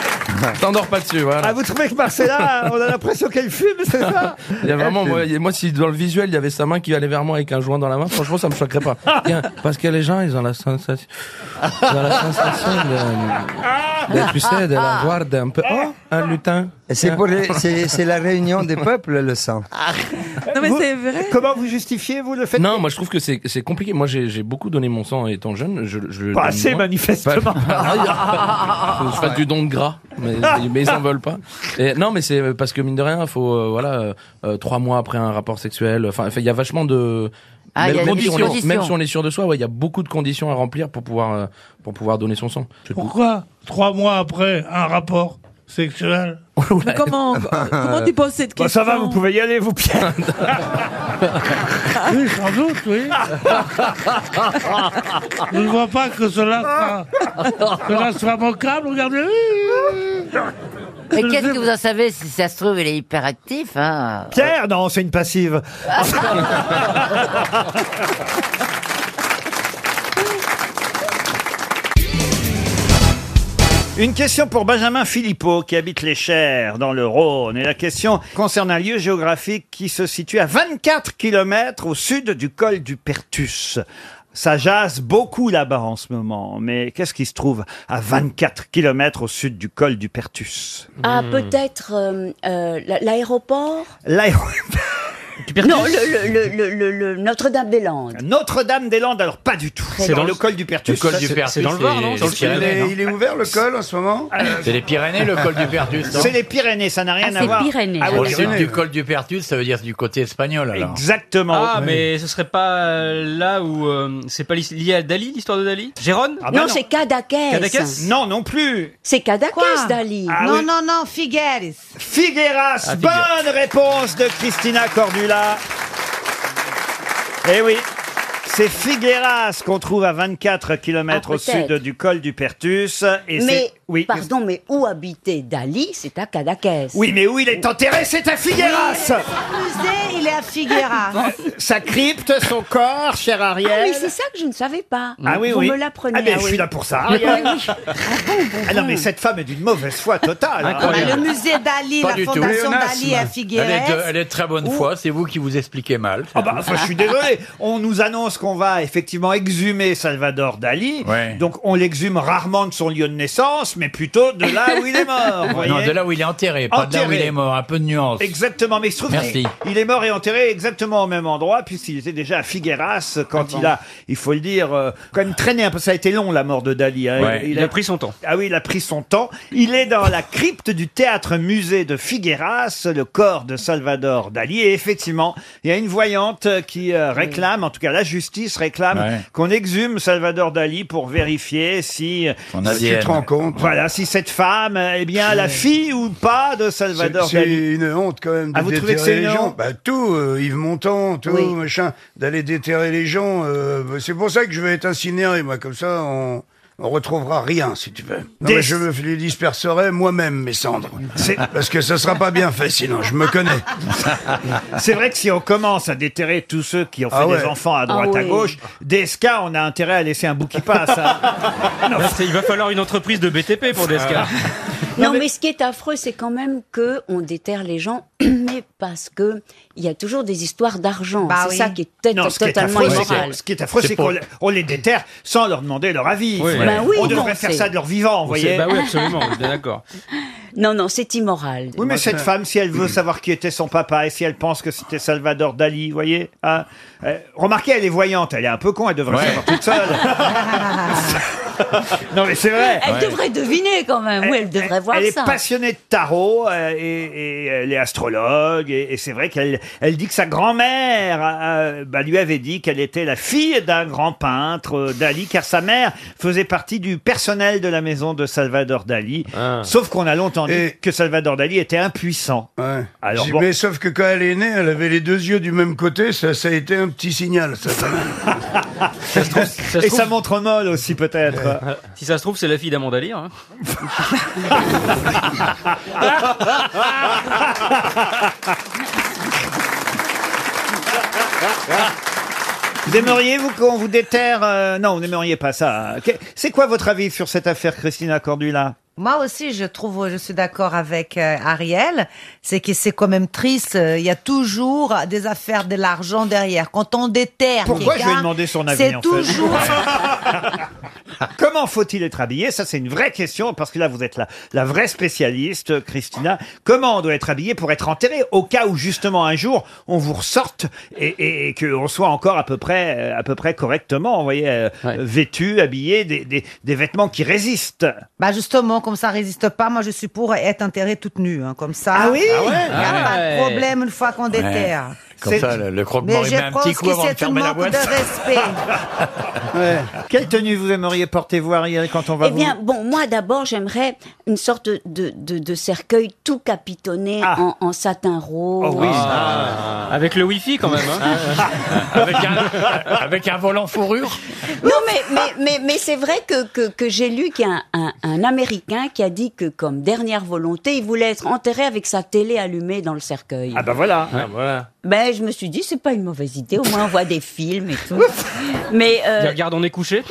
Speaker 29: T'endors pas dessus, voilà.
Speaker 1: Ah, vous trouvez que Marcella, on a l'impression qu'elle fume, c'est ça
Speaker 29: Il y a vraiment,
Speaker 1: Elle
Speaker 29: moi,
Speaker 1: fume.
Speaker 29: moi, si dans le visuel, il y avait sa main qui allait vers moi avec un joint dans la main, franchement, ça me choquerait pas.
Speaker 1: Ah.
Speaker 29: Tiens, Parce que les gens, ils ont la sensation, ils ont la sensation de, de, tu sais, de
Speaker 6: Ah.
Speaker 29: la voir d'un peu, oh, un lutin.
Speaker 16: C'est pour les- c'est- c'est la réunion des peuples, le sang.
Speaker 6: Ah. Non, mais c'est vrai.
Speaker 1: Comment vous justifiez, vous, le fait
Speaker 29: Non, moi, je trouve que c'est c'est compliqué. Moi, j'ai j'ai beaucoup donné mon sang étant jeune. Je, je,
Speaker 1: Pas Bah, assez, manifestement.
Speaker 17: Ah,
Speaker 29: Je fais du don de gras, mais, mais ils s'en veulent pas. Et non, mais c'est parce que mine de rien, faut euh, voilà euh, euh, trois mois après un rapport sexuel. Enfin, il y a vachement de
Speaker 13: Ah, il y a
Speaker 29: même,
Speaker 13: des
Speaker 29: si on est,
Speaker 13: conditions.
Speaker 29: même si on est sûr de soi, ouais, il y a beaucoup de conditions à remplir pour pouvoir euh, pour pouvoir donner son sang.
Speaker 8: Pourquoi trois mois après un rapport sexuel
Speaker 6: Comment, comment tu poses cette question
Speaker 1: Bon, Bah, ça va, vous pouvez y aller, vous, Pierre.
Speaker 8: Oui, sans doute, oui. Je ne vois pas que cela sera, cela sera manquable, regardez.
Speaker 13: Mais qu'est-ce que vous en savez Si ça se trouve, il est hyperactif. Hein.
Speaker 1: Pierre, non, c'est une passive. Une question pour Benjamin Philippot qui habite les Chères dans le Rhône. Et la question concerne un lieu géographique qui se situe à 24 km au sud du col du Pertus. Ça jase beaucoup là-bas en ce moment, mais qu'est-ce qui se trouve à 24 km au sud du col du Pertus
Speaker 21: Ah, peut-être euh, euh, la- l'aéroport
Speaker 1: L'aéro-
Speaker 21: Non, le, le- le- le- le- le Notre-Dame-des-Landes.
Speaker 1: Notre-Dame-des-Landes, alors pas du tout. C'est dans, le col du Pertus.
Speaker 16: Le col du Pertus, c'est- c'est les Pyrénées, non
Speaker 1: Il est ouvert le col en ce moment
Speaker 16: C'est les Pyrénées, le col du Pertus. non
Speaker 1: C'est les Pyrénées, ça n'a rien à voir. Ah oui,
Speaker 16: Au
Speaker 1: oui,
Speaker 16: sud
Speaker 1: oui.
Speaker 16: du col du Pertus, ça veut dire du côté espagnol alors.
Speaker 1: Exactement.
Speaker 18: Ah, mais ce serait pas euh, là où. euh, c'est pas li- lié à Dali, l'histoire de Dali Jérôme
Speaker 21: non, c'est Cadaqués.
Speaker 18: Cadakès
Speaker 1: Ah, ben Non, non plus.
Speaker 21: C'est Cadaqués, Dali.
Speaker 18: Non, oui.
Speaker 21: non, non, Figueres.
Speaker 1: Ah Figueras,
Speaker 21: Ah, Figueras.
Speaker 1: bonne réponse de Christina Cordula. Eh oui. C'est Figueras qu'on trouve à 24 km
Speaker 21: Ah,
Speaker 1: au sud
Speaker 21: peut-être.
Speaker 1: du col du Pertus.
Speaker 21: Mais,
Speaker 1: Et c'est- oui.
Speaker 21: pardon, mais où habitait Dali C'est à Cadaqués.
Speaker 1: Oui, mais où il est enterré, c'est à Figueras.
Speaker 21: musée, il est à Figueras.
Speaker 1: Sa crypte, son corps, cher Ariel.
Speaker 21: Ah, mais c'est ça que je ne savais pas.
Speaker 1: Ah oui,
Speaker 21: Vous
Speaker 1: oui.
Speaker 21: me l'apprenez.
Speaker 1: Ah, mais
Speaker 21: ah
Speaker 1: je
Speaker 21: oui.
Speaker 1: suis là pour ça,
Speaker 21: Oui,
Speaker 1: Ariel.
Speaker 21: oui. Ah bon, bon,
Speaker 1: Ah non,
Speaker 21: bon.
Speaker 1: mais cette femme est d'une mauvaise foi totale. hein.
Speaker 18: Incroyable.
Speaker 21: Ah, bah, Le musée d'Ali,
Speaker 16: Ah, Pas
Speaker 21: la
Speaker 16: du tout.
Speaker 21: fondation d'Ali à
Speaker 16: Elle est, de,
Speaker 21: Figueres.
Speaker 16: elle est de très bonne foi, c'est vous qui vous expliquez mal.
Speaker 1: Ah bah, enfin, je suis désolé. On nous annonce qu'on va effectivement exhumer Salvador Dali. Donc, on l'exhume rarement de son lieu de naissance, mais plutôt de là où il est mort. vous
Speaker 16: non,
Speaker 1: Oh, voyez.
Speaker 16: de là où il est enterré, pas de là où
Speaker 1: Enterré.
Speaker 16: il est mort, un peu de nuance.
Speaker 1: Exactement, mais il se trouve
Speaker 16: Merci.
Speaker 1: qu'il il est mort et enterré exactement au même endroit, puisqu'il était déjà à Figueras quand il a, il faut le dire, euh, quand même traîné un peu. Ça a été long, la mort de Dali. hein.
Speaker 18: Ouais, il a pris son temps.
Speaker 1: Ah oui, il a pris son temps. Il est dans la crypte du théâtre-musée de Figueras, le corps de Salvador Dali. Et effectivement, il y a une voyante qui euh, réclame, en tout cas la justice réclame,
Speaker 16: Ouais.
Speaker 1: qu'on exhume Salvador Dali pour vérifier si...
Speaker 16: Son ADN.
Speaker 1: te rends compte. Voilà, si cette femme, euh, eh bien, la fille ou pas de Salvador
Speaker 14: C'est-
Speaker 1: Dali.
Speaker 14: C'est une honte quand même de
Speaker 1: Ah, vous trouvez
Speaker 14: déterrer
Speaker 1: que c'est
Speaker 14: les
Speaker 1: une
Speaker 14: gens.
Speaker 1: honte
Speaker 14: Bah, tout, euh, Yves Montand, tout,
Speaker 1: Oui.
Speaker 14: machin, d'aller déterrer les gens. euh, bah, c'est pour ça que je vais être incinéré, moi, comme ça, on. On retrouvera rien, si tu veux. Non,
Speaker 1: Des-
Speaker 14: mais je me les disperserai moi-même, mes cendres.
Speaker 1: C'est-
Speaker 14: Parce que ça sera pas bien fait, sinon, je me connais.
Speaker 1: C'est vrai que si on commence à déterrer tous ceux qui ont fait
Speaker 14: Ah ouais.
Speaker 1: des enfants à droite
Speaker 14: Ah
Speaker 1: à
Speaker 14: oui.
Speaker 1: gauche, des cas, on a intérêt à laisser un bout qui passe. hein.
Speaker 18: Là, c'est- Il va falloir une entreprise de BTP
Speaker 16: Ah.
Speaker 18: pour Descartes.
Speaker 21: Non, mais... ce qui est affreux, c'est quand même que on déterre les gens, mais parce que il y a toujours des histoires d'argent. Bah c'est oui. ça qui est, to-
Speaker 1: Non, ce qui est
Speaker 21: totalement
Speaker 1: affreux, c'est
Speaker 21: immoral.
Speaker 1: que- Ce qui est affreux, c'est qu'on les- on les déterre sans leur demander leur avis.
Speaker 18: Oui.
Speaker 21: Bah oui,
Speaker 1: on devrait
Speaker 21: non,
Speaker 1: faire
Speaker 21: c'est-
Speaker 1: ça de leur vivant, vous voyez.
Speaker 18: Bah oui, absolument, on est bien d'accord.
Speaker 21: Non, non, c'est immoral.
Speaker 1: Oui, mais cette femme, si elle veut savoir qui était son papa et si elle pense que c'était Salvador Dali, vous voyez, hein, euh, remarquez, elle est voyante, elle est un peu con, elle devrait
Speaker 18: Ouais.
Speaker 1: savoir toute seule. non, mais c'est vrai.
Speaker 21: Elle devrait deviner quand même. oui, elle devrait voir
Speaker 1: Elle
Speaker 21: ça.
Speaker 1: est passionnée de tarot euh, et, et elle est astrologue et, et c'est vrai qu'elle elle dit que sa grand-mère euh, bah, lui avait dit qu'elle était la fille d'un grand peintre euh, Dali car sa mère faisait partie du personnel de la maison de Salvador Dali. Sauf qu'on a longtemps dit
Speaker 14: Et-
Speaker 1: que Salvador Dali était impuissant. Alors
Speaker 14: J'ai-
Speaker 1: bon.
Speaker 14: Mais sauf que quand elle est née, elle avait les deux yeux du même côté, ça, ça a été un petit signal. Ça, quand même.
Speaker 1: et ça montre molle aussi peut-être.
Speaker 16: euh,
Speaker 18: Si ça se trouve, c'est la fille d'Amandalire. Hein.
Speaker 1: Vous aimeriez, vous, qu'on hein. vous déterre euh, Non, vous n'aimeriez pas ça. Que- C'est quoi votre avis sur cette affaire, Christina Cordula
Speaker 7: Moi aussi, je trouve, je suis d'accord avec euh, Ariel, c'est que c'est quand même triste. euh, Il y a toujours des affaires de l'argent derrière. Quand on déterre
Speaker 1: Pourquoi je
Speaker 7: quelqu'un,
Speaker 1: vais demander son avis
Speaker 7: C'est
Speaker 1: en fait
Speaker 7: toujours.
Speaker 1: Comment faut-il être habillé Ça, c'est une vraie question, parce que là, vous êtes la, la vraie spécialiste, euh, Christina. Comment on doit être habillé pour être enterré Au cas où, justement, un jour, on vous ressorte et, et, et qu'on soit encore à peu près, euh, à peu près correctement, vous voyez, euh, vêtu, habillé, des, des, des vêtements qui résistent.
Speaker 7: Bah justement, comme ça résiste pas, moi je suis pour être enterrée toute nue, hein, comme ça. Ah oui
Speaker 1: Ah ouais
Speaker 7: Il n'y a
Speaker 1: Ah
Speaker 7: pas
Speaker 1: ouais.
Speaker 7: de problème une fois qu'on déterre.
Speaker 16: Comme
Speaker 7: C'est-
Speaker 16: ça, le, le
Speaker 7: Mais
Speaker 16: croque-mort,
Speaker 7: je
Speaker 16: il met un petit
Speaker 7: pense
Speaker 16: coup
Speaker 7: que
Speaker 16: avant de
Speaker 7: c'est un
Speaker 16: fermer la
Speaker 7: manque
Speaker 16: boîte.
Speaker 7: de respect.
Speaker 1: Quelle tenue vous aimeriez porter, vous, Ariel, quand on va
Speaker 21: Eh bien, bon, moi d'abord, j'aimerais une sorte de, de, de cercueil tout capitonné
Speaker 1: Ah.
Speaker 21: en, en satin rose.
Speaker 18: Oh
Speaker 1: Oh
Speaker 18: Ah. Avec le wifi quand même. hein.
Speaker 16: avec, un, avec un volant fourrure
Speaker 21: Non, mais, mais, mais, mais c'est vrai que, que, que j'ai lu qu'il y a un, un, un Américain qui a dit que, comme dernière volonté, il voulait être enterré avec sa télé allumée dans le cercueil.
Speaker 1: Ah bah voilà.
Speaker 16: Hein
Speaker 18: Ah, voilà.
Speaker 21: Ben, je me suis dit, c'est pas une mauvaise idée, au moins on voit des films et tout. Mais. euh,
Speaker 18: Dis, Regarde, on est couché.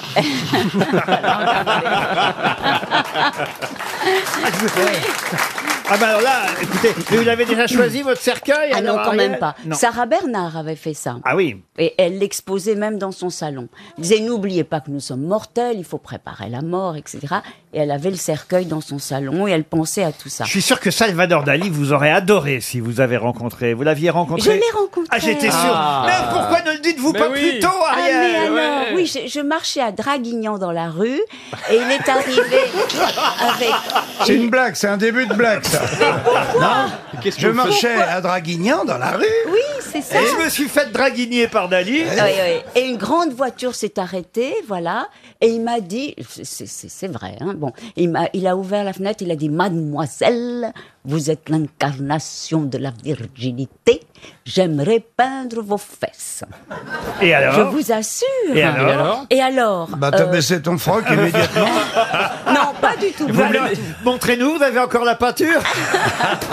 Speaker 1: Ah bah alors là, écoutez, vous l'avez déjà choisi, votre cercueil
Speaker 21: Ah non,
Speaker 1: alors,
Speaker 21: quand
Speaker 1: Ariel
Speaker 21: même pas.
Speaker 1: Non.
Speaker 21: Sarah Bernard avait fait ça.
Speaker 1: Ah oui.
Speaker 21: Et elle l'exposait même dans son salon. Elle disait, n'oubliez pas que nous sommes mortels, il faut préparer la mort, etc. Et elle avait le cercueil dans son salon et elle pensait à tout ça.
Speaker 1: Je suis sûr que Salvador Dali vous aurait adoré si vous avez rencontré. Vous l'aviez rencontré
Speaker 21: Je l'ai rencontré.
Speaker 1: Ah, j'étais sûr.
Speaker 21: Ah.
Speaker 1: Mais pourquoi ne le dites-vous
Speaker 21: Mais
Speaker 1: pas
Speaker 21: oui.
Speaker 1: plus tôt, hein,
Speaker 21: Ah,
Speaker 1: Ariel
Speaker 21: mais alors, oui, je, je marchais à Draguignan dans la rue et il est arrivé avec.
Speaker 14: C'est une blague, c'est un début de blague, ça.
Speaker 1: Qu'est-ce
Speaker 14: Je
Speaker 1: que vous
Speaker 14: marchais
Speaker 1: faites
Speaker 14: à Draguignan dans la rue.
Speaker 21: Oui, c'est ça.
Speaker 1: Et je me suis fait draguigner par Dali.
Speaker 21: Oui, oui. Et une grande voiture s'est arrêtée, voilà. Et il m'a dit, c'est- c'est c'est vrai, hein, bon, il, m'a- il a ouvert la fenêtre, il a dit, Mademoiselle, vous êtes l'incarnation de la virginité, j'aimerais peindre vos fesses.
Speaker 1: Et alors
Speaker 21: Je vous assure.
Speaker 14: Et alors
Speaker 21: Et alors,
Speaker 14: Bah, t'as
Speaker 21: euh,
Speaker 14: baissé ton froc immédiatement.
Speaker 21: Non, pas du tout.
Speaker 1: Ah. Vous l'avez- Montrez-nous, vous avez encore la peinture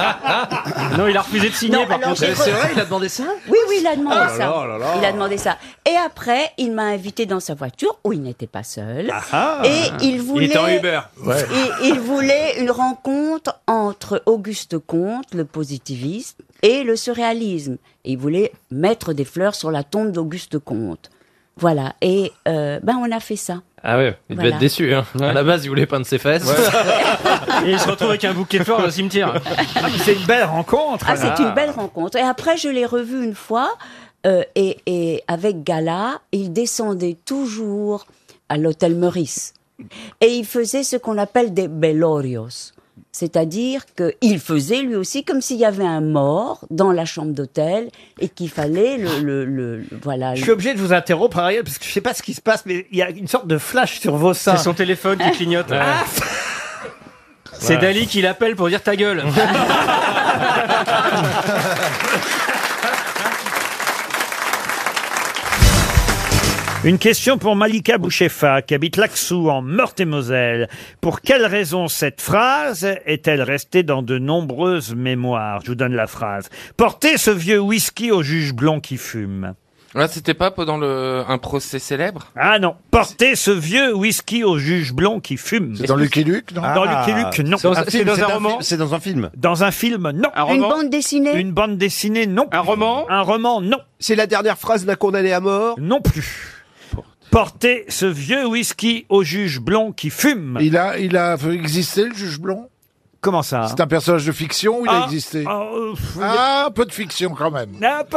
Speaker 18: non, il a refusé de signer
Speaker 21: Non,
Speaker 18: par
Speaker 21: alors,
Speaker 18: contre.
Speaker 21: j'ai- C'est vrai, il a
Speaker 18: demandé ça
Speaker 21: Oui, oui, il a demandé
Speaker 18: Oh là
Speaker 21: ça.
Speaker 18: là là là.
Speaker 21: Il a demandé ça. Et après, il m'a invité dans sa voiture où il n'était pas seul.
Speaker 18: ah.
Speaker 21: et
Speaker 18: Il
Speaker 21: il voulait.
Speaker 18: était en Uber. Ouais.
Speaker 21: il, il voulait une rencontre entre Auguste Comte, le positiviste, et le surréalisme. Et il voulait mettre des fleurs sur la tombe d'Auguste Comte. Voilà. Et euh, ben, on a fait ça.
Speaker 10: Ah ouais, il devait
Speaker 21: Voilà.
Speaker 10: être déçu. Hein. À la base, il voulait peindre ses fesses.
Speaker 18: Et il se retrouve avec un bouquet de fleurs au cimetière.
Speaker 1: Ah, c'est une belle rencontre.
Speaker 21: Ah, c'est une belle rencontre. Et après, je l'ai revu une fois, euh, et, et avec Gala, il descendait toujours à l'hôtel Meurice. Et il faisait ce qu'on appelle des bellorios. C'est-à-dire qu'il faisait lui aussi comme s'il y avait un mort dans la chambre d'hôtel et qu'il fallait le, le- le- le- voilà.
Speaker 1: Je
Speaker 21: le-
Speaker 1: suis obligé de vous interrompre, Ariel, parce que je sais pas ce qui se passe, mais il y a une sorte de flash sur vos seins.
Speaker 18: C'est son téléphone qui clignote.
Speaker 1: Ah,
Speaker 18: C'est
Speaker 1: Ouais.
Speaker 18: Dali qui l'appelle pour dire ta gueule.
Speaker 1: Une question pour Malika Bouchefa, qui habite Laxou, en Meurthe-et-Moselle. Pour quelle raison cette phrase est-elle restée dans de nombreuses mémoires Je vous donne la phrase. Portez ce vieux whisky au juge blond qui fume.
Speaker 16: Ah.
Speaker 10: Là, c'était pas pendant le... un procès célèbre
Speaker 1: Ah non, portez ce vieux whisky au juge blond qui fume.
Speaker 10: C'est dans Lucky Luke, non
Speaker 1: Dans
Speaker 10: Ah.
Speaker 1: Lucky Luke, non.
Speaker 10: C'est dans- Un c'est film, dans un c'est un roman film-
Speaker 1: C'est dans un film Dans un film, non.
Speaker 21: Une bande dessinée
Speaker 1: Une bande dessinée, non. Un roman Un roman, non. C'est la dernière phrase d'un condamné à mort Non plus. Portez ce vieux whisky au juge blond qui fume.
Speaker 19: Il a, il a existé, le juge blond
Speaker 1: Comment ça
Speaker 19: C'est un personnage de fiction ou il
Speaker 1: Ah,
Speaker 19: a existé
Speaker 1: ah,
Speaker 19: Ah, un peu de fiction quand même.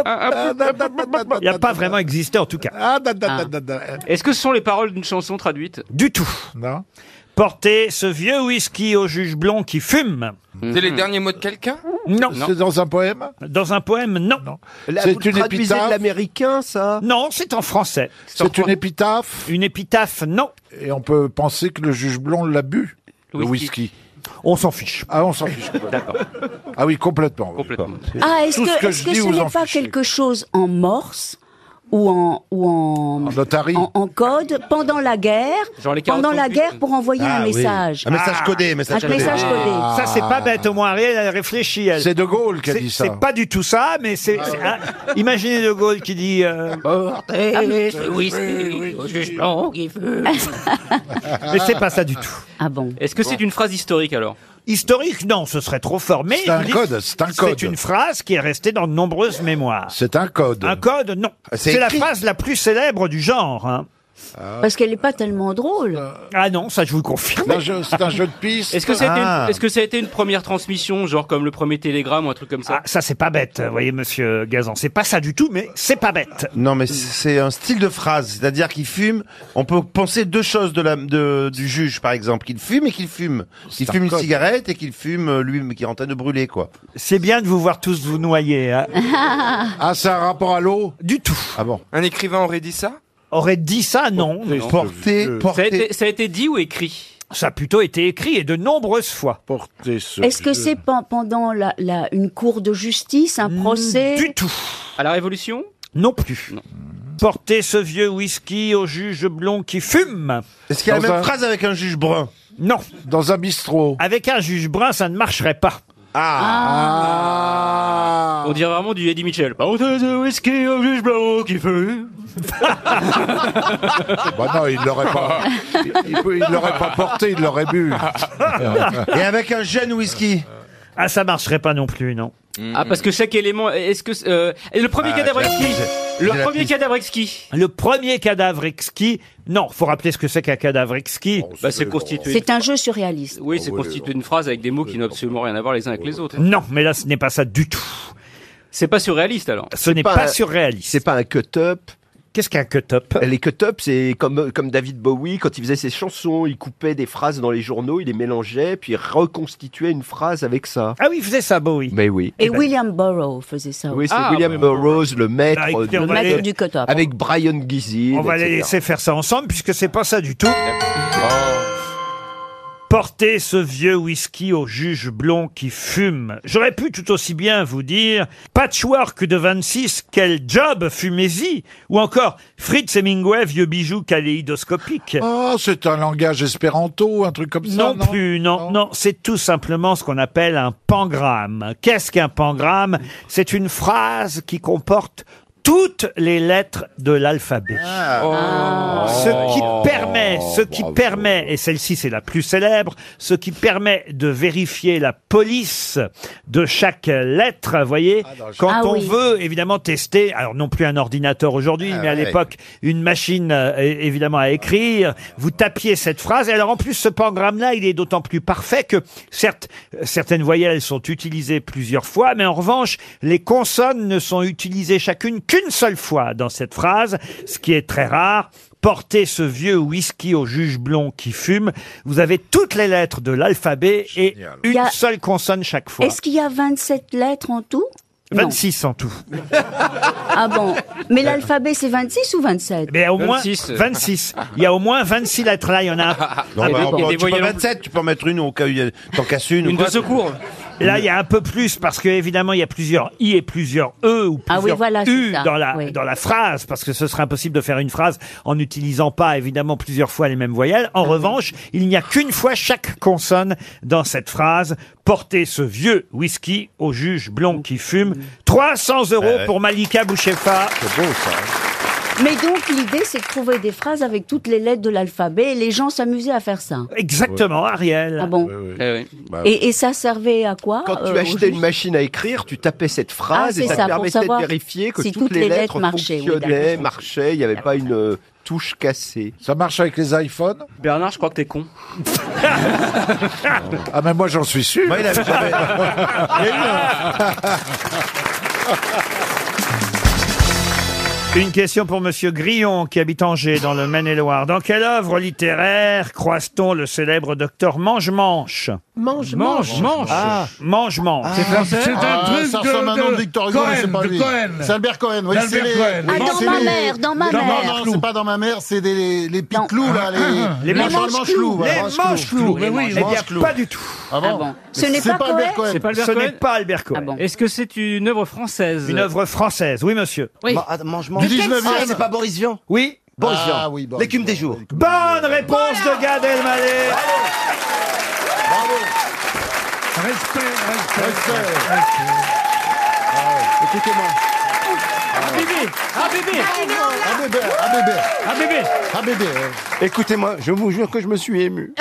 Speaker 19: Ah,
Speaker 1: Il n'a pas vraiment existé en tout cas. Ah.
Speaker 18: Est-ce que ce sont les paroles d'une chanson traduite
Speaker 1: Du tout. Portez ce vieux whisky au juge blond qui fume.
Speaker 10: C'est les derniers mots de quelqu'un
Speaker 1: Non.
Speaker 10: Non. C'est dans
Speaker 1: un poème Dans un poème, non.
Speaker 10: Là, C'est vous le une traduisez de épitaphe
Speaker 1: l'américain, ça Non, c'est en français.
Speaker 6: Ah.
Speaker 19: C'est une
Speaker 1: épitaphe Une épitaphe, non.
Speaker 19: Et on peut penser que le juge blond l'a bu, le whisky.
Speaker 1: On s'en fiche.
Speaker 19: Ah, on s'en fiche. D'accord. Ah oui, complètement. Complètement.
Speaker 21: Ah, est-ce
Speaker 19: Tout
Speaker 21: que,
Speaker 19: ce que
Speaker 21: est-ce
Speaker 19: je
Speaker 21: que
Speaker 19: dis,
Speaker 21: ce
Speaker 19: vous
Speaker 21: n'est
Speaker 19: en
Speaker 21: pas quelque chose en morse ou en ou en, en, en code pendant la guerre,
Speaker 1: Genre les carottes
Speaker 21: pendant la
Speaker 1: confitues.
Speaker 21: guerre pour envoyer
Speaker 1: Ah
Speaker 21: un
Speaker 1: oui.
Speaker 21: message.
Speaker 1: Un message codé, un message
Speaker 21: un
Speaker 1: codé.
Speaker 21: message codé.
Speaker 14: Ah.
Speaker 1: Ça, c'est pas bête. Au moins, Ariel, elle réfléchit. elle.
Speaker 19: C'est De Gaulle qui a
Speaker 1: C'est-
Speaker 19: dit ça.
Speaker 1: C'est pas du tout ça, mais c'est. c'est- ah, imaginez De Gaulle qui dit. euh,
Speaker 20: Ah,
Speaker 1: mais c'est pas ça du tout.
Speaker 21: Ah bon
Speaker 18: Est-ce que c'est une phrase historique alors
Speaker 1: Historique, non, ce serait trop fort. Mais
Speaker 18: C'est un
Speaker 1: je dis-
Speaker 18: code, c'est un code.
Speaker 1: C'est une phrase qui est restée dans de nombreuses mémoires.
Speaker 19: C'est un code.
Speaker 1: Un code, non.
Speaker 21: C'est
Speaker 1: C'est la
Speaker 21: écrit.
Speaker 1: phrase la plus célèbre du genre. hein.
Speaker 21: Parce qu'elle n'est pas tellement drôle.
Speaker 1: Ah non, ça je vous le confirme.
Speaker 18: Est-ce que, ça a été
Speaker 1: Ah.
Speaker 18: une- est-ce que ça a été une première transmission, genre comme le premier télégramme ou un truc comme ça
Speaker 1: Ça, c'est pas bête, vous voyez, monsieur Gazan. C'est pas ça du tout, mais c'est pas bête.
Speaker 14: Non, mais c'est un style de phrase. C'est-à-dire qu'il fume. On peut penser deux choses de la, de- du juge, par exemple. Qu'il fume et qu'il fume. Qu'il
Speaker 1: un
Speaker 14: fume une
Speaker 1: code.
Speaker 14: cigarette et qu'il fume, euh, lui, mais qui est en train de brûler, quoi.
Speaker 1: C'est bien de vous voir tous vous noyer. hein.
Speaker 19: Ah, c'est un rapport à l'eau
Speaker 1: Du tout.
Speaker 14: Ah bon
Speaker 19: Un écrivain aurait dit ça
Speaker 1: Aurait dit ça, non.
Speaker 18: Non.
Speaker 1: Porter,
Speaker 18: Ça a, été, ça a été dit ou écrit
Speaker 1: Ça a plutôt été écrit et de nombreuses fois.
Speaker 19: Porter
Speaker 21: Est-ce que c'est pen- pendant la, la- une cour de justice, un procès
Speaker 1: Du tout.
Speaker 18: À la Révolution
Speaker 1: Non plus. Porter ce vieux whisky au juge blond qui fume.
Speaker 14: Est-ce qu'il y a la Dans même un- phrase avec un juge brun
Speaker 1: Non.
Speaker 19: Dans un bistrot.
Speaker 1: Avec un juge brun, ça ne marcherait pas.
Speaker 19: Ah.
Speaker 14: Ah.
Speaker 18: On dirait vraiment du Eddie Mitchell. Bah, Portez ce whisky au juge blanc qui fume.
Speaker 19: Bah non, il l'aurait pas. Il il peut- il l'aurait pas porté, il l'aurait bu.
Speaker 14: Ah, Et avec un jeune whisky
Speaker 1: Ah, ça marcherait pas non plus, non.
Speaker 18: Ah, parce que chaque élément. Est-ce que. euh, et le premier
Speaker 1: Ah,
Speaker 18: cadavre
Speaker 1: j'ai la
Speaker 18: exquis
Speaker 1: piste.
Speaker 18: Le
Speaker 1: J'ai la
Speaker 18: premier
Speaker 1: piste.
Speaker 18: cadavre exquis
Speaker 1: Le premier cadavre exquis, non, faut rappeler ce que c'est qu'un cadavre exquis.
Speaker 18: Bah, c'est constitué.
Speaker 21: C'est un jeu surréaliste.
Speaker 18: Oui, c'est constitué d'une phrase avec des mots qui n'ont absolument rien à voir les uns avec les autres.
Speaker 1: Non, mais là, ce n'est pas ça du tout.
Speaker 18: C'est pas surréaliste alors.
Speaker 1: Ce n'est pas, surréaliste.
Speaker 9: C'est pas un cut-up.
Speaker 1: Qu'est-ce qu'un cut-up
Speaker 9: Les cut-up, c'est comme, comme David Bowie, quand il faisait ses chansons, il coupait des phrases dans les journaux, il les mélangeait, puis il reconstituait une phrase avec ça.
Speaker 1: Ah oui, il faisait ça, Bowie. Eh ben, Ah.
Speaker 9: Mais oui.
Speaker 2: Eh ben.
Speaker 21: Et William Burroughs faisait ça.
Speaker 9: Oui, c'est
Speaker 21: aussi.
Speaker 9: William Burroughs, le maître,
Speaker 1: Bah, écoutez,
Speaker 9: du-
Speaker 1: on va aller-
Speaker 21: du cut-up.
Speaker 9: Avec Brian Gizzy.
Speaker 1: On va les laisser faire ça ensemble puisque c'est pas ça du tout. Portez ce vieux whisky au juge blond qui fume. J'aurais pu tout aussi bien vous dire Patchwork de 26, quel job, fumez-y Ou encore Fritz Hemingway, vieux bijou kaléidoscopique.
Speaker 19: Oh, c'est un langage espéranto, un truc comme ça.
Speaker 1: Non, plus, non, non, c'est tout simplement ce qu'on appelle un pangramme. Qu'est-ce qu'un pangramme C'est une phrase qui comporte toutes les lettres de l'alphabet.
Speaker 2: Ah.
Speaker 1: Ah.
Speaker 21: Oh.
Speaker 1: Oh. Ce qui
Speaker 8: Oh,
Speaker 1: permet, ce qui permet, et celle-ci c'est la plus célèbre, ce qui permet de vérifier la police de chaque lettre, vous voyez, quand
Speaker 8: Ah
Speaker 1: on
Speaker 8: oui.
Speaker 1: veut évidemment tester, alors non plus un ordinateur aujourd'hui, mais à
Speaker 8: Ah ouais.
Speaker 1: l'époque une machine euh, é- évidemment à écrire, vous tapiez cette phrase, et alors en plus ce pangramme-là, il est d'autant plus parfait que certes, euh, certaines voyelles sont utilisées plusieurs fois, mais en revanche, les consonnes ne sont utilisées chacune qu'une seule fois dans cette phrase, ce qui est très rare porter ce vieux whisky au juge blond qui fume. Vous avez toutes les lettres de l'alphabet et
Speaker 21: Il y
Speaker 1: une
Speaker 21: a-
Speaker 1: seule consonne chaque fois.
Speaker 21: Est-ce qu'il y a 27 lettres en tout
Speaker 1: 26 en tout.
Speaker 21: Ah bon Mais l'alphabet, c'est 26 ou
Speaker 8: Eh
Speaker 21: 27
Speaker 1: Mais Eh au moins 26. Il y a au moins 26 lettres là, il y en a.
Speaker 14: Non,
Speaker 1: un Ah,
Speaker 14: bah,
Speaker 1: peu-
Speaker 14: on- tu peux en mettre sept, tu peux en mettre une au cas où il y a- t'en casses une. ou quoi, tu-
Speaker 1: Là, il y a un peu plus parce que évidemment, il y a plusieurs i et plusieurs e ou
Speaker 21: Ah
Speaker 1: plusieurs
Speaker 21: oui, voilà, c'est
Speaker 1: u
Speaker 21: ça,
Speaker 1: dans la
Speaker 21: oui.
Speaker 1: dans la phrase parce que ce serait impossible de faire une phrase en n'utilisant pas évidemment plusieurs fois les mêmes voyelles.
Speaker 21: Mhm.
Speaker 1: En revanche, il n'y a qu'une fois chaque consonne dans cette phrase. Portez ce vieux whisky au juge blond qui fume. 300 euros
Speaker 14: Ah Mhm. ouais.
Speaker 1: pour Malika Bouchefa.
Speaker 14: C'est beau, ça. hein.
Speaker 21: Mais donc, l'idée, c'est de trouver des phrases avec toutes les lettres de l'alphabet et les gens s'amusaient à faire ça.
Speaker 1: Exactement, Ariel.
Speaker 21: Ah bon
Speaker 8: Bah
Speaker 21: Et, et ça servait à quoi
Speaker 9: Bah Quand tu
Speaker 21: euh,
Speaker 9: achetais
Speaker 21: au
Speaker 9: une machine à écrire, tu tapais cette phrase
Speaker 21: Ah, c'est
Speaker 9: et
Speaker 21: ça,
Speaker 9: ça, te
Speaker 21: pour
Speaker 9: permettait de
Speaker 21: savoir
Speaker 9: vérifier que
Speaker 21: si
Speaker 9: toutes, les, lettres
Speaker 21: marchaient, oui,
Speaker 9: fonctionnaient,
Speaker 21: d'accord.
Speaker 9: marchaient, il n'y avait pas une euh, touche cassée.
Speaker 19: Ça marche avec les iPhones
Speaker 18: Bernard, je crois que t'es con.
Speaker 19: Ah, mais moi, j'en suis sûr.
Speaker 18: Moi, il avait- j'avais-
Speaker 19: Il y a eu un-
Speaker 1: Une question pour Monsieur Grillon, qui habite Angers, dans le Maine-et-Loire. Dans quelle œuvre littéraire croise-t-on le célèbre docteur Mange-Manche
Speaker 17: Mange, mange, mange.
Speaker 1: Ah, Mange-Manche.
Speaker 17: C'est français C'est un
Speaker 6: Ah.
Speaker 17: truc
Speaker 1: ça
Speaker 17: de-
Speaker 1: ressemble à un
Speaker 17: de-
Speaker 1: nom de Victor Hugo, mais c'est pas
Speaker 17: Cohen,
Speaker 1: lui.
Speaker 17: de Cohen.
Speaker 1: C'est Albert Cohen. oui,
Speaker 17: D'Albert
Speaker 1: c'est les-
Speaker 17: Cohen.
Speaker 1: oui,
Speaker 17: Ah, dans
Speaker 1: c'est
Speaker 17: ma
Speaker 1: les-
Speaker 17: mère, dans ma
Speaker 1: Non, non,
Speaker 17: mère.
Speaker 1: non, c'est pas
Speaker 3: dans ma mère, c'est des- les, les pics clous, là, les,
Speaker 1: Les manches
Speaker 3: clous.
Speaker 1: Les manches clous.
Speaker 3: Mais oui,
Speaker 1: Eh bien,
Speaker 3: manches clous.
Speaker 1: pas du tout.
Speaker 21: Ah bon Ce n'est pas, Ah Cohen
Speaker 1: C'est pas Albert Cohen. Ce n'est pas Albert Cohen.
Speaker 18: Est-ce que c'est une œuvre française
Speaker 1: Une œuvre française, oui monsieur.
Speaker 18: Oui.
Speaker 1: Ma-
Speaker 18: attends,
Speaker 1: mange.
Speaker 18: mange, mange. Du quel
Speaker 1: Ah,
Speaker 18: siècle
Speaker 1: c'est pas Boris Vian
Speaker 2: Ah,
Speaker 1: Ah Oui.
Speaker 18: Boris Vian. L'écume
Speaker 1: des jours. Bonne réponse de Gad Elmaleh.
Speaker 8: Respect, respect.
Speaker 14: Écoutez-moi.
Speaker 8: Un bébé, un bébé.
Speaker 14: Un bébé, un bébé.
Speaker 8: Un bébé.
Speaker 14: Un bébé.
Speaker 2: hein.
Speaker 14: Écoutez-moi, je vous jure que je me suis ému.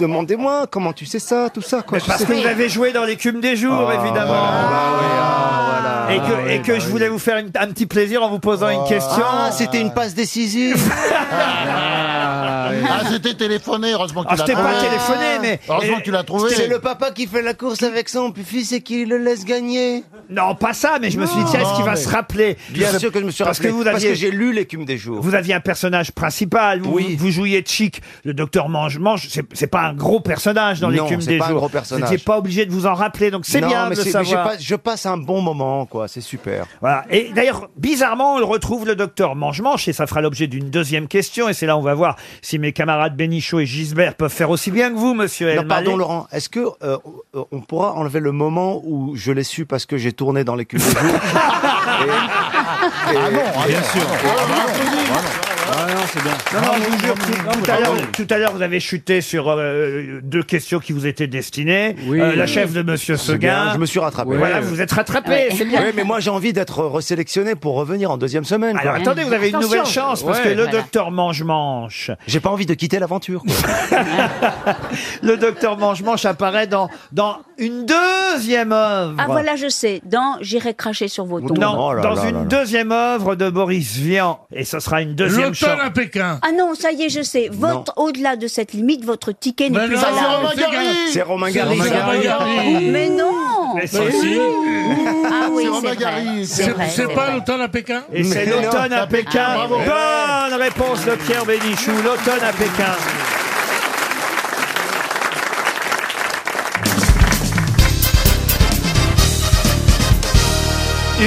Speaker 14: Demandez-moi comment tu sais ça, tout ça, quoi.
Speaker 1: Mais parce que vous avez joué dans l'écume des jours, évidemment.
Speaker 2: Ah
Speaker 1: et que, et
Speaker 2: bah
Speaker 1: que je voulais vous faire une- un petit plaisir en vous posant une question.
Speaker 11: Ah,
Speaker 1: c'était une passe décisive.
Speaker 11: Ah, c'était téléphoné, heureusement que
Speaker 1: Ah,
Speaker 11: tu l'as
Speaker 1: c'était
Speaker 11: trouvé.
Speaker 1: pas téléphoné,
Speaker 2: Ah.
Speaker 1: mais-
Speaker 11: Heureusement
Speaker 1: et-
Speaker 11: que tu l'as trouvé.
Speaker 1: C'est le
Speaker 11: papa qui fait la course avec son fils et qui le laisse gagner.
Speaker 1: non, pas ça, mais je me suis dit, tiens, est-ce qu'il va se rappeler
Speaker 2: Bien sûr que je me suis
Speaker 1: Parce
Speaker 2: rappelé.
Speaker 1: que vous
Speaker 2: Parce
Speaker 1: aviez-
Speaker 2: que j'ai lu l'écume des jours.
Speaker 1: Vous aviez un personnage principal. Vous, vous jouiez Chic, le docteur Mange Mange. C'est c'est pas un gros personnage dans
Speaker 2: Non,
Speaker 1: l'écume
Speaker 2: c'est
Speaker 1: des
Speaker 2: pas un
Speaker 1: jours.
Speaker 2: gros personnage.
Speaker 1: Vous n'étiez pas obligé de vous en rappeler, donc c'est
Speaker 2: Non,
Speaker 1: bien
Speaker 2: mais
Speaker 1: de le
Speaker 2: c'est- mais j'ai
Speaker 1: savoir.
Speaker 2: pas-
Speaker 1: je passe un bon moment, quoi. C'est super. Voilà. Et d'ailleurs, bizarrement, on le retrouve le docteur Mange Mange, et ça fera l'objet d'une deuxième question. Et c'est là où on va voir si mes camarades Bénichot et Gisbert peuvent faire aussi bien que vous, Monsieur
Speaker 2: Non,
Speaker 1: Elmaleh.
Speaker 2: pardon Laurent, est-ce que euh, euh, on pourra enlever le moment où je l'ai su parce que j'ai tourné dans l'écume des jours
Speaker 11: Ah non, ah
Speaker 2: Bien
Speaker 11: non,
Speaker 2: sûr.
Speaker 11: ah non, ah non, ah non.
Speaker 18: c'est bien.
Speaker 1: Non, non, je vous jure, tout, tout à l'heure, tout à l'heure, vous avez chuté sur euh, deux questions qui vous étaient destinées. Euh, la chef de Monsieur
Speaker 2: C'est bien,
Speaker 1: Seguin.
Speaker 2: Je me suis rattrapé.
Speaker 1: Voilà, vous êtes rattrapé, c'est bien.
Speaker 2: Oui, mais moi j'ai envie d'être resélectionné pour revenir en deuxième semaine.
Speaker 1: Alors attendez, vous avez une nouvelle chance parce que le docteur Mange Mange.
Speaker 2: J'ai pas envie de quitter l'aventure.
Speaker 1: Le docteur Mange Mange apparaît dans dans une deuxième œuvre.
Speaker 21: Ah voilà, je sais. Dans J'irai cracher sur vos tombes.
Speaker 2: Oh
Speaker 1: Non,
Speaker 21: là
Speaker 1: dans
Speaker 21: là
Speaker 1: une
Speaker 21: là là.
Speaker 1: deuxième œuvre de Boris Vian et ce sera une deuxième chance.
Speaker 8: L'automne à Pékin.
Speaker 21: Ah non, ça y est, je sais. Votre au-delà de cette limite, votre ticket n'est
Speaker 8: Mais
Speaker 21: plus
Speaker 8: non,
Speaker 21: valable.
Speaker 8: c'est Romain Gary. C'est Romain C'est Gary. Romain Gary.
Speaker 21: Mais non.
Speaker 8: Mais si. Mais si.
Speaker 21: Ah oui,
Speaker 8: C'est
Speaker 21: c'est
Speaker 8: Romain
Speaker 21: vrai.
Speaker 8: Gary.
Speaker 21: C'est
Speaker 8: C'est-
Speaker 21: vrai,
Speaker 8: c'est
Speaker 21: c'est
Speaker 8: pas
Speaker 21: vrai.
Speaker 8: l'automne à Pékin
Speaker 1: Et c'est
Speaker 8: Mais non.
Speaker 1: l'automne à Pékin.
Speaker 8: Ah, bravo.
Speaker 1: Bonne réponse de Pierre Bénichou. L'automne à Pékin.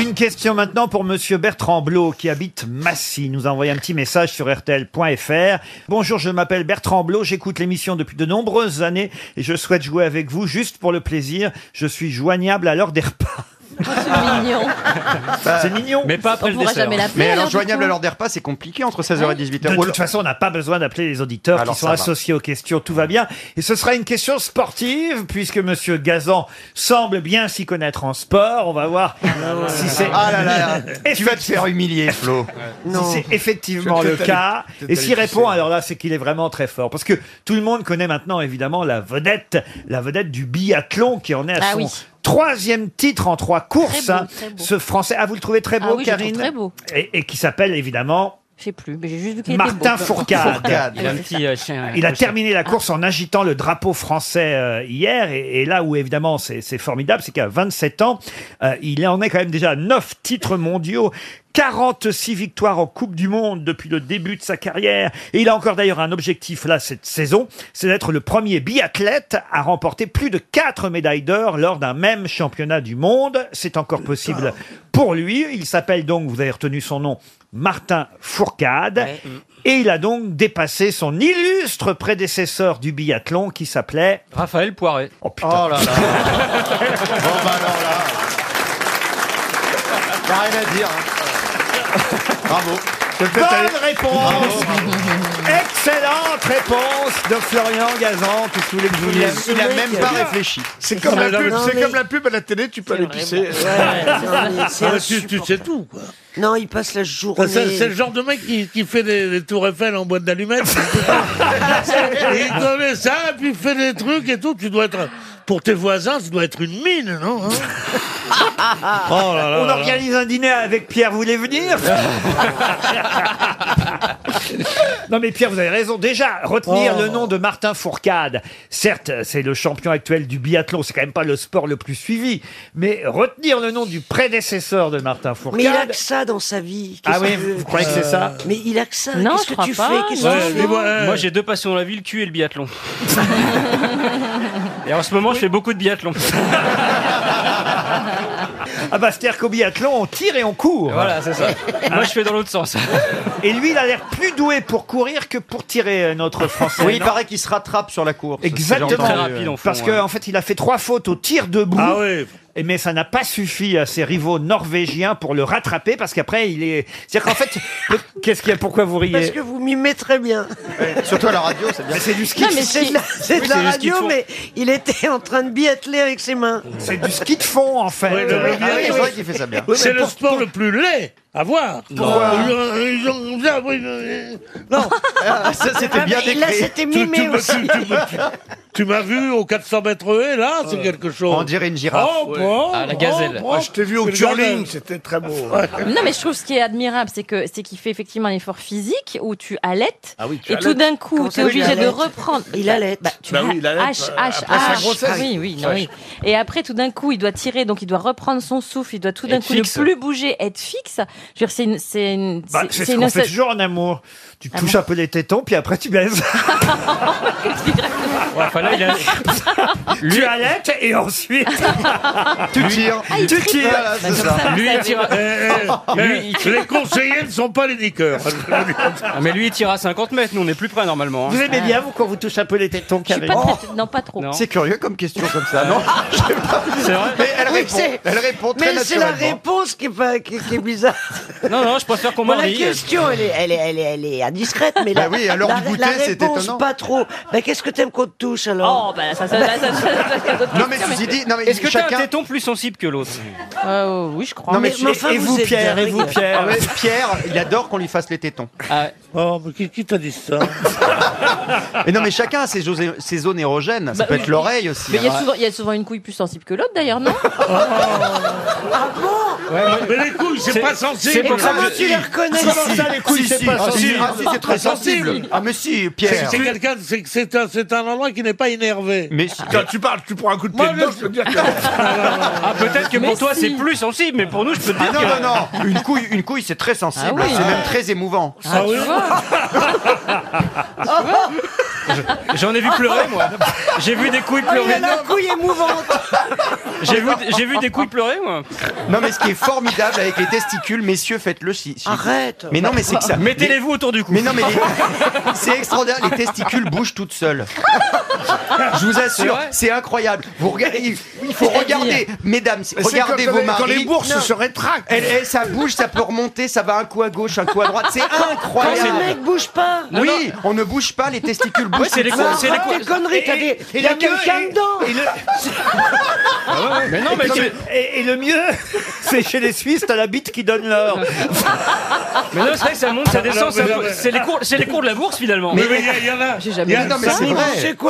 Speaker 1: Une question maintenant pour Monsieur Bertrand Blot qui habite Massy. Il nous a envoyé un petit message sur RTL.fr. Bonjour, je m'appelle Bertrand Blot, j'écoute l'émission depuis de nombreuses années et je souhaite jouer avec vous juste pour le plaisir. Je suis joignable à l'heure des repas.
Speaker 3: C'est mignon.
Speaker 1: C'est mignon. Bah, Mais pas
Speaker 3: après On le pourra dessert. jamais l'appeler,
Speaker 2: Mais alors
Speaker 3: alors, du
Speaker 2: joignable
Speaker 3: coup.
Speaker 2: à l'heure des repas, c'est compliqué entre 16h et 18h.
Speaker 1: De toute façon, on n'a pas besoin d'appeler les auditeurs
Speaker 2: Alors,
Speaker 1: qui sont
Speaker 2: ça va.
Speaker 1: associés aux questions. Tout va bien. Et ce sera une question sportive, puisque Monsieur Gazan semble bien s'y connaître en sport. On va voir si c'est.
Speaker 2: Ah là là,
Speaker 1: Et
Speaker 2: tu vas te faire humilier, Flo.
Speaker 1: Si c'est effectivement le cas, et s'il répond, alors là, c'est qu'il est vraiment très fort. Parce que tout le monde connaît maintenant, évidemment, la vedette, la vedette du biathlon qui en est à
Speaker 3: Ah
Speaker 1: son
Speaker 3: oui.
Speaker 1: troisième titre en trois courses.
Speaker 3: beau,
Speaker 1: hein.
Speaker 3: très beau.
Speaker 1: Ce français, ah, vous le trouvez très beau,
Speaker 3: Ah oui, je le trouve
Speaker 1: Karine
Speaker 3: très beau.
Speaker 1: Et, et qui s'appelle évidemment
Speaker 3: Je sais plus, mais j'ai juste vu qu'il était beau.
Speaker 1: Martin Fourcade.
Speaker 3: Il a un petit euh, chien.
Speaker 1: Il a
Speaker 3: cochon.
Speaker 1: terminé la course en agitant le drapeau français euh, hier. Et, et là où, évidemment, c'est c'est formidable, c'est qu'à 27 ans, euh, il en est quand même déjà à 9 titres mondiaux. 46 victoires en Coupe du Monde depuis le début de sa carrière. Et il a encore d'ailleurs un objectif là cette saison, c'est d'être le premier biathlète à remporter plus de 4 médailles d'or lors d'un même championnat du monde. C'est encore possible pour lui. Il s'appelle donc, vous avez retenu son nom, Martin Fourcade. Et il a donc dépassé son illustre prédécesseur du biathlon qui s'appelait...
Speaker 18: Raphaël Poiret.
Speaker 1: Oh putain.
Speaker 2: T'as rien à dire. hein. Bravo.
Speaker 1: Bonne réponse Excellente réponse de Florian Gazan, que tous les vous
Speaker 2: Il a-
Speaker 1: dise.
Speaker 2: il a même pas réfléchi.
Speaker 1: C'est
Speaker 19: Comme la
Speaker 1: Non,
Speaker 19: pub,
Speaker 1: mais-
Speaker 19: c'est comme la pub à la télé, tu peux aller pisser.
Speaker 8: Ah, mais tu, tu sais tout, quoi.
Speaker 20: Non, il passe la
Speaker 8: Enfin,
Speaker 20: journée.
Speaker 8: C'est c'est le genre de mec qui, qui fait des, des tours Eiffel en boîte d'allumettes. Et il connaît ça, puis il fait des trucs et tout. Tu dois être, pour tes voisins, tu dois être une mine, non hein Oh là là
Speaker 1: Ah, On
Speaker 8: là là.
Speaker 1: organise un dîner avec Pierre, vous voulez venir Non mais Pierre, vous avez raison. Déjà, retenir
Speaker 2: Oh.
Speaker 1: le nom de Martin Fourcade, certes, c'est le champion actuel du biathlon, c'est quand même pas le sport le plus suivi, mais retenir le nom du prédécesseur de Martin Fourcade...
Speaker 20: Mais il a que ça dans sa vie.
Speaker 1: Ah
Speaker 20: Qu'est-ce
Speaker 1: oui,
Speaker 20: que- Euh,
Speaker 1: vous croyez que c'est ça
Speaker 20: Mais il a que ça.
Speaker 18: Non,
Speaker 20: Qu'est-ce
Speaker 18: je
Speaker 20: que
Speaker 18: crois
Speaker 20: tu
Speaker 18: pas.
Speaker 20: fais Qu'est-ce que tu fais
Speaker 2: euh,
Speaker 18: Moi, j'ai deux passions dans la vie, le cul et le biathlon. et en ce moment, je fais beaucoup de biathlon.
Speaker 1: Ah bah, c'est-à-dire qu'au biathlon, on tire et on court.
Speaker 18: Voilà, c'est ça.
Speaker 2: Ah.
Speaker 18: Moi, je fais dans l'autre sens.
Speaker 1: Et lui, il a l'air plus doué pour courir que pour tirer, euh, notre Français.
Speaker 2: Oui, il
Speaker 1: non
Speaker 2: paraît qu'il se rattrape sur la course.
Speaker 1: Exactement.
Speaker 2: Très rapide, en fond,
Speaker 1: Parce
Speaker 2: ouais.
Speaker 1: qu'en fait, il a fait trois fautes au tir debout.
Speaker 2: Ah
Speaker 1: Et mais ça n'a pas suffi à ses rivaux norvégiens pour le rattraper parce qu'après il est. C'est-à-dire qu'en fait, qu'est-ce qu'il y a Pourquoi vous riez
Speaker 20: Parce que vous m'y très bien.
Speaker 1: Surtout à la radio, c'est bien. Mais c'est du ski.
Speaker 20: Non, mais c'est de la, c'est de
Speaker 1: Oui,
Speaker 20: la
Speaker 1: c'est du ski de
Speaker 20: radio,
Speaker 1: fond.
Speaker 20: mais il était en train de biatteler avec ses mains.
Speaker 1: C'est du ski de fond, en fait.
Speaker 20: Oui, le- le
Speaker 1: Ah oui,
Speaker 20: biathlon.
Speaker 1: c'est vrai qu'il fait ça bien.
Speaker 20: Oui, mais
Speaker 8: C'est le
Speaker 20: pour-
Speaker 8: sport le plus laid à voir.
Speaker 20: Pourquoi
Speaker 8: Ils ont- ils ont- ils ont- Non.
Speaker 20: Ah, ça, c'était Ah, bien mais là, décrit. c'était mimé
Speaker 8: Tu- tu me-
Speaker 20: aussi.
Speaker 8: tu- tu me- tu- Tu m'as vu au 400 mètres haies, là,
Speaker 2: Euh,
Speaker 8: c'est quelque chose. On dirait une
Speaker 2: girafe.
Speaker 8: Oh,
Speaker 2: Ouais.
Speaker 8: bon,
Speaker 2: Ah, la
Speaker 8: oh,
Speaker 2: gazelle.
Speaker 8: bon.
Speaker 2: Ah, je t'ai vu au
Speaker 8: C'est le
Speaker 2: curling,
Speaker 8: gazelle.
Speaker 19: C'était très beau.
Speaker 3: Non, mais je trouve ce qui est admirable, c'est que c'est qu'il fait effectivement un effort physique où tu allaites
Speaker 19: Ah oui, tu
Speaker 3: et
Speaker 19: allaites.
Speaker 3: tout d'un coup
Speaker 19: Comment
Speaker 3: tu es
Speaker 19: ça,
Speaker 3: obligé
Speaker 19: il allait
Speaker 3: de reprendre. Il allait. Bah, tu
Speaker 19: Bah
Speaker 3: as-
Speaker 19: oui, il allait,
Speaker 3: H,
Speaker 19: euh,
Speaker 3: H,
Speaker 19: après sa
Speaker 3: H.
Speaker 19: grossesse.
Speaker 3: Ah Oui, oui, non,
Speaker 19: Ouais.
Speaker 3: oui. Et après, tout d'un coup, il doit tirer, donc il doit reprendre son souffle, il doit tout d'un
Speaker 1: Être
Speaker 3: coup ne
Speaker 1: fixe.
Speaker 3: plus bouger, être fixe. Je veux dire, c'est une, c'est une,
Speaker 1: Bah,
Speaker 3: c'est-
Speaker 1: c'est
Speaker 3: c'est
Speaker 1: ce
Speaker 3: une
Speaker 1: qu'on fait
Speaker 3: osse-
Speaker 1: toujours en amour. Tu
Speaker 3: Ah
Speaker 1: touches
Speaker 3: bon
Speaker 1: un peu les tétons, puis après tu baises.
Speaker 18: Ouais, enfin, là, il a-
Speaker 1: Tu allaites et ensuite
Speaker 8: Lui-
Speaker 1: Ah, il Tu triple. tires. Voilà, c'est ça.
Speaker 18: Lui, il tira.
Speaker 8: Eh, eh,
Speaker 18: Lui,
Speaker 8: eh,
Speaker 18: il tira-
Speaker 8: Les conseillers ne sont pas les niqueurs.
Speaker 18: Ah, mais lui, il tire à 50 mètres. Nous, on est plus près normalement. hein.
Speaker 1: Vous aimez bien, vous, quand vous touchez un peu les tétons, Karine Oh,
Speaker 18: pas très-
Speaker 3: Non, pas trop.
Speaker 18: Non.
Speaker 2: C'est curieux comme question comme ça, non Je sais pas.
Speaker 18: C'est vrai.
Speaker 2: Mais elle
Speaker 20: Oui,
Speaker 2: répond.
Speaker 20: c'est-
Speaker 2: Elle répond très
Speaker 20: Mais c'est la
Speaker 2: naturellement.
Speaker 20: réponse qui est, pas- qui- qui est bizarre.
Speaker 18: Non, non, je préfère qu'on
Speaker 20: Bon,
Speaker 18: m'en
Speaker 20: la
Speaker 18: rie.
Speaker 20: question, elle est, elle est, elle est, elle est indiscrète, mais la,
Speaker 18: Bah oui, à l'heure
Speaker 20: la-
Speaker 18: du goûter,
Speaker 20: la
Speaker 18: c'est
Speaker 20: réponse,
Speaker 18: étonnant.
Speaker 20: pas trop. Bah, Qu'est-ce que t'aimes qu'on te touche alors
Speaker 3: Oh, bah, ça, ça- ça- ça- ça- ça- ça- ça-
Speaker 2: Non, mais ceci dit, non, mais
Speaker 18: Est-ce que t'as
Speaker 2: chacun-
Speaker 18: un téton plus sensible que l'autre
Speaker 3: Euh, oui, je crois.
Speaker 2: Non mais,
Speaker 18: Mais- mais enfin,
Speaker 2: et
Speaker 18: vous
Speaker 2: vous
Speaker 18: êtes
Speaker 2: Pierre, et
Speaker 18: dingue.
Speaker 2: vous Pierre,
Speaker 18: Ah ouais.
Speaker 2: Pierre, il adore qu'on lui fasse les tétons.
Speaker 8: Oh, mais qui, qui t'a dit ça
Speaker 2: Et non mais chacun a ses, josé- ses zones érogènes, ça
Speaker 3: Bah,
Speaker 2: peut
Speaker 3: oui.
Speaker 2: être l'oreille aussi.
Speaker 3: Mais il y, a
Speaker 2: hein.
Speaker 3: souvent, il y a souvent une couille plus sensible que l'autre, d'ailleurs, non
Speaker 20: Ah bon
Speaker 8: Mais les couilles, c'est pas
Speaker 2: sensible. Ah,
Speaker 8: sensible.
Speaker 2: Comment ça les couilles c'est pas sensible Ah, si, c'est très sensible. Ah mais si Pierre.
Speaker 8: C'est c'est quelqu'un, c'est que c'est un, c'est un endroit qui n'est pas énervé.
Speaker 2: Mais
Speaker 8: quand tu parles, tu prends un coup de
Speaker 19: pied dedans, je peux dire que-
Speaker 18: Ah, peut-être que pour toi, c'est plus sensible, mais pour nous, je peux te
Speaker 2: Ah
Speaker 18: dire
Speaker 2: non
Speaker 18: que-
Speaker 2: non non, une couille une couille c'est très sensible,
Speaker 18: Ah oui.
Speaker 2: c'est même très émouvant.
Speaker 18: Ah, tu vois. J'en ai vu pleurer, moi. J'ai vu des couilles
Speaker 20: Oh, il
Speaker 18: pleurer.
Speaker 20: a la couille émouvante
Speaker 18: J'ai vu, j'ai vu des couilles pleurer, moi.
Speaker 2: Non mais ce qui est formidable avec les testicules, messieurs faites-le si. si-
Speaker 20: Arrête
Speaker 2: Mais non mais c'est que ça.
Speaker 18: Mettez-les-vous autour du cou.
Speaker 2: Mais non mais les- c'est extraordinaire, les testicules bougent toutes seules. Je vous
Speaker 18: C'est
Speaker 2: assure,
Speaker 18: vrai
Speaker 2: c'est incroyable. Vous regardez, il il faut regarder, mesdames,
Speaker 19: C'est comme
Speaker 2: regardez
Speaker 19: quand
Speaker 2: vos
Speaker 19: les-
Speaker 2: maris.
Speaker 19: quand les bourses se rétractent.
Speaker 2: Elle, elle, ça bouge, ça peut remonter, ça va un coup à gauche, un coup à droite. C'est incroyable.
Speaker 20: Ah, Quand les mecs bougent pas
Speaker 2: oui, on ne bouge pas, les testicules bougent.
Speaker 20: Ouais, c'est les
Speaker 2: toutes
Speaker 20: cou-
Speaker 2: seules.
Speaker 20: c'est les cou- Arrête tes conneries, t'as
Speaker 2: Et-
Speaker 20: des-
Speaker 2: et
Speaker 20: il y a
Speaker 2: la queue,
Speaker 20: quelqu'un
Speaker 2: et-
Speaker 20: dedans.
Speaker 2: et le-
Speaker 1: Ah Et puis, et, et le mieux, c'est chez les Suisses, t'as la bite qui donne l'or.
Speaker 18: Mais non, c'est vrai que ça monte, ça descend. ça-
Speaker 1: Mais-
Speaker 18: C'est les, cours- c'est les cours de la bourse, finalement.
Speaker 8: Mais il y, a- il y en a.
Speaker 18: J'ai
Speaker 8: il y
Speaker 18: jamais
Speaker 8: a-
Speaker 18: vu ça.
Speaker 8: ça-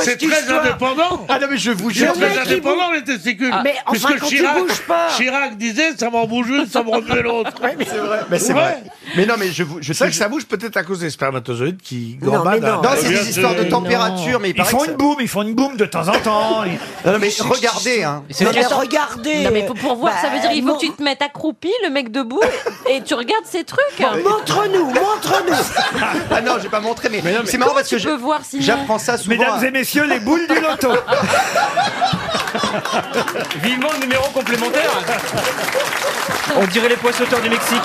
Speaker 8: C'est très indépendant.
Speaker 2: Ah non, mais je vous
Speaker 8: C'est
Speaker 2: jure.
Speaker 8: très indépendant, les testicules.
Speaker 20: Ah, mais enfin,
Speaker 8: Puisque
Speaker 20: quand tu
Speaker 8: Chirac,
Speaker 20: bouges pas.
Speaker 8: Chirac disait ça m'en bouge une, ça me remue l'autre.
Speaker 2: C'est vrai. Mais c'est
Speaker 8: Ouais.
Speaker 2: vrai. Mais non, mais je vous. Je
Speaker 19: sais que ça bouge peut-être à cause des spermatozoïdes qui
Speaker 2: Non, mais
Speaker 19: gambadent.
Speaker 8: hein.
Speaker 2: non. Non, c'est des histoires de température, mais il
Speaker 1: Ils
Speaker 2: paraît
Speaker 1: font
Speaker 2: que
Speaker 1: une
Speaker 2: ça-
Speaker 1: boum, ils font une boum de temps en temps.
Speaker 2: Non, non, mais regardez, hein.
Speaker 20: Non, mais regardez
Speaker 3: Non, mais pour, pour voir,
Speaker 20: Bah,
Speaker 3: ça veut dire il faut
Speaker 20: mon-
Speaker 3: que tu te mettes accroupi, le mec debout, et tu regardes ces trucs.
Speaker 20: Montre-nous, montre-nous
Speaker 2: Ah non, j'ai pas montré, mais,
Speaker 3: mais
Speaker 2: c'est marrant
Speaker 3: comment
Speaker 2: parce que
Speaker 3: tu peux
Speaker 2: je-
Speaker 3: voir, sinon
Speaker 2: j'apprends ça souvent.
Speaker 1: Mesdames et messieurs, les boules du loto.
Speaker 18: Vivement le numéro complémentaire. On dirait les poissoteurs du Mexique.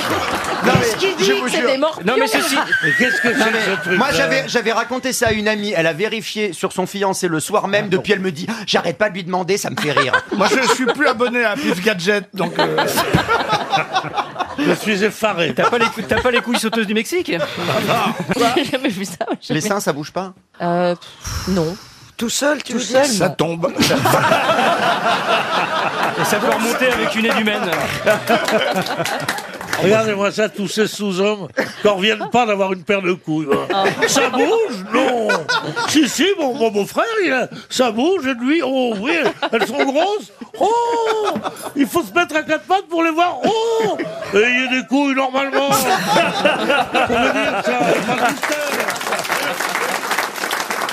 Speaker 2: Non, mais je vous jure.
Speaker 18: Non, mais ceci.
Speaker 8: Mais qu'est-ce que
Speaker 2: Non,
Speaker 8: c'est que
Speaker 2: mais
Speaker 8: ce truc
Speaker 2: moi j'avais j'avais raconté ça à une amie, elle a vérifié sur son fiancé le soir même, depuis elle me dit j'arrête pas de lui demander, ça me fait rire.
Speaker 19: Moi, je suis plus abonné à Pif Gadget, donc. euh,
Speaker 8: Je suis effaré.
Speaker 18: T'as pas, les cou- t'as pas les couilles sauteuses du Mexique
Speaker 3: J'ai jamais vu ça. moi,
Speaker 2: Les
Speaker 3: jamais.
Speaker 2: seins ça bouge pas
Speaker 3: Euh, pff, non.
Speaker 20: Tout seul, tout
Speaker 3: Tout seul,
Speaker 20: seul
Speaker 19: Ça
Speaker 20: non.
Speaker 19: tombe.
Speaker 18: Et ça peut remonter avec une édumène.
Speaker 8: Regardez-moi ça, tous ces sous-hommes qui n'en reviennent pas d'avoir une paire de couilles. Ça bouge Non Si, si, mon, mon beau-frère, il a- ça bouge, et lui, oh oui, elles sont grosses Oh Il faut se mettre à quatre pattes pour les voir Oh Ayez des couilles, normalement Faut me dire ça, pas tout seul.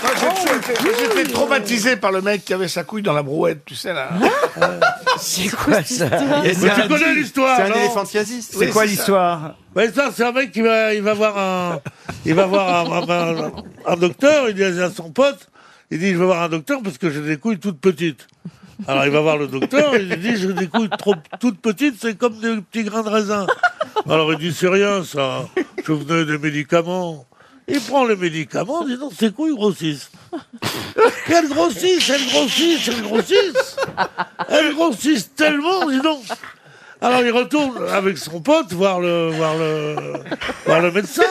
Speaker 19: Moi, j'ai toujours
Speaker 8: Oh,
Speaker 19: été- j'ai été traumatisé par le mec qui avait sa couille dans la brouette, tu sais, là.
Speaker 20: C'est quoi ça
Speaker 8: Mais tu connais l'histoire,
Speaker 2: C'est un
Speaker 8: non
Speaker 2: éléphantiasiste.
Speaker 1: C'est quoi l'histoire
Speaker 8: Ouais, ça, c'est un mec qui va, il va voir un, il va voir un, un- un- un docteur, il dit à son pote, il dit, je vais voir un docteur parce que j'ai des couilles toutes petites. Alors il va voir le docteur, il lui dit, j'ai des couilles trop toutes petites, c'est comme des petits grains de raisin. Alors il dit, c'est rien ça, je venais des médicaments. Il prend les médicaments, dis donc, ses couilles grossissent. Elles grossissent, elles grossissent, elles grossissent. Elles grossissent tellement, dis donc. Alors il retourne avec son pote voir le, voir le, voir le médecin.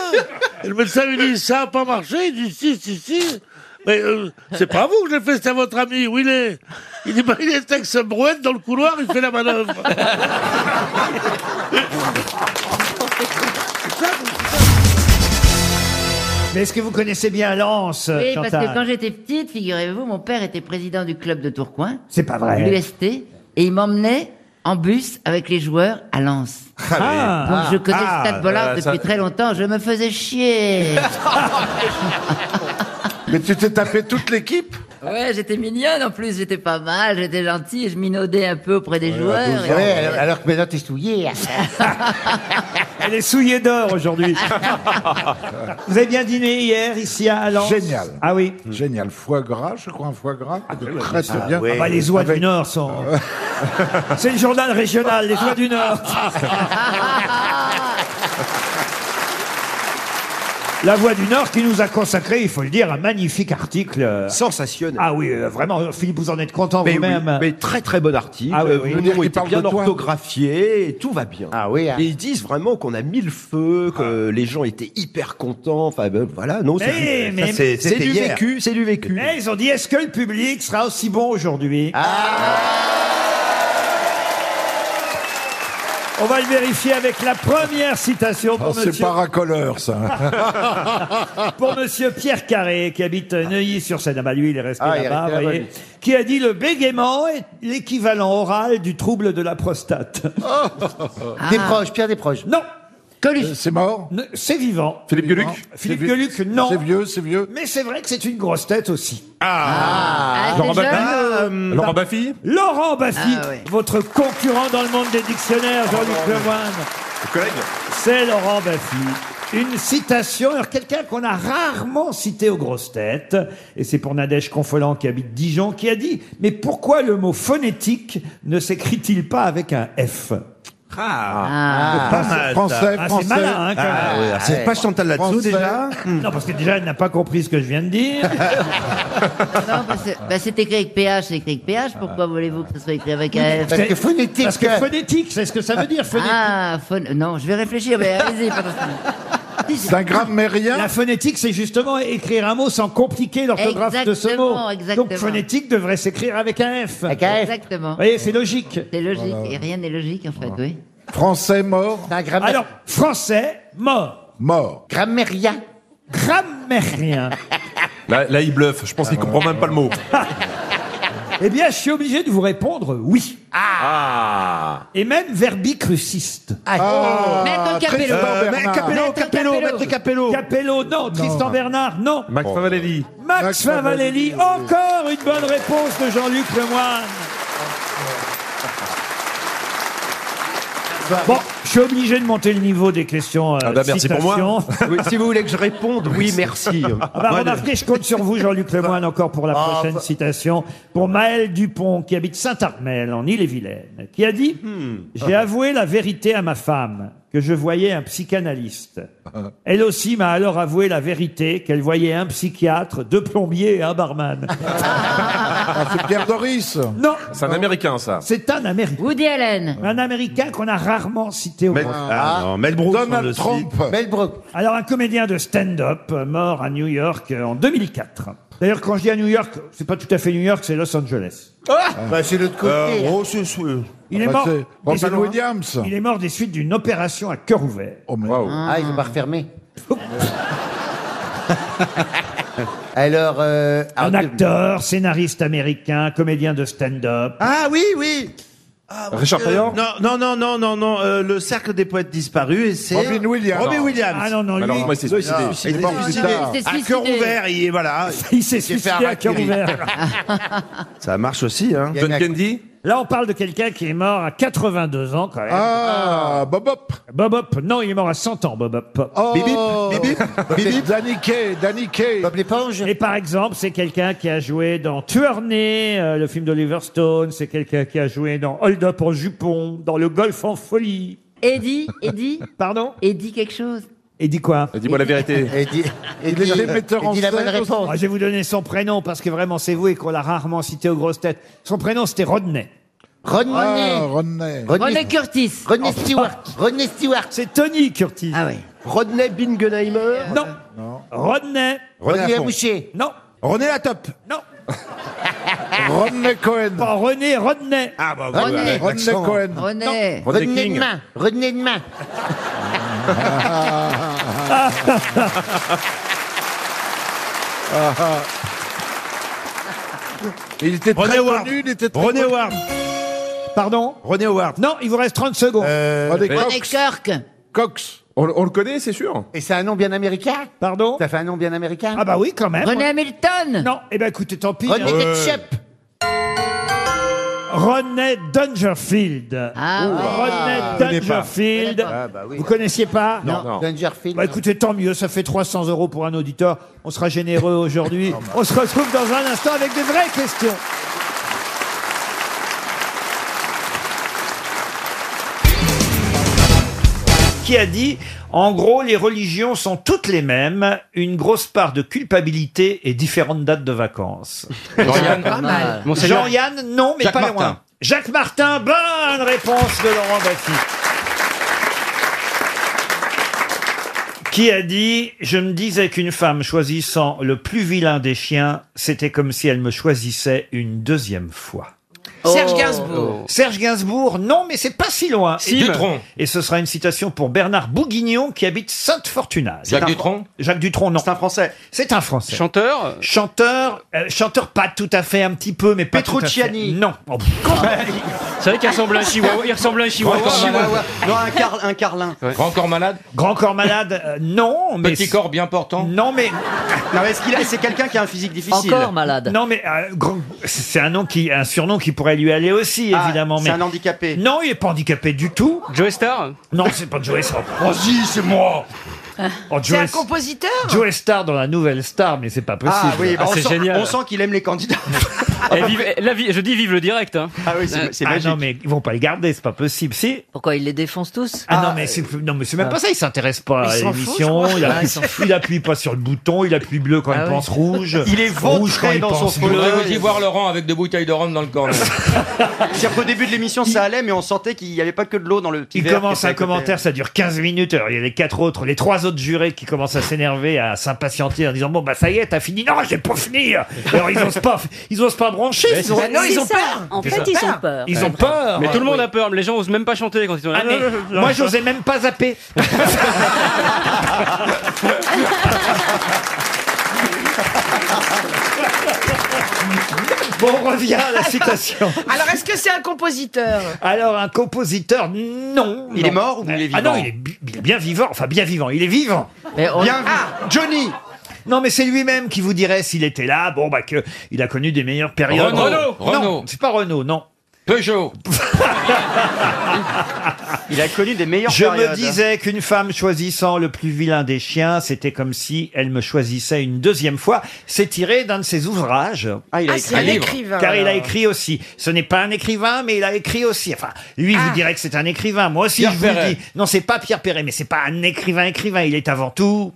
Speaker 8: Et le médecin lui dit, ça n'a pas marché. Il dit, si, si, si. Mais euh, c'est pas à vous que j'ai fait, c'est à votre ami. Où il est Il dit, bah, il est avec sa brouette dans le couloir, il fait la manœuvre.
Speaker 1: Mais est-ce que vous connaissez bien Lens,
Speaker 13: Oui, parce
Speaker 1: euh, Chantal
Speaker 13: que quand j'étais petite, figurez-vous, mon père était président du club de Tourcoing.
Speaker 1: C'est pas vrai.
Speaker 13: L'UST. Et il m'emmenait en bus avec les joueurs à Lens.
Speaker 1: Ah,
Speaker 13: Donc
Speaker 1: oui.
Speaker 13: je connais
Speaker 1: Ah,
Speaker 13: le stade Bollard
Speaker 1: euh,
Speaker 13: depuis
Speaker 1: ça-
Speaker 13: très longtemps. Je me faisais chier.
Speaker 19: Mais tu t'es tapé toute l'équipe
Speaker 13: Ouais, j'étais mignonne en plus, j'étais pas mal, j'étais gentille, je minaudais un peu auprès des joueurs. et-
Speaker 24: alors que maintenant t'es
Speaker 13: ah,
Speaker 24: souillé.
Speaker 1: Elle est souillée d'or aujourd'hui.
Speaker 9: Ah,
Speaker 1: vous avez bien dîné hier, ici à Lens
Speaker 28: Génial.
Speaker 1: Ah oui.
Speaker 28: Génial. Foie gras, je crois, un foie gras.
Speaker 1: Ah,
Speaker 28: Très, très bien.
Speaker 1: ah bah, les oies du Nord sont. C'est le journal régional, les oies du Nord. La Voix du Nord qui nous a consacré, il faut le dire, un magnifique article.
Speaker 9: Sensationnel.
Speaker 1: Ah oui, euh, vraiment, Philippe, vous en êtes content
Speaker 9: Mais,
Speaker 1: vous-même.
Speaker 9: oui, mais très très bon article.
Speaker 1: Ah oui,
Speaker 9: Euh,
Speaker 1: oui.
Speaker 9: Le
Speaker 1: Dire
Speaker 9: nom
Speaker 1: qu'il
Speaker 9: est
Speaker 1: parle
Speaker 9: bien
Speaker 1: de toi.
Speaker 9: orthographié, et tout va bien. Ah
Speaker 24: oui. hein.
Speaker 9: Et ils disent vraiment qu'on a mis le feu,
Speaker 1: Ah.
Speaker 9: que les gens étaient hyper contents. Enfin ben, voilà, non, c'est
Speaker 1: Mais-
Speaker 9: du-
Speaker 1: Eh, mais-
Speaker 9: ça, c'est c'est
Speaker 1: c'était
Speaker 9: du
Speaker 1: hier.
Speaker 9: vécu, c'est du vécu.
Speaker 1: Mais ils ont dit, est-ce que le public sera aussi bon aujourd'hui
Speaker 9: Ah.
Speaker 1: On va le vérifier avec la première citation pour
Speaker 28: Oh, c'est
Speaker 1: monsieur...
Speaker 28: pas racoleur,
Speaker 1: hein.
Speaker 28: ça.
Speaker 1: pour monsieur Pierre Carré, qui habite à Neuilly-sur-Seine. Ah bah lui, il est resté
Speaker 28: Ah, il est
Speaker 1: là-bas,
Speaker 28: resté là-bas,
Speaker 1: vous voyez.
Speaker 28: lui.
Speaker 1: Qui a dit le bégaiement est l'équivalent oral du trouble de la prostate.
Speaker 24: Des proches, Pierre des proches.
Speaker 1: Non.
Speaker 24: Coluche.
Speaker 28: Euh, c'est mort
Speaker 1: C'est vivant.
Speaker 28: Philippe Gueluc
Speaker 1: Philippe Gueluc, non.
Speaker 28: C'est vieux, c'est vieux.
Speaker 1: Mais c'est vrai que c'est une grosse tête aussi.
Speaker 28: Ah,
Speaker 1: Laurent
Speaker 28: c'est jeune,
Speaker 1: Baffy
Speaker 28: euh, Laurent
Speaker 1: Baffy Laurent Baffy,
Speaker 28: Ah, oui.
Speaker 1: votre concurrent dans le monde des dictionnaires, Jean-Luc Lemoine. C'est Laurent Baffy. Une citation, alors quelqu'un qu'on a rarement cité aux grosses têtes, et c'est pour Nadège Confolant qui habite Dijon, qui a dit « Mais pourquoi le mot phonétique ne s'écrit-il pas avec un F ?»
Speaker 14: Ah,
Speaker 1: Pas mal, ça.
Speaker 14: français,
Speaker 1: Ah,
Speaker 14: français.
Speaker 1: C'est malin, hein, quand même.
Speaker 14: Ah, ouais, c'est pas Chantal là-dessous
Speaker 1: Français.
Speaker 14: déjà
Speaker 1: Non, parce que déjà, elle n'a pas compris ce que je viens de dire.
Speaker 13: Non, parce que- bah, c'est écrit avec PH, c'est écrit avec PH. Pourquoi voulez-vous que ce soit écrit avec un F
Speaker 24: Parce que phonétique.
Speaker 1: Ah. Parce que phonétique, c'est ce que ça veut dire, phonétique.
Speaker 13: Ah, phon- non, je vais réfléchir, mais allez-y. pendant ce temps.
Speaker 1: C'est un grammairien. La phonétique, c'est justement écrire un mot sans compliquer l'orthographe de ce
Speaker 13: Exactement,
Speaker 1: mot.
Speaker 13: exactement.
Speaker 1: Donc phonétique devrait s'écrire avec un F. Avec
Speaker 13: un F. Exactement.
Speaker 1: Vous voyez, c'est logique.
Speaker 13: C'est logique, et rien n'est logique en fait, oui. Bah,
Speaker 28: Français mort
Speaker 1: Alors, français mort.
Speaker 28: Mort.
Speaker 24: Grammairien.
Speaker 1: Grammairien.
Speaker 12: Là, là, il bluffe. Je
Speaker 28: Ah,
Speaker 12: pense qu'il comprend même pas le mot.
Speaker 1: eh bien, je suis obligé de vous répondre oui. Ah. Et même verbicruciste.
Speaker 24: Ah. Maître Capello.
Speaker 1: Tristan
Speaker 24: Euh,
Speaker 1: Bernard.
Speaker 24: Maître Capello,
Speaker 1: Maître
Speaker 24: Capello, Maître
Speaker 1: Capello. Capello, non. Tristan Bernard, non.
Speaker 12: Max Favalelli.
Speaker 1: Max, Favalelli, encore une bonne réponse de Jean-Luc Lemoine. Bon, je suis obligé de monter le niveau des questions. euh,
Speaker 9: Ah bah, merci pour moi.
Speaker 1: citations.
Speaker 9: Oui, si vous voulez que je réponde, oui, merci.
Speaker 1: Ah bah,
Speaker 9: Ouais,
Speaker 1: remarquez, je compte sur vous, Jean-Luc Lemoine, encore pour la
Speaker 9: Ah,
Speaker 1: prochaine
Speaker 9: bah.
Speaker 1: citation. Pour Maël Dupont, qui habite Saint-Armel, en Ille-et-Vilaine, qui a dit
Speaker 2: Hmm.
Speaker 1: J'ai
Speaker 9: Ah.
Speaker 1: avoué la vérité à ma femme, que je voyais un psychanalyste. Elle aussi m'a alors avoué la vérité, qu'elle voyait un psychiatre, deux plombiers et un barman.
Speaker 28: Ah, c'est Pierre Doris.
Speaker 1: Non.
Speaker 12: C'est un américain, ça.
Speaker 1: C'est un Américain.
Speaker 13: Woody Allen.
Speaker 1: Un Américain qu'on a rarement cité au
Speaker 12: Mel-
Speaker 1: monde.
Speaker 12: Ah, Ah, non, Mel Brooks, Donald on le Trump. cite.
Speaker 24: Mel
Speaker 1: Alors, un comédien de stand-up euh, mort à New York euh, en 2004. D'ailleurs, quand je dis à New York, c'est pas tout à fait New York, c'est Los Angeles.
Speaker 2: Ah
Speaker 24: Bah, c'est l'autre côté.
Speaker 28: Euh, oh,
Speaker 1: Il est
Speaker 28: Bah,
Speaker 1: mort.
Speaker 28: c'est
Speaker 1: des-
Speaker 28: Robin
Speaker 1: c'est loin.
Speaker 28: Williams.
Speaker 1: Il est mort des suites d'une opération à cœur ouvert.
Speaker 12: Oh,
Speaker 24: Ah, ils ont pas refermé. Alors, euh,
Speaker 1: Un
Speaker 24: alors,
Speaker 1: acteur, scénariste américain, comédien de stand-up.
Speaker 5: Ah oui, oui.
Speaker 1: Richard Taylor
Speaker 5: Ah, Non, non, non, non, non, non. euh, le cercle des poètes disparus et c'est euh,
Speaker 1: Robin Williams.
Speaker 5: Robin
Speaker 1: Non.
Speaker 5: Williams.
Speaker 1: Ah non, non, lui- Malheureusement, il s'est suicidé.
Speaker 5: Non,
Speaker 1: Il s'est
Speaker 5: il
Speaker 1: mort
Speaker 5: s'est
Speaker 1: plus
Speaker 5: suicidé.
Speaker 1: tard. Il s'est
Speaker 5: À cœur
Speaker 1: suicidé.
Speaker 5: ouvert, il est voilà.
Speaker 1: Il s'est
Speaker 5: fait un
Speaker 1: suicidé à cœur
Speaker 5: racket.
Speaker 1: ouvert.
Speaker 9: Ça marche aussi, hein.
Speaker 12: John Candy
Speaker 1: Là, on parle de quelqu'un qui est mort à 82 ans, quand même. Ah, Bob Hop. Oh. Bob Hop. Non, il est mort à 100 ans, Bob Hop.
Speaker 28: Bibip, bibip, Daniquet, Daniquet.
Speaker 1: Et par exemple, c'est quelqu'un qui a joué dans Tueur né, euh, le film d'Oliver Stone. C'est quelqu'un qui a joué dans Hold Up en jupon, dans Le Golf en folie.
Speaker 29: Eddie, Eddie.
Speaker 1: Pardon
Speaker 29: Eddie quelque chose.
Speaker 1: Et hein. dit quoi
Speaker 12: Dis-moi la vérité.
Speaker 1: Il
Speaker 12: est les metteurs en scène aussi.
Speaker 1: Ah, Je vais vous donner son prénom parce que vraiment c'est vous et qu'on l'a rarement cité aux grosses têtes. Son prénom c'était Rodney.
Speaker 24: Rodney. Ah, Rodney. Rodney- Rodney
Speaker 1: Curtis. Rodney Stewart. Rodney Stewart. Ah. C'est Tony Curtis. Ah oui. Rodney Bingenheimer. Non. Rodney.
Speaker 24: René René Lafont. Boucher.
Speaker 1: Non.
Speaker 14: René Latop.
Speaker 1: Non.
Speaker 28: Rodney Cohen.
Speaker 1: Pas René, Rodney.
Speaker 14: Ah bah
Speaker 28: oui, Rodney. avec Rodney l'accent. Cohen.
Speaker 29: René.
Speaker 28: Non. Rodney King.
Speaker 29: de main. René de main.
Speaker 28: Ah, ah. Il était très
Speaker 1: René Ward.
Speaker 28: connu, il était très
Speaker 1: René
Speaker 28: connu.
Speaker 1: Ward. Pardon
Speaker 14: René Howard.
Speaker 1: Non, il vous reste 30 secondes.
Speaker 2: Euh,
Speaker 28: René
Speaker 29: René Kirk.
Speaker 12: Cox. On, on le connaît, c'est sûr.
Speaker 24: Et c'est un nom bien américain
Speaker 1: Pardon
Speaker 24: Ça fait un nom bien américain
Speaker 1: Ah bah oui, quand même.
Speaker 29: René Hamilton.
Speaker 1: Non, eh ben écoutez, tant pis.
Speaker 24: René
Speaker 1: hein.
Speaker 24: Ketchup.
Speaker 1: René Dangerfield.
Speaker 29: Ah
Speaker 1: René
Speaker 24: ouais. Je connais pas.
Speaker 1: Dangerfield.
Speaker 24: Ah bah oui.
Speaker 1: Vous connaissiez pas
Speaker 24: Non. Non. Dangerfield,
Speaker 1: Bah
Speaker 24: non.
Speaker 1: écoutez, tant mieux, ça fait 300 euros pour un auditeur. On sera généreux aujourd'hui.
Speaker 24: bah.
Speaker 1: On se retrouve dans un instant avec des vraies questions. qui a dit en gros les religions sont toutes les mêmes, une grosse part de culpabilité et différentes dates de vacances.
Speaker 2: Jean-Yann. Pas mal. Monseigneur.
Speaker 1: Euh, Jean-Yann, non, mais
Speaker 2: Jacques
Speaker 1: pas
Speaker 2: Martin.
Speaker 1: loin. Jacques Martin, bonne réponse de Laurent Baffy. Qui a dit Je me disais qu'une femme choisissant le plus vilain des chiens, c'était comme si elle me choisissait une deuxième fois.
Speaker 20: Oh. Serge Gainsbourg.
Speaker 1: Serge Gainsbourg, non, mais c'est pas si loin.
Speaker 20: Sim.
Speaker 1: Et-
Speaker 20: Dutronc.
Speaker 1: Et ce sera une citation pour Bernard Bourguignon qui habite Sainte-Fortuna. C'est
Speaker 20: Jacques
Speaker 1: un-
Speaker 20: Dutronc
Speaker 1: Jacques Dutronc, non. C'est un Français. C'est un Français. Chanteur Chanteur, euh, chanteur pas tout à fait, un petit peu, mais pas tout à fait.
Speaker 2: Petrucciani.
Speaker 1: Non. Oh, pff.
Speaker 18: C'est vrai qu'il ressemble à un chihuahua. Il ressemble à un chihuahua.
Speaker 2: Grand corps malade.
Speaker 18: Non, un, carlin.
Speaker 2: Grand corps malade
Speaker 1: Grand corps malade, euh, non. Mais
Speaker 2: Petit corps bien portant
Speaker 1: Non, mais.
Speaker 2: Non, mais est-ce qu'il a- c'est quelqu'un qui a un physique difficile
Speaker 1: malade. Non, mais euh, gr- c'est un nom qui, un surnom qui pourrait lui aller aussi, évidemment.
Speaker 2: Ah, c'est
Speaker 1: mais-
Speaker 2: un handicapé.
Speaker 1: Non, il est pas handicapé du tout. Joe Star Non, c'est pas Joe Star. Oh si, c'est moi.
Speaker 29: Ah.
Speaker 18: Ah,
Speaker 1: Oh,
Speaker 20: C'est
Speaker 1: Joe
Speaker 20: un
Speaker 1: S-
Speaker 20: compositeur
Speaker 1: Joe Star dans la nouvelle star, mais c'est pas possible.
Speaker 2: Ah oui, bah, on sent- On sent qu'il aime les candidats.
Speaker 18: Eh, vive- la vie- je dis vive le direct. hein.
Speaker 2: Ah oui,
Speaker 1: Ah non, mais ils vont pas le garder, c'est pas possible. Si.
Speaker 29: Pourquoi ils les défoncent tous
Speaker 1: Ah, non, mais c'est, non, mais
Speaker 2: ah.
Speaker 1: c'est même pas ça, il s'intéresse pas
Speaker 29: Ils
Speaker 1: à
Speaker 29: s'en foutent,
Speaker 1: l'émission.
Speaker 29: je crois.
Speaker 1: il,
Speaker 29: Ah, ils
Speaker 1: appuie,
Speaker 29: s'en foutent.
Speaker 1: il appuie pas sur le bouton, il appuie bleu quand
Speaker 2: Ah
Speaker 1: il
Speaker 2: oui.
Speaker 1: pense rouge.
Speaker 2: Il est
Speaker 1: rouge quand
Speaker 2: vautré
Speaker 1: il
Speaker 2: dans son
Speaker 1: pense bleu.
Speaker 2: fauteuil.
Speaker 10: Vas-y voir Laurent avec deux bouteilles de rhum dans le corner.
Speaker 2: C'est-à-dire qu'au début de l'émission, ça allait, mais on sentait qu'il n'y avait pas que de l'eau dans le petit
Speaker 1: Il
Speaker 2: verre qui
Speaker 1: commence
Speaker 2: était à
Speaker 1: un
Speaker 2: côté.
Speaker 1: commentaire, ça dure 15 minutes. Alors, il y a les quatre autres, les trois autres jurés qui commencent à s'énerver, à s'impatienter en disant Bon, bah, ça y est, t'as fini. Non, j'ai pas fini. Alors, ils osent pas, ils osent pas brancher.
Speaker 18: Mais
Speaker 1: ils ont-
Speaker 18: c'est- Non, ils ont
Speaker 1: C'est
Speaker 18: peur.
Speaker 21: En
Speaker 1: C'est
Speaker 21: fait,
Speaker 1: ça.
Speaker 21: ils ont peur.
Speaker 1: Ils ont peur.
Speaker 18: Mais tout le monde
Speaker 1: Oui.
Speaker 18: a peur. mais Les gens osent même pas chanter quand ils sont là.
Speaker 1: Ah, mais moi, j'osais même pas zapper. Bon, on revient à la citation.
Speaker 20: Alors, est-ce que c'est un compositeur
Speaker 1: Alors, un compositeur, non.
Speaker 2: Il
Speaker 1: non.
Speaker 2: est mort ou il est
Speaker 1: Ah
Speaker 2: vivant
Speaker 1: non, il est, bi- il est bien vivant. Enfin, bien vivant. Il est vivant.
Speaker 2: on- Ah Bien
Speaker 1: Johnny non, mais c'est lui-même qui vous dirait s'il était là, bon, bah, que il a connu des meilleures
Speaker 18: Ah,
Speaker 1: périodes.
Speaker 10: Renaud.
Speaker 1: Non,
Speaker 10: Renaud.
Speaker 1: c'est pas Renault, non.
Speaker 10: Peugeot.
Speaker 2: Il a connu des meilleures
Speaker 1: Je
Speaker 2: périodes.
Speaker 1: me disais qu'une femme choisissant le plus vilain des chiens, c'était comme si elle me choisissait une deuxième fois. C'est tiré d'un de ses ouvrages. Ah,
Speaker 20: il a Ah, écrit c'est un un livre. écrivain,
Speaker 1: Car il a
Speaker 20: alors.
Speaker 1: écrit aussi. Ce n'est pas un écrivain, mais il a écrit aussi. Enfin, lui,
Speaker 20: Ah.
Speaker 1: vous dirait que c'est un écrivain. Moi aussi,
Speaker 2: Pierre
Speaker 1: je vous le
Speaker 2: Perret.
Speaker 1: dis. Non, c'est pas Pierre Perret, mais c'est pas un écrivain-écrivain. Il est avant tout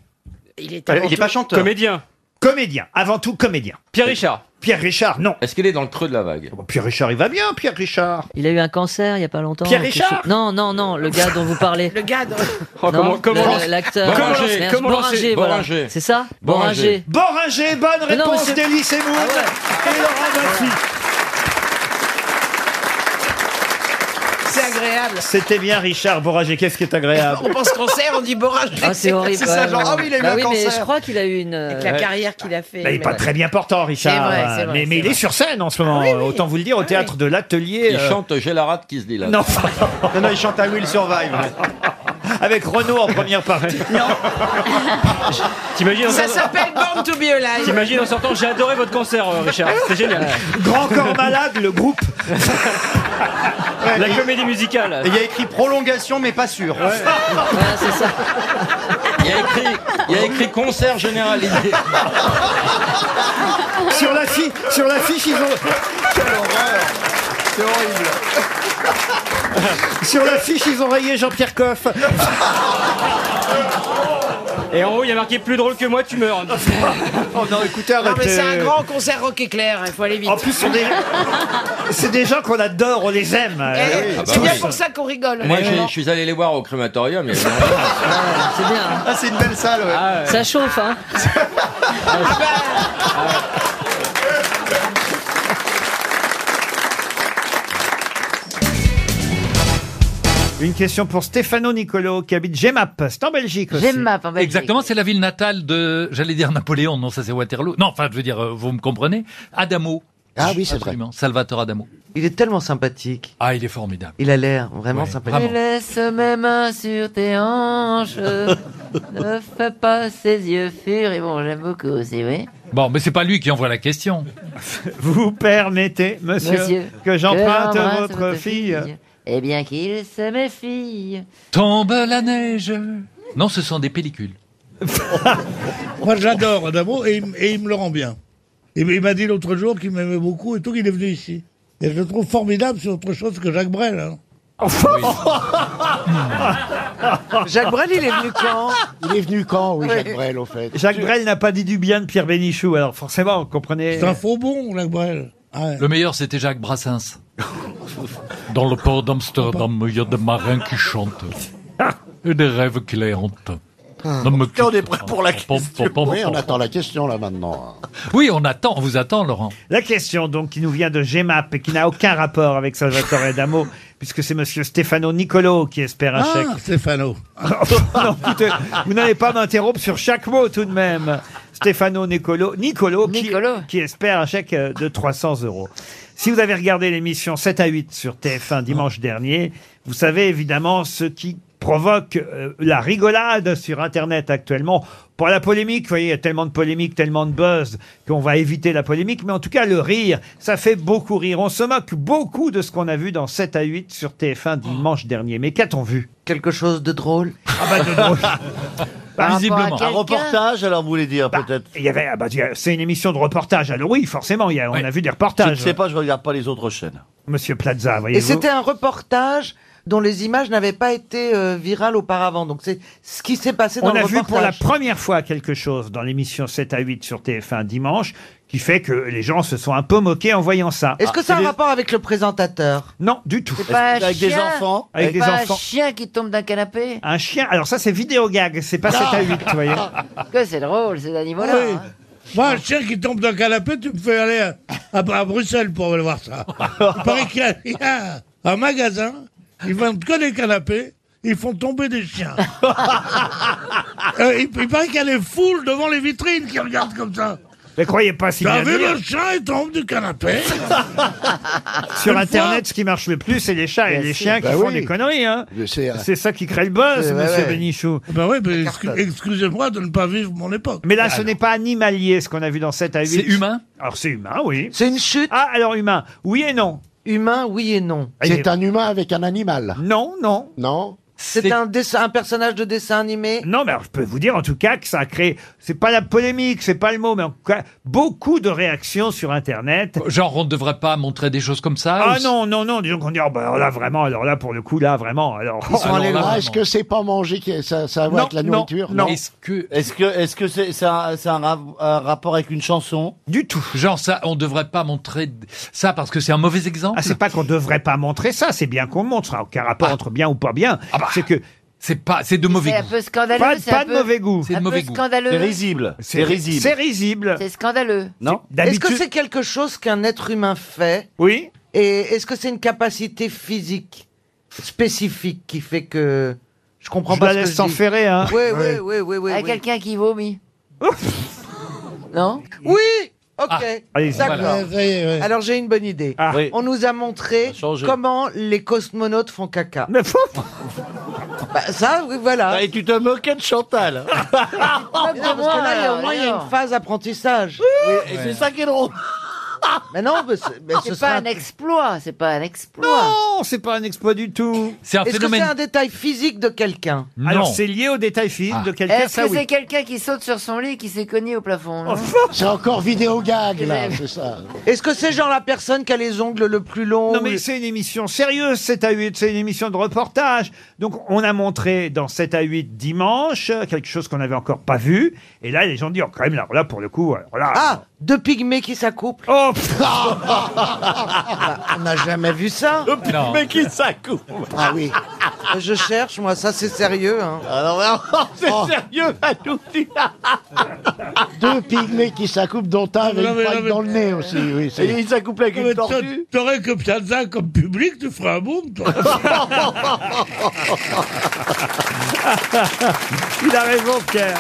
Speaker 20: Il est
Speaker 2: Alors, il est pas chanteur.
Speaker 18: Comédien.
Speaker 1: comédien. Avant tout comédien.
Speaker 18: Pierre Richard.
Speaker 1: Pierre Richard,
Speaker 2: Eh
Speaker 1: non.
Speaker 10: Est-ce qu'il est dans le creux de la vague
Speaker 1: Pierre Oh, Richard, il va bien, Pierre Richard.
Speaker 29: Il a eu un cancer il y a pas longtemps.
Speaker 1: Pierre
Speaker 29: quelque
Speaker 1: Richard
Speaker 29: chose- Non, non, non, le gars dont vous parlez.
Speaker 20: Le gars. dans-
Speaker 18: Oh, comment-
Speaker 29: Non,
Speaker 18: comment
Speaker 29: le-
Speaker 18: lance-
Speaker 29: L'acteur.
Speaker 18: Comment
Speaker 29: Merde,
Speaker 18: lancer- comment
Speaker 29: Boringer,
Speaker 18: lancer-
Speaker 29: voilà.
Speaker 18: Boringer.
Speaker 29: C'est ça
Speaker 18: Boringer.
Speaker 29: Boringer.
Speaker 1: Boringer, bonne
Speaker 29: Mais non,
Speaker 1: réponse
Speaker 29: mais c'est-
Speaker 1: d'Elie Semoun
Speaker 29: Ah
Speaker 1: et Laurent Baffy.
Speaker 20: C'est agréable.
Speaker 1: C'était bien Richard Boringer. Qu'est-ce qui est agréable
Speaker 20: On pense cancer, on dit borage.
Speaker 29: Ah, c'est horrible.
Speaker 20: C'est ça,
Speaker 29: ouais,
Speaker 20: genre,
Speaker 29: non.
Speaker 20: ah oui, il a eu
Speaker 29: Bah
Speaker 20: un
Speaker 29: oui, mais
Speaker 20: cancer.
Speaker 29: je crois qu'il a eu une.
Speaker 20: Avec la
Speaker 29: euh,
Speaker 20: carrière qu'il a fait.
Speaker 1: Bah, il n'est pas très bien portant, Richard.
Speaker 20: C'est vrai, c'est vrai,
Speaker 1: mais mais
Speaker 20: c'est
Speaker 1: il est
Speaker 20: vrai.
Speaker 1: sur scène en ce moment.
Speaker 20: Ah oui, oui.
Speaker 1: Autant vous le dire, au théâtre de l'Atelier.
Speaker 10: Il
Speaker 1: euh,
Speaker 10: chante J'ai la rate qui se dit là.
Speaker 1: Non.
Speaker 2: Non, non, il chante à Will Survive.
Speaker 1: avec Renaud en première partie.
Speaker 5: T'imagines en
Speaker 20: Ça
Speaker 5: sortant-
Speaker 20: s'appelle Born to be Alive.
Speaker 5: T'imagines en sortant, j'ai adoré votre concert, euh, Richard. C'est génial.
Speaker 1: Grand corps malade, le groupe.
Speaker 5: La comédie musicale.
Speaker 30: Et Il y a écrit prolongation, mais pas sûr.
Speaker 5: c'est ça.
Speaker 9: Il y a écrit, il y a écrit concert généralisé.
Speaker 1: sur la fiche, sur la fiche, ils ont.
Speaker 21: Quelle horreur C'est horrible.
Speaker 1: Sur la fiche, ils ont rayé Jean-Pierre Coff.
Speaker 5: Et en haut, il y a marqué plus drôle que moi, tu meurs.
Speaker 1: oh non, écoutez,
Speaker 20: Non, mais
Speaker 1: arrêtez.
Speaker 20: c'est un grand concert rock éclair, il faut aller vite.
Speaker 1: En plus, on est- C'est des gens qu'on adore, on les aime.
Speaker 20: Eh,
Speaker 1: Euh,
Speaker 20: c'est
Speaker 1: tous.
Speaker 20: bien pour ça qu'on rigole.
Speaker 9: ah bah Moi, je,
Speaker 20: Vraiment.
Speaker 9: je suis allé les voir au crématorium. il y avait-
Speaker 12: C'est bien. hein.
Speaker 21: Ah, c'est une belle salle, ouais.
Speaker 12: Ça chauffe, hein
Speaker 1: Une question pour Stefano Nicolo qui habite Gemap. C'est en Belgique aussi.
Speaker 13: Gemap, en Belgique.
Speaker 17: Exactement, c'est la ville natale de, j'allais dire Napoléon, non, ça c'est Waterloo. Non, enfin, je veux dire, euh, vous me comprenez. Adamo.
Speaker 2: Ah oui, c'est vrai.
Speaker 17: Absolument. Salvatore Adamo.
Speaker 2: Il est tellement sympathique.
Speaker 17: Ah, il est formidable.
Speaker 2: Il a l'air vraiment
Speaker 17: Ouais,
Speaker 2: sympathique.
Speaker 13: Je laisse mes mains sur tes hanches. ne fais pas ses yeux furibonds. J'aime beaucoup aussi, oui.
Speaker 17: Bon, mais c'est pas lui qui envoie la question.
Speaker 1: Vous permettez, monsieur,
Speaker 13: Monsieur,
Speaker 1: que j'emprunte
Speaker 13: j'embrasse
Speaker 1: votre, fille.
Speaker 13: Eh bien qu'il se méfie.
Speaker 17: Tombe la neige. Non, ce sont des pellicules.
Speaker 8: Moi, j'adore Adamo et, il m- et il me le rend bien. Il, m- il m'a dit l'autre jour qu'il m'aimait beaucoup et tout, qu'il est venu ici. Et je le trouve formidable, c'est autre chose que Jacques Brel. hein.
Speaker 2: Jacques Brel, il est venu quand
Speaker 31: Ah, Il est venu quand, oui, Jacques
Speaker 2: Oui.
Speaker 31: Brel, au fait
Speaker 1: Jacques Brel n'a pas dit du bien de Pierre Bénichou, alors forcément, vous comprenez.
Speaker 8: C'est un faux bon, Jacques Brel. Ah,
Speaker 17: Le meilleur, c'était Jacques Brassens. Dans le port d'Amsterdam, il y a des marins qui chantent. Et des rêves qui les hantent. Ne me quitte
Speaker 32: Ah. on est prêt
Speaker 17: pas.
Speaker 32: pour la
Speaker 17: Pom,
Speaker 32: question.
Speaker 17: pom, pom,
Speaker 32: Oui, on
Speaker 17: pom.
Speaker 32: attend la question là maintenant.
Speaker 17: Oui, on attend, on vous attend, Laurent.
Speaker 1: La question donc qui nous vient de GEMAP et qui n'a aucun rapport avec Salvatore Adamo, puisque c'est monsieur Stefano Nicolo qui espère un
Speaker 8: Ah,
Speaker 1: chèque.
Speaker 8: Stéphano.
Speaker 1: non, écoutez, vous n'allez pas m'interrompre sur chaque mot tout de même. Stefano Nicolo, Nicolo, qui- Qui, espère un chèque euh, de 300 euros. Si vous avez regardé l'émission 7 à 8 sur TF1 dimanche dernier, vous savez évidemment ce qui provoque euh, la rigolade sur Internet actuellement. Pas la polémique, vous voyez, il y a tellement de polémique, tellement de buzz qu'on va éviter la polémique, mais en tout cas le rire, ça fait beaucoup rire. On se moque beaucoup de ce qu'on a vu dans 7 à 8 sur TF1 dimanche dernier. Mais qu'a-t-on vu
Speaker 2: Quelque chose de drôle.
Speaker 1: Ah bah de drôle.
Speaker 2: Par visiblement. rapport à
Speaker 1: Un reportage,
Speaker 2: alors vous voulez dire,
Speaker 1: peut-être Il y avait, ah bah, il y a- c'est une émission de reportage. Alors oui, forcément, il y a- on a vu des reportages.
Speaker 2: Je ne sais
Speaker 1: pas, je regarde pas les autres chaînes. Monsieur Plaza, voyez
Speaker 2: Et c'était un reportage dont les images n'avaient pas été euh, virales auparavant. Donc c'est ce qui s'est passé dans
Speaker 1: On
Speaker 2: le
Speaker 1: a vu
Speaker 2: reportage.
Speaker 1: pour la première fois quelque chose dans l'émission 7 à 8 sur TF1 dimanche qui fait que les gens se sont un peu moqués en voyant ça.
Speaker 2: Est-ce que
Speaker 1: Ah,
Speaker 2: ça a un
Speaker 1: c'est des-
Speaker 2: rapport avec le présentateur
Speaker 1: Non, du tout.
Speaker 13: Pas un chien.
Speaker 1: Avec des
Speaker 13: pas un
Speaker 1: enfants.
Speaker 13: chien qui tombe d'un canapé.
Speaker 1: Un chien. Alors ça, c'est vidéo gag, c'est pas 7 à 8, vous voyez.
Speaker 13: Que c'est drôle, ces animaux-là.
Speaker 8: Oui.
Speaker 13: hein.
Speaker 8: Moi, un chien qui tombe d'un canapé, tu me fais aller à, à- à Bruxelles pour aller voir ça. Il paraît qu'il y a- il y a un magasin, ils vendent que des canapés, ils font tomber des chiens. Euh, il, il paraît qu'il y a les foules devant les vitrines qui regardent comme ça.
Speaker 1: Mais croyez pas si
Speaker 8: T'as
Speaker 1: bien
Speaker 8: vu
Speaker 1: dire.
Speaker 8: le chien, il tombe du canapé.
Speaker 1: Sur
Speaker 8: Une
Speaker 1: Internet, ce qui marche le plus, c'est les chats et
Speaker 8: Bien
Speaker 1: les
Speaker 8: sûr.
Speaker 1: chiens qui
Speaker 8: Bah
Speaker 1: font
Speaker 8: oui.
Speaker 1: des conneries. hein.
Speaker 8: sais, ouais.
Speaker 1: C'est ça qui crée le buzz,
Speaker 8: Ouais, ouais,
Speaker 1: monsieur
Speaker 8: ouais.
Speaker 1: Benichou.
Speaker 17: Eh
Speaker 8: Ben oui, mais excu- excusez-moi de ne pas vivre mon époque.
Speaker 1: Mais là, ce n'est pas animalier, ce qu'on a vu dans 7 à 8.
Speaker 2: C'est humain
Speaker 1: Alors, c'est humain, oui.
Speaker 2: C'est une chute
Speaker 1: Ah, alors humain, oui et non.
Speaker 2: Humain, oui et non.
Speaker 1: C'est
Speaker 2: un humain avec un animal
Speaker 1: Non, non.
Speaker 2: Non C'est un, dessin, un personnage de dessin animé
Speaker 1: Non, mais alors, je peux vous dire en tout cas que ça a créé. C'est pas la polémique, c'est pas le mot, mais en tout cas, beaucoup de réactions sur Internet.
Speaker 17: Genre, on ne devrait pas montrer des choses comme ça.
Speaker 1: Ah
Speaker 17: ou-
Speaker 1: non, non, non, disons qu'on dit, oh, bah, alors là vraiment, alors là pour le coup, là vraiment, alors.
Speaker 17: Ils sont
Speaker 1: Oh, alors
Speaker 17: allés
Speaker 1: là,
Speaker 17: loin.
Speaker 1: vraiment.
Speaker 17: Est-ce
Speaker 32: que c'est pas manger qui ça, ça a à voir avec la nourriture
Speaker 1: non.
Speaker 17: Est-ce que
Speaker 31: Est-ce que est-ce que c'est c'est un, c'est un ra- un rapport avec une chanson
Speaker 1: Du tout.
Speaker 17: Genre ça, on devrait pas montrer ça parce que c'est un mauvais exemple. Ah.
Speaker 1: Ah, c'est pas qu'on devrait pas montrer ça, c'est bien qu'on montre. Ça n'a aucun rapport entre bien ou pas bien. C'est que.
Speaker 17: bah. C'est pas, c'est de mauvais
Speaker 13: C'est un
Speaker 17: goût.
Speaker 13: peu scandaleux.
Speaker 1: Pas-
Speaker 13: c'est
Speaker 1: pas
Speaker 13: un
Speaker 1: de
Speaker 13: peu-
Speaker 1: mauvais goût.
Speaker 17: C'est de
Speaker 13: un
Speaker 17: mauvais
Speaker 13: peu
Speaker 17: goût.
Speaker 13: scandaleux.
Speaker 1: C'est risible. C'est risible.
Speaker 13: C'est scandaleux.
Speaker 1: Non.
Speaker 2: Est-ce que c'est quelque chose qu'un être humain fait
Speaker 1: Oui.
Speaker 2: Et est-ce que c'est une capacité physique spécifique qui fait que je comprends
Speaker 1: Je
Speaker 2: pas
Speaker 1: la
Speaker 2: ce que
Speaker 1: laisse
Speaker 2: je
Speaker 1: s'en
Speaker 2: dis.
Speaker 1: ferrer, hein.
Speaker 2: Oui, oui, oui, oui, oui.
Speaker 13: À
Speaker 2: oui.
Speaker 13: quelqu'un qui vomit.
Speaker 1: Ouf.
Speaker 13: non
Speaker 2: Oui. Ok,
Speaker 10: Allez-y.
Speaker 2: d'accord.
Speaker 10: Voilà. Ouais, ouais.
Speaker 2: Alors j'ai une bonne idée.
Speaker 10: Oui.
Speaker 2: On nous a montré
Speaker 10: changé.
Speaker 2: comment les cosmonautes font caca. Bah, ça, oui,
Speaker 1: Ah,
Speaker 2: voilà. Et tu te moquais de Chantal.
Speaker 1: hein.
Speaker 2: parce que là, il y a au moins il y a une phase apprentissage.
Speaker 33: et c'est ça
Speaker 2: qui est drôle. Mais non, mais c'est mais ce
Speaker 13: C'est
Speaker 2: sera-
Speaker 13: pas un exploit, c'est pas un exploit.
Speaker 1: Non, c'est pas un exploit du tout.
Speaker 2: C'est
Speaker 13: un
Speaker 2: Est-ce
Speaker 13: phénomène-
Speaker 2: que c'est un détail physique de quelqu'un
Speaker 1: Alors c'est lié au détail physique de quelqu'un,
Speaker 13: Est-ce
Speaker 1: ça
Speaker 13: que
Speaker 1: oui. Oh,
Speaker 13: c'est quelqu'un qui saute sur son lit et qui s'est cogné au plafond
Speaker 2: Oh,
Speaker 13: là
Speaker 2: C'est encore vidéo gag,
Speaker 13: là,
Speaker 2: c'est ça. Est-ce que c'est genre la personne qui a les ongles le plus longs
Speaker 1: Non
Speaker 2: ou
Speaker 1: mais
Speaker 2: les-
Speaker 1: c'est une émission sérieuse, 7 à 8, c'est une émission de reportage. Donc on a montré dans 7 à 8 dimanche euh, quelque chose qu'on n'avait encore pas vu. Et là les gens disent, oh, quand même, là, là, pour le coup, alors là...
Speaker 2: Ah Deux pygmées qui s'accouplent.
Speaker 1: Oh
Speaker 2: Bah, On n'a jamais vu ça. Deux
Speaker 17: Non. pygmées
Speaker 2: qui s'accouplent. Ah oui. Je cherche, moi, ça c'est sérieux. Hein.
Speaker 6: Ah
Speaker 2: Oh.
Speaker 33: c'est
Speaker 2: sérieux,
Speaker 6: Deux pygmées qui s'accoupent, dont un avec
Speaker 8: Non,
Speaker 6: une
Speaker 8: mais-
Speaker 6: paille
Speaker 8: non, mais-
Speaker 6: dans le nez aussi. Oui, c'est-
Speaker 8: Non, mais t'a- T'aurais que Piazza comme public, tu ferais un boom, toi.
Speaker 1: Il a raison, Pierre.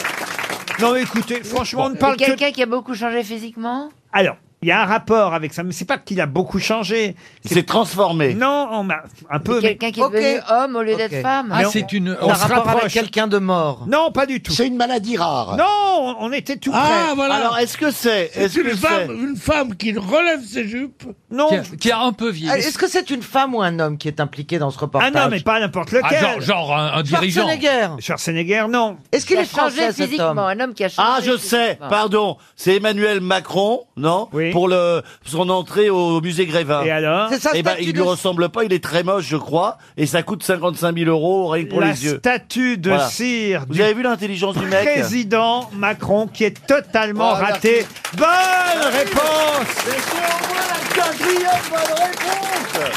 Speaker 1: Non mais écoutez, franchement, on ne parle
Speaker 13: Et
Speaker 1: que...
Speaker 13: quelqu'un qui a beaucoup changé physiquement
Speaker 1: Alors, il y a un rapport avec ça, mais c'est pas qu'il a beaucoup changé. Il s'est transformé. Non, on m'a- un peu... mais-
Speaker 13: Quelqu'un qui est devenu homme au lieu d'être femme
Speaker 1: Mais on- Ah, on se rapproche.
Speaker 2: de mort.
Speaker 1: Non, pas du tout.
Speaker 6: C'est une maladie rare.
Speaker 1: Non,
Speaker 6: Oh,
Speaker 1: on- on était tout
Speaker 2: Ah,
Speaker 1: près.
Speaker 6: Alors, est-ce que c'est
Speaker 8: Ah, C'est
Speaker 6: est-ce
Speaker 8: une
Speaker 6: que
Speaker 8: femme, une femme qui relève ses jupes.
Speaker 1: Non.
Speaker 2: Qui a-
Speaker 17: un peu vieilli.
Speaker 2: Ah, Est-ce que c'est une femme ou un homme qui est impliqué dans ce reportage
Speaker 1: Ah non, mais pas n'importe lequel.
Speaker 17: Ah, genre- genre un- un dirigeant.
Speaker 2: Schwarzenegger.
Speaker 1: Schwarzenegger, non.
Speaker 2: Est-ce qu'il
Speaker 13: Qui
Speaker 2: est
Speaker 13: a changé
Speaker 2: français cet
Speaker 13: physiquement,
Speaker 2: homme
Speaker 13: un homme qui a changé
Speaker 6: Ah, je sais,
Speaker 13: physiquement.
Speaker 6: pardon, c'est Emmanuel Macron, non Pour le, son entrée au musée Grévin.
Speaker 1: Et alors C'est sa
Speaker 6: Eh ben,
Speaker 1: statue
Speaker 6: il ne
Speaker 1: de-
Speaker 6: lui ressemble pas, il est très moche, je crois, et ça coûte 55 000 euros rien que pour
Speaker 1: la
Speaker 6: les yeux.
Speaker 1: statue de
Speaker 6: Voilà.
Speaker 1: cire
Speaker 6: Vous
Speaker 1: du
Speaker 6: avez vu l'intelligence du mec Oh,
Speaker 1: président Macron qui est totalement
Speaker 6: Voilà.
Speaker 1: raté. Bonne réponse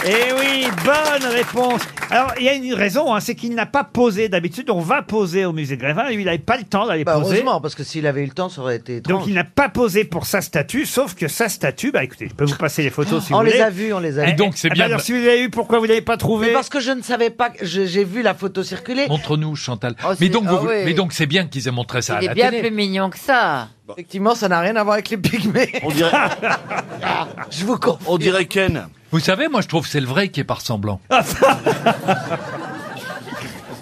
Speaker 1: Eh oui, bonne réponse. Alors, il y a une raison, hein, c'est qu'il n'a pas posé. D'habitude, on va poser au musée Grévin. Lui, il n'avait pas le temps d'aller
Speaker 2: Bah,
Speaker 1: poser.
Speaker 2: heureusement, parce que s'il avait eu le temps, ça aurait été étrange.
Speaker 1: Donc, il n'a pas posé pour sa statue, sauf que sa statue, bah écoutez, je peux vous passer les photos si
Speaker 2: on
Speaker 1: vous voulez.
Speaker 2: les a vus, on les a vus.
Speaker 1: Eh, eh, bah, alors, si vous l'avez eu, pourquoi vous l'avez pas trouvé
Speaker 2: Mais parce que je ne savais pas, que- je- j'ai vu la photo circuler.
Speaker 17: Montre-nous, Chantal.
Speaker 2: Oh,
Speaker 17: mais,
Speaker 2: c'est-
Speaker 17: donc, vous-
Speaker 2: ah ouais.
Speaker 17: mais donc, c'est bien qu'ils aient montré ça à
Speaker 13: Il
Speaker 17: la
Speaker 13: est bien
Speaker 17: télé.
Speaker 13: plus mignon que ça.
Speaker 2: Effectivement, ça n'a rien à voir avec les pygmées.
Speaker 6: On dirait,
Speaker 2: je vous confirme.
Speaker 6: on dirait Ken.
Speaker 17: Vous savez, moi, je trouve que c'est le vrai qui est par semblant.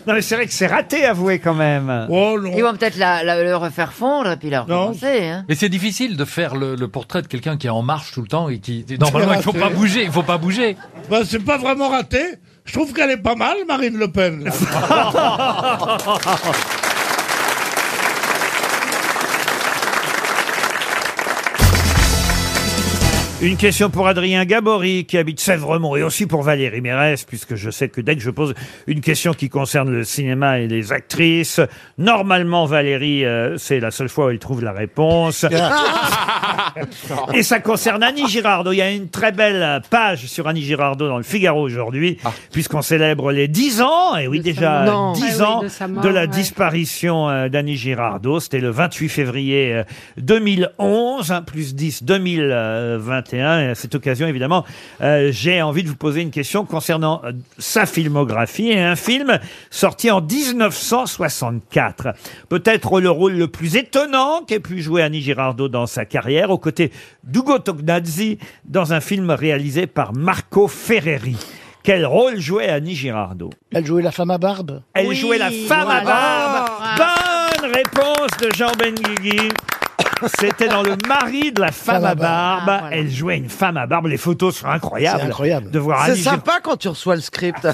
Speaker 1: Non, mais c'est vrai que c'est raté, avouez quand même.
Speaker 13: Ils vont peut-être la- la- le refaire fondre et puis la recommencer. Hein.
Speaker 17: Mais c'est difficile de faire le, le portrait de quelqu'un qui est en marche tout le temps et qui normalement il faut pas bouger, il faut pas bouger.
Speaker 8: Bah, c'est pas vraiment raté. Je trouve qu'elle est pas mal, Marine Le Pen. là.
Speaker 1: Une question pour Adrien Gabory qui habite Sèvremont et aussi pour Valérie Mérès puisque je sais que dès que je pose une question qui concerne le cinéma et les actrices, normalement Valérie, euh, c'est la seule fois où elle trouve la réponse. Et ça concerne Annie Girardot. Il y a une très belle page sur Annie Girardot dans le Figaro aujourd'hui, puisqu'on célèbre les 10 ans, et oui, déjà
Speaker 34: sa mort.
Speaker 1: 10
Speaker 34: Ah oui,
Speaker 1: ans
Speaker 34: de sa mort,
Speaker 1: la
Speaker 34: ouais.
Speaker 1: disparition euh, d'Annie Girardot. C'était le 28 février euh, 2011, hein, plus 10, 2021. Et à cette occasion, évidemment, euh, j'ai envie de vous poser une question concernant euh, sa filmographie et un film sorti en 1964. Peut-être le rôle le plus étonnant qu'ait pu jouer Annie Girardot dans sa carrière, aux côtés d'Ugo Tognazzi, dans un film réalisé par Marco Ferreri. Quel rôle jouait Annie Girardot
Speaker 6: Elle jouait la femme à barbe
Speaker 1: Elle jouait la femme à barbe. Bonne réponse de Jean Benguigui. C'était dans le mari de la femme à barbe. Elle jouait une femme à barbe. Les photos sont incroyables.
Speaker 2: C'est incroyable.
Speaker 1: De voir
Speaker 2: C'est
Speaker 1: Annie Girardot.
Speaker 2: sympa quand tu reçois le script.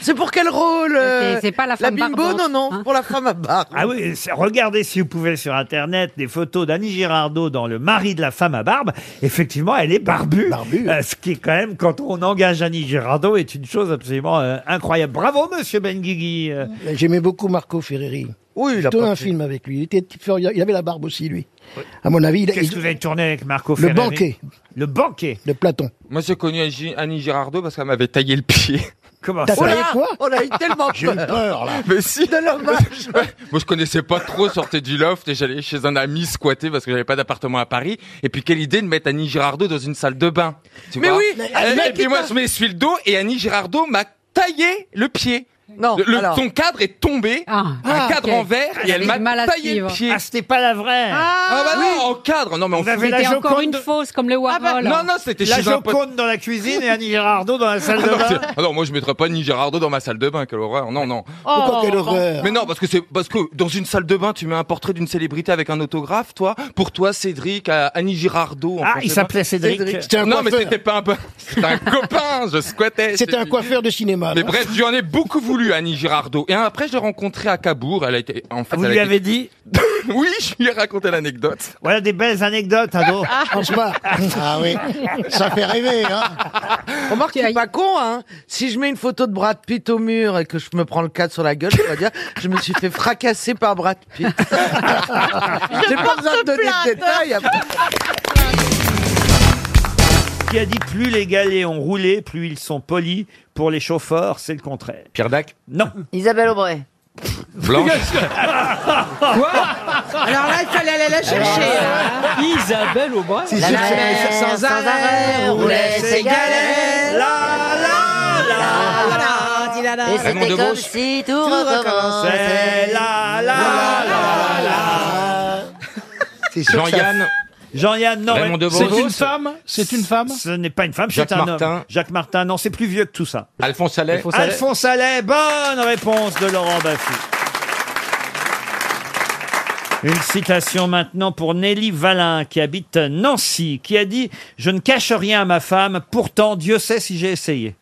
Speaker 2: c'est pour quel rôle euh,
Speaker 34: C'est- c'est pas la femme
Speaker 2: bimbo,
Speaker 34: barbante,
Speaker 2: non,
Speaker 13: Hein
Speaker 2: non, pour la femme à barbe.
Speaker 1: Ah oui, c'est- regardez si vous pouvez sur Internet des photos d'Annie Girardot dans Le mari de la femme à barbe. Effectivement, elle est barbue. Euh, ce qui est quand même, quand on engage Annie Girardot, est une chose absolument euh, incroyable. Bravo, monsieur Benguigui. Euh,
Speaker 6: J'aimais beaucoup Marco Ferreri.
Speaker 2: Oui,
Speaker 6: il
Speaker 1: a pas
Speaker 6: un
Speaker 1: fait-
Speaker 6: film avec lui. Il, était, il avait la barbe aussi, lui. À mon avis, il,
Speaker 1: Qu'est-ce
Speaker 6: il-
Speaker 1: que vous avez tourné avec Marco
Speaker 6: Le
Speaker 1: Ferreri
Speaker 6: banquet.
Speaker 1: Le banquet
Speaker 6: de Platon.
Speaker 16: Moi, j'ai connu Agi- Annie Girardot parce qu'elle m'avait taillé le pied.
Speaker 1: Comment
Speaker 6: T'as taillé quoi
Speaker 16: Oh
Speaker 2: On a eu tellement
Speaker 6: J'ai eu peur, là.
Speaker 16: Mais si
Speaker 2: De l'hommage
Speaker 16: Moi, je connaissais pas trop, je sortais du loft et j'allais chez un ami squatter parce que j'avais pas d'appartement à Paris. Et puis, quelle idée de mettre Annie Girardot dans une salle de bain. Tu
Speaker 2: Mais
Speaker 16: vois Euh,
Speaker 2: oui,
Speaker 16: Et-
Speaker 2: le mec,
Speaker 16: Et, puis,
Speaker 2: il
Speaker 16: moi,
Speaker 2: t'a-
Speaker 16: je m'essuie le dos et Annie Girardot m'a taillé le pied.
Speaker 7: Non,
Speaker 16: Le- le-
Speaker 7: alors.
Speaker 16: Son cadre est tombé, un
Speaker 7: Ah,
Speaker 16: cadre
Speaker 7: ok.
Speaker 16: en verre, et elle
Speaker 7: Elle
Speaker 16: m'a
Speaker 7: avait du mal à
Speaker 16: taillé le
Speaker 7: suivre.
Speaker 16: pied.
Speaker 7: Ah,
Speaker 1: c'était pas la vraie.
Speaker 16: Ah, bah non, en cadre. Non, mais on
Speaker 1: avez la
Speaker 15: C'était encore
Speaker 1: Joconde.
Speaker 15: une fausse, comme le Warhol.
Speaker 16: Ah bah, Non, non, c'était
Speaker 1: La
Speaker 16: chez un pote.
Speaker 1: Joconde dans la cuisine et Annie Girardot dans la salle de
Speaker 16: Ah non, c'est-
Speaker 1: bain.
Speaker 16: ah non, moi je mettrais pas Annie Girardot dans ma salle de bain, quelle horreur. Non, non.
Speaker 1: Pourquoi quelle horreur
Speaker 16: Mais non, parce que c'est parce que dans une salle de bain, tu mets un portrait d'une célébrité avec un autographe, toi. Pour toi, Cédric, à Annie Girardot. en
Speaker 3: Ah,
Speaker 16: fait,
Speaker 3: il
Speaker 16: je sais
Speaker 3: s'appelait
Speaker 16: pas.
Speaker 3: Cédric. Cédric. C'était un
Speaker 16: Non, mais
Speaker 3: coiffeur.
Speaker 16: c'était pas un peu. C'était un copain. Je squattais.
Speaker 3: C'était un
Speaker 16: J'ai-
Speaker 3: coiffeur de cinéma.
Speaker 16: Mais
Speaker 3: non
Speaker 16: bref, j'en ai beaucoup voulu à Annie Girardot. Et après, je l'ai rencontrée à Cabourg. Elle a été. En fait,
Speaker 1: Vous
Speaker 16: elle a
Speaker 1: lui
Speaker 16: été-
Speaker 1: avez dit
Speaker 16: Oui, je lui ai raconté l'anecdote.
Speaker 1: Voilà des belles anecdotes, ado.
Speaker 3: Franchement.
Speaker 7: Ah oui. Ça fait rêver, hein. Remarque, c'est pas con, hein. Si je mets une photo de Brad Pitt au mur et que je me prends le cadre sur la gueule, je vais dire, je me suis fait fracasser par Brad Pitt. J'ai pas besoin de donner de détails. après.
Speaker 1: Qui a dit plus les galets ont roulé, plus ils sont polis. Pour les chauffeurs, c'est le contraire.
Speaker 2: Pierre Dac
Speaker 1: Non.
Speaker 15: Isabelle Aubray.
Speaker 16: Blanche.
Speaker 15: Quoi
Speaker 20: Alors là, il fallait aller la chercher.
Speaker 7: Ah.
Speaker 18: Isabelle au bras.
Speaker 20: La mer sans arrêt roulait ses galets. La la la la. Dis la la.
Speaker 13: Et c'était
Speaker 20: Raymond
Speaker 13: comme
Speaker 20: Debauche.
Speaker 13: si tout
Speaker 20: Tout
Speaker 13: recommençait.
Speaker 20: recommençait. La la la la.
Speaker 1: sûr que ça- Jean-Yann. Jean-Yann, non.
Speaker 16: Raymond
Speaker 1: elle-
Speaker 16: Devos.
Speaker 1: C'est une
Speaker 16: C'est-
Speaker 1: femme C'est une femme Ce n'est pas une femme, c'est
Speaker 16: Jacques
Speaker 1: un homme.
Speaker 16: Martin.
Speaker 1: Jacques Martin, non, c'est plus vieux que tout ça.
Speaker 16: Alphonse Allais.
Speaker 1: Alphonse Allais, bonne réponse de Laurent Baffy. Une citation maintenant pour Nelly Valin, qui habite Nancy, qui a dit « Je ne cache rien à ma femme, pourtant Dieu sait si j'ai essayé ».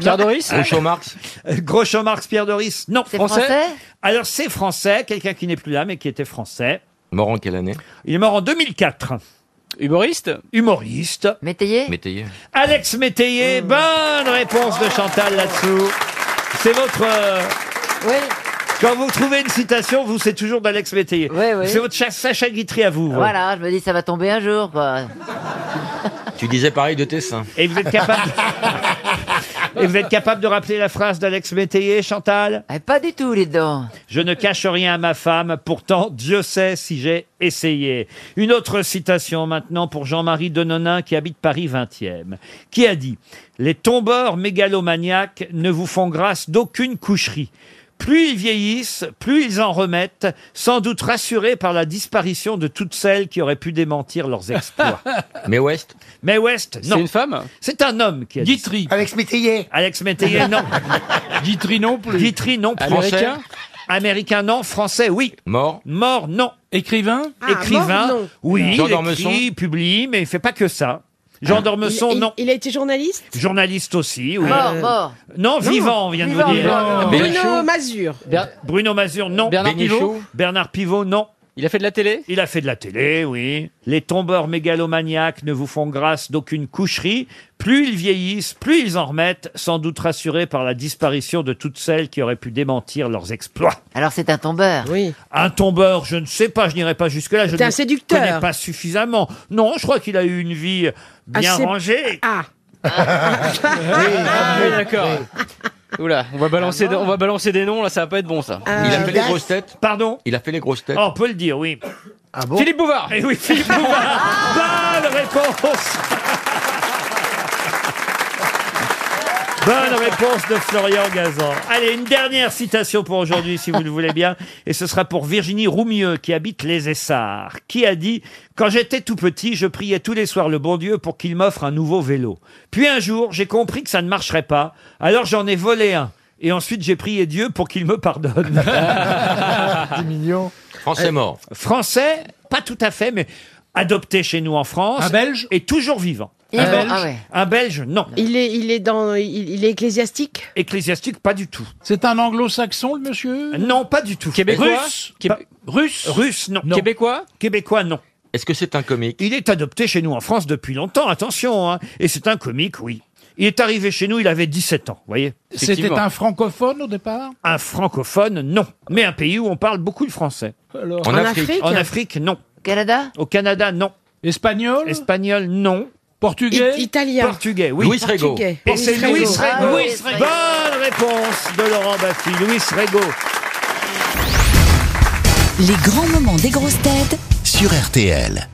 Speaker 18: Pierre Doris Groucho
Speaker 16: Marx
Speaker 1: Groucho Marx, Pierre Doris, non.
Speaker 16: C'est Français français
Speaker 1: Alors c'est français, quelqu'un qui n'est plus là, mais qui était français.
Speaker 16: Mort en quelle année
Speaker 1: Il est mort en 2004.
Speaker 18: Humoriste
Speaker 1: Humoriste.
Speaker 15: Métayer
Speaker 16: Métayer.
Speaker 1: Alex
Speaker 15: Mmh.
Speaker 1: Métayer, bonne réponse de Chantal là-dessous. C'est votre... Oui. Quand vous trouvez une citation, vous, c'est toujours d'Alex Métayer.
Speaker 15: oui.
Speaker 1: C'est votre cha- Sacha Guitry à vous. vous.
Speaker 15: Voilà, je me dis, ça va tomber un jour, quoi.
Speaker 10: Tu disais pareil de tes seins.
Speaker 1: Et vous êtes capable... Et vous êtes capable de rappeler la phrase d'Alex Métayer, Chantal
Speaker 20: Eh,
Speaker 15: Pas du tout, les dents.
Speaker 1: Je ne cache rien à ma femme, pourtant Dieu sait si j'ai essayé. Une autre citation maintenant pour Jean-Marie Denonin qui habite Paris 20e, qui a dit Les tombeurs mégalomaniaques ne vous font grâce d'aucune coucherie. Plus ils vieillissent, plus ils en remettent, sans doute rassurés par la disparition de toutes celles qui auraient pu démentir leurs exploits.
Speaker 10: Mais West
Speaker 1: Mais West, non.
Speaker 10: C'est une femme
Speaker 1: C'est un homme qui a dit.
Speaker 18: Guitry.
Speaker 1: Alex Métayer. Alex Métayer, non.
Speaker 18: Guitry non plus.
Speaker 1: Guitry, non plus.
Speaker 18: Américain
Speaker 1: Américain, non. Français, oui.
Speaker 10: Mort
Speaker 1: Mort, non.
Speaker 18: Écrivain
Speaker 5: Ah,
Speaker 1: Écrivain,
Speaker 18: mort, non.
Speaker 1: oui.
Speaker 18: Jean
Speaker 1: il
Speaker 18: Dormesson Ah.
Speaker 1: écrit, publie, mais il fait pas que ça. Jean Dormesson,
Speaker 5: il, il-
Speaker 1: non.
Speaker 5: Il a été journaliste Ah.
Speaker 1: Journaliste aussi, oui.
Speaker 5: Mort, mort.
Speaker 24: Euh,
Speaker 1: Non,
Speaker 5: Non,
Speaker 1: vivant, on vient de
Speaker 5: vivant.
Speaker 1: vous dire.
Speaker 5: Vivant. Bruno Bénichou.
Speaker 1: Mazur. Euh, Bruno Mazur, non.
Speaker 18: Bernard Bénichou. Pivot
Speaker 1: Bernard Pivot, non.
Speaker 18: Il a fait de la télé
Speaker 1: Il a fait de la télé, oui. Les tombeurs mégalomaniaques ne vous font grâce d'aucune coucherie. Plus ils vieillissent, plus ils en remettent, sans doute rassurés par la disparition de toutes celles qui auraient pu démentir leurs exploits.
Speaker 15: Alors c'est un tombeur.
Speaker 5: Oui.
Speaker 1: Un tombeur, je ne sais pas, je n'irai pas jusque-là. Je
Speaker 5: C'était
Speaker 1: ne
Speaker 5: un séducteur.
Speaker 1: connais pas suffisamment. Non, je crois qu'il a eu une vie bien
Speaker 5: Assez-
Speaker 1: rangée.
Speaker 5: Ah
Speaker 18: Ah, oui, d'accord. Oula, on va, balancer des- on va balancer des noms, là, ça va pas être bon, ça.
Speaker 10: Il
Speaker 5: Euh,
Speaker 10: a fait les grosses têtes
Speaker 1: Pardon
Speaker 10: Il a fait les grosses têtes. Ah
Speaker 1: Ah, on peut le dire, oui.
Speaker 18: Philippe Bouvard
Speaker 1: Eh oui, Philippe Bouvard Bonne réponse Bonne réponse de Florian Gazan. Allez, une dernière citation pour aujourd'hui, si vous le voulez bien. Et ce sera pour Virginie Roumieux, qui habite les Essarts, qui a dit « Quand j'étais tout petit, je priais tous les soirs le bon Dieu pour qu'il m'offre un nouveau vélo. Puis un jour, j'ai compris que ça ne marcherait pas, alors j'en ai volé un. Et ensuite, j'ai prié Dieu pour qu'il me pardonne. »
Speaker 28: mignon.
Speaker 10: Français mort.
Speaker 1: Français, pas tout à fait, mais adopté chez nous en France. Un Belge Et toujours vivant.
Speaker 5: Il est Un bon, Belge ah ouais.
Speaker 1: Un Belge, non.
Speaker 5: Il est, il est dans, il, il est ecclésiastique.
Speaker 1: Ecclésiastique, pas du tout.
Speaker 3: C'est un anglo-saxon, le monsieur
Speaker 1: Non, pas du tout.
Speaker 3: Québécois
Speaker 1: Russe
Speaker 3: Qué-
Speaker 1: pas-
Speaker 3: Russe
Speaker 1: Russe, non.
Speaker 18: Québécois
Speaker 1: Québécois, non.
Speaker 10: Est-ce que c'est un comique
Speaker 1: Il est adopté chez nous en France depuis longtemps, attention. hein. Et c'est un comique, oui. Il est arrivé chez nous, il avait 17 ans, vous voyez
Speaker 3: C'était un francophone au départ
Speaker 1: Un francophone, non. Mais un pays où on parle beaucoup le français.
Speaker 3: Alors En En Afrique Afrique
Speaker 1: En Afrique, non.
Speaker 15: Canada
Speaker 1: Au Canada, non.
Speaker 3: Espagnol
Speaker 1: Espagnol, non.
Speaker 3: Portugais
Speaker 5: I- italien.
Speaker 1: Portugais, oui.
Speaker 10: Luis Rego. Portugais.
Speaker 1: Et c'est
Speaker 5: Luis
Speaker 1: Luis
Speaker 5: Rego.
Speaker 1: Rego.
Speaker 5: Ah,
Speaker 1: Luis
Speaker 5: Luis
Speaker 1: Rego.
Speaker 5: Rego.
Speaker 1: Bonne réponse de Laurent Baffy. Luis Rego.
Speaker 27: Les grands moments des grosses têtes
Speaker 35: Sur RTL.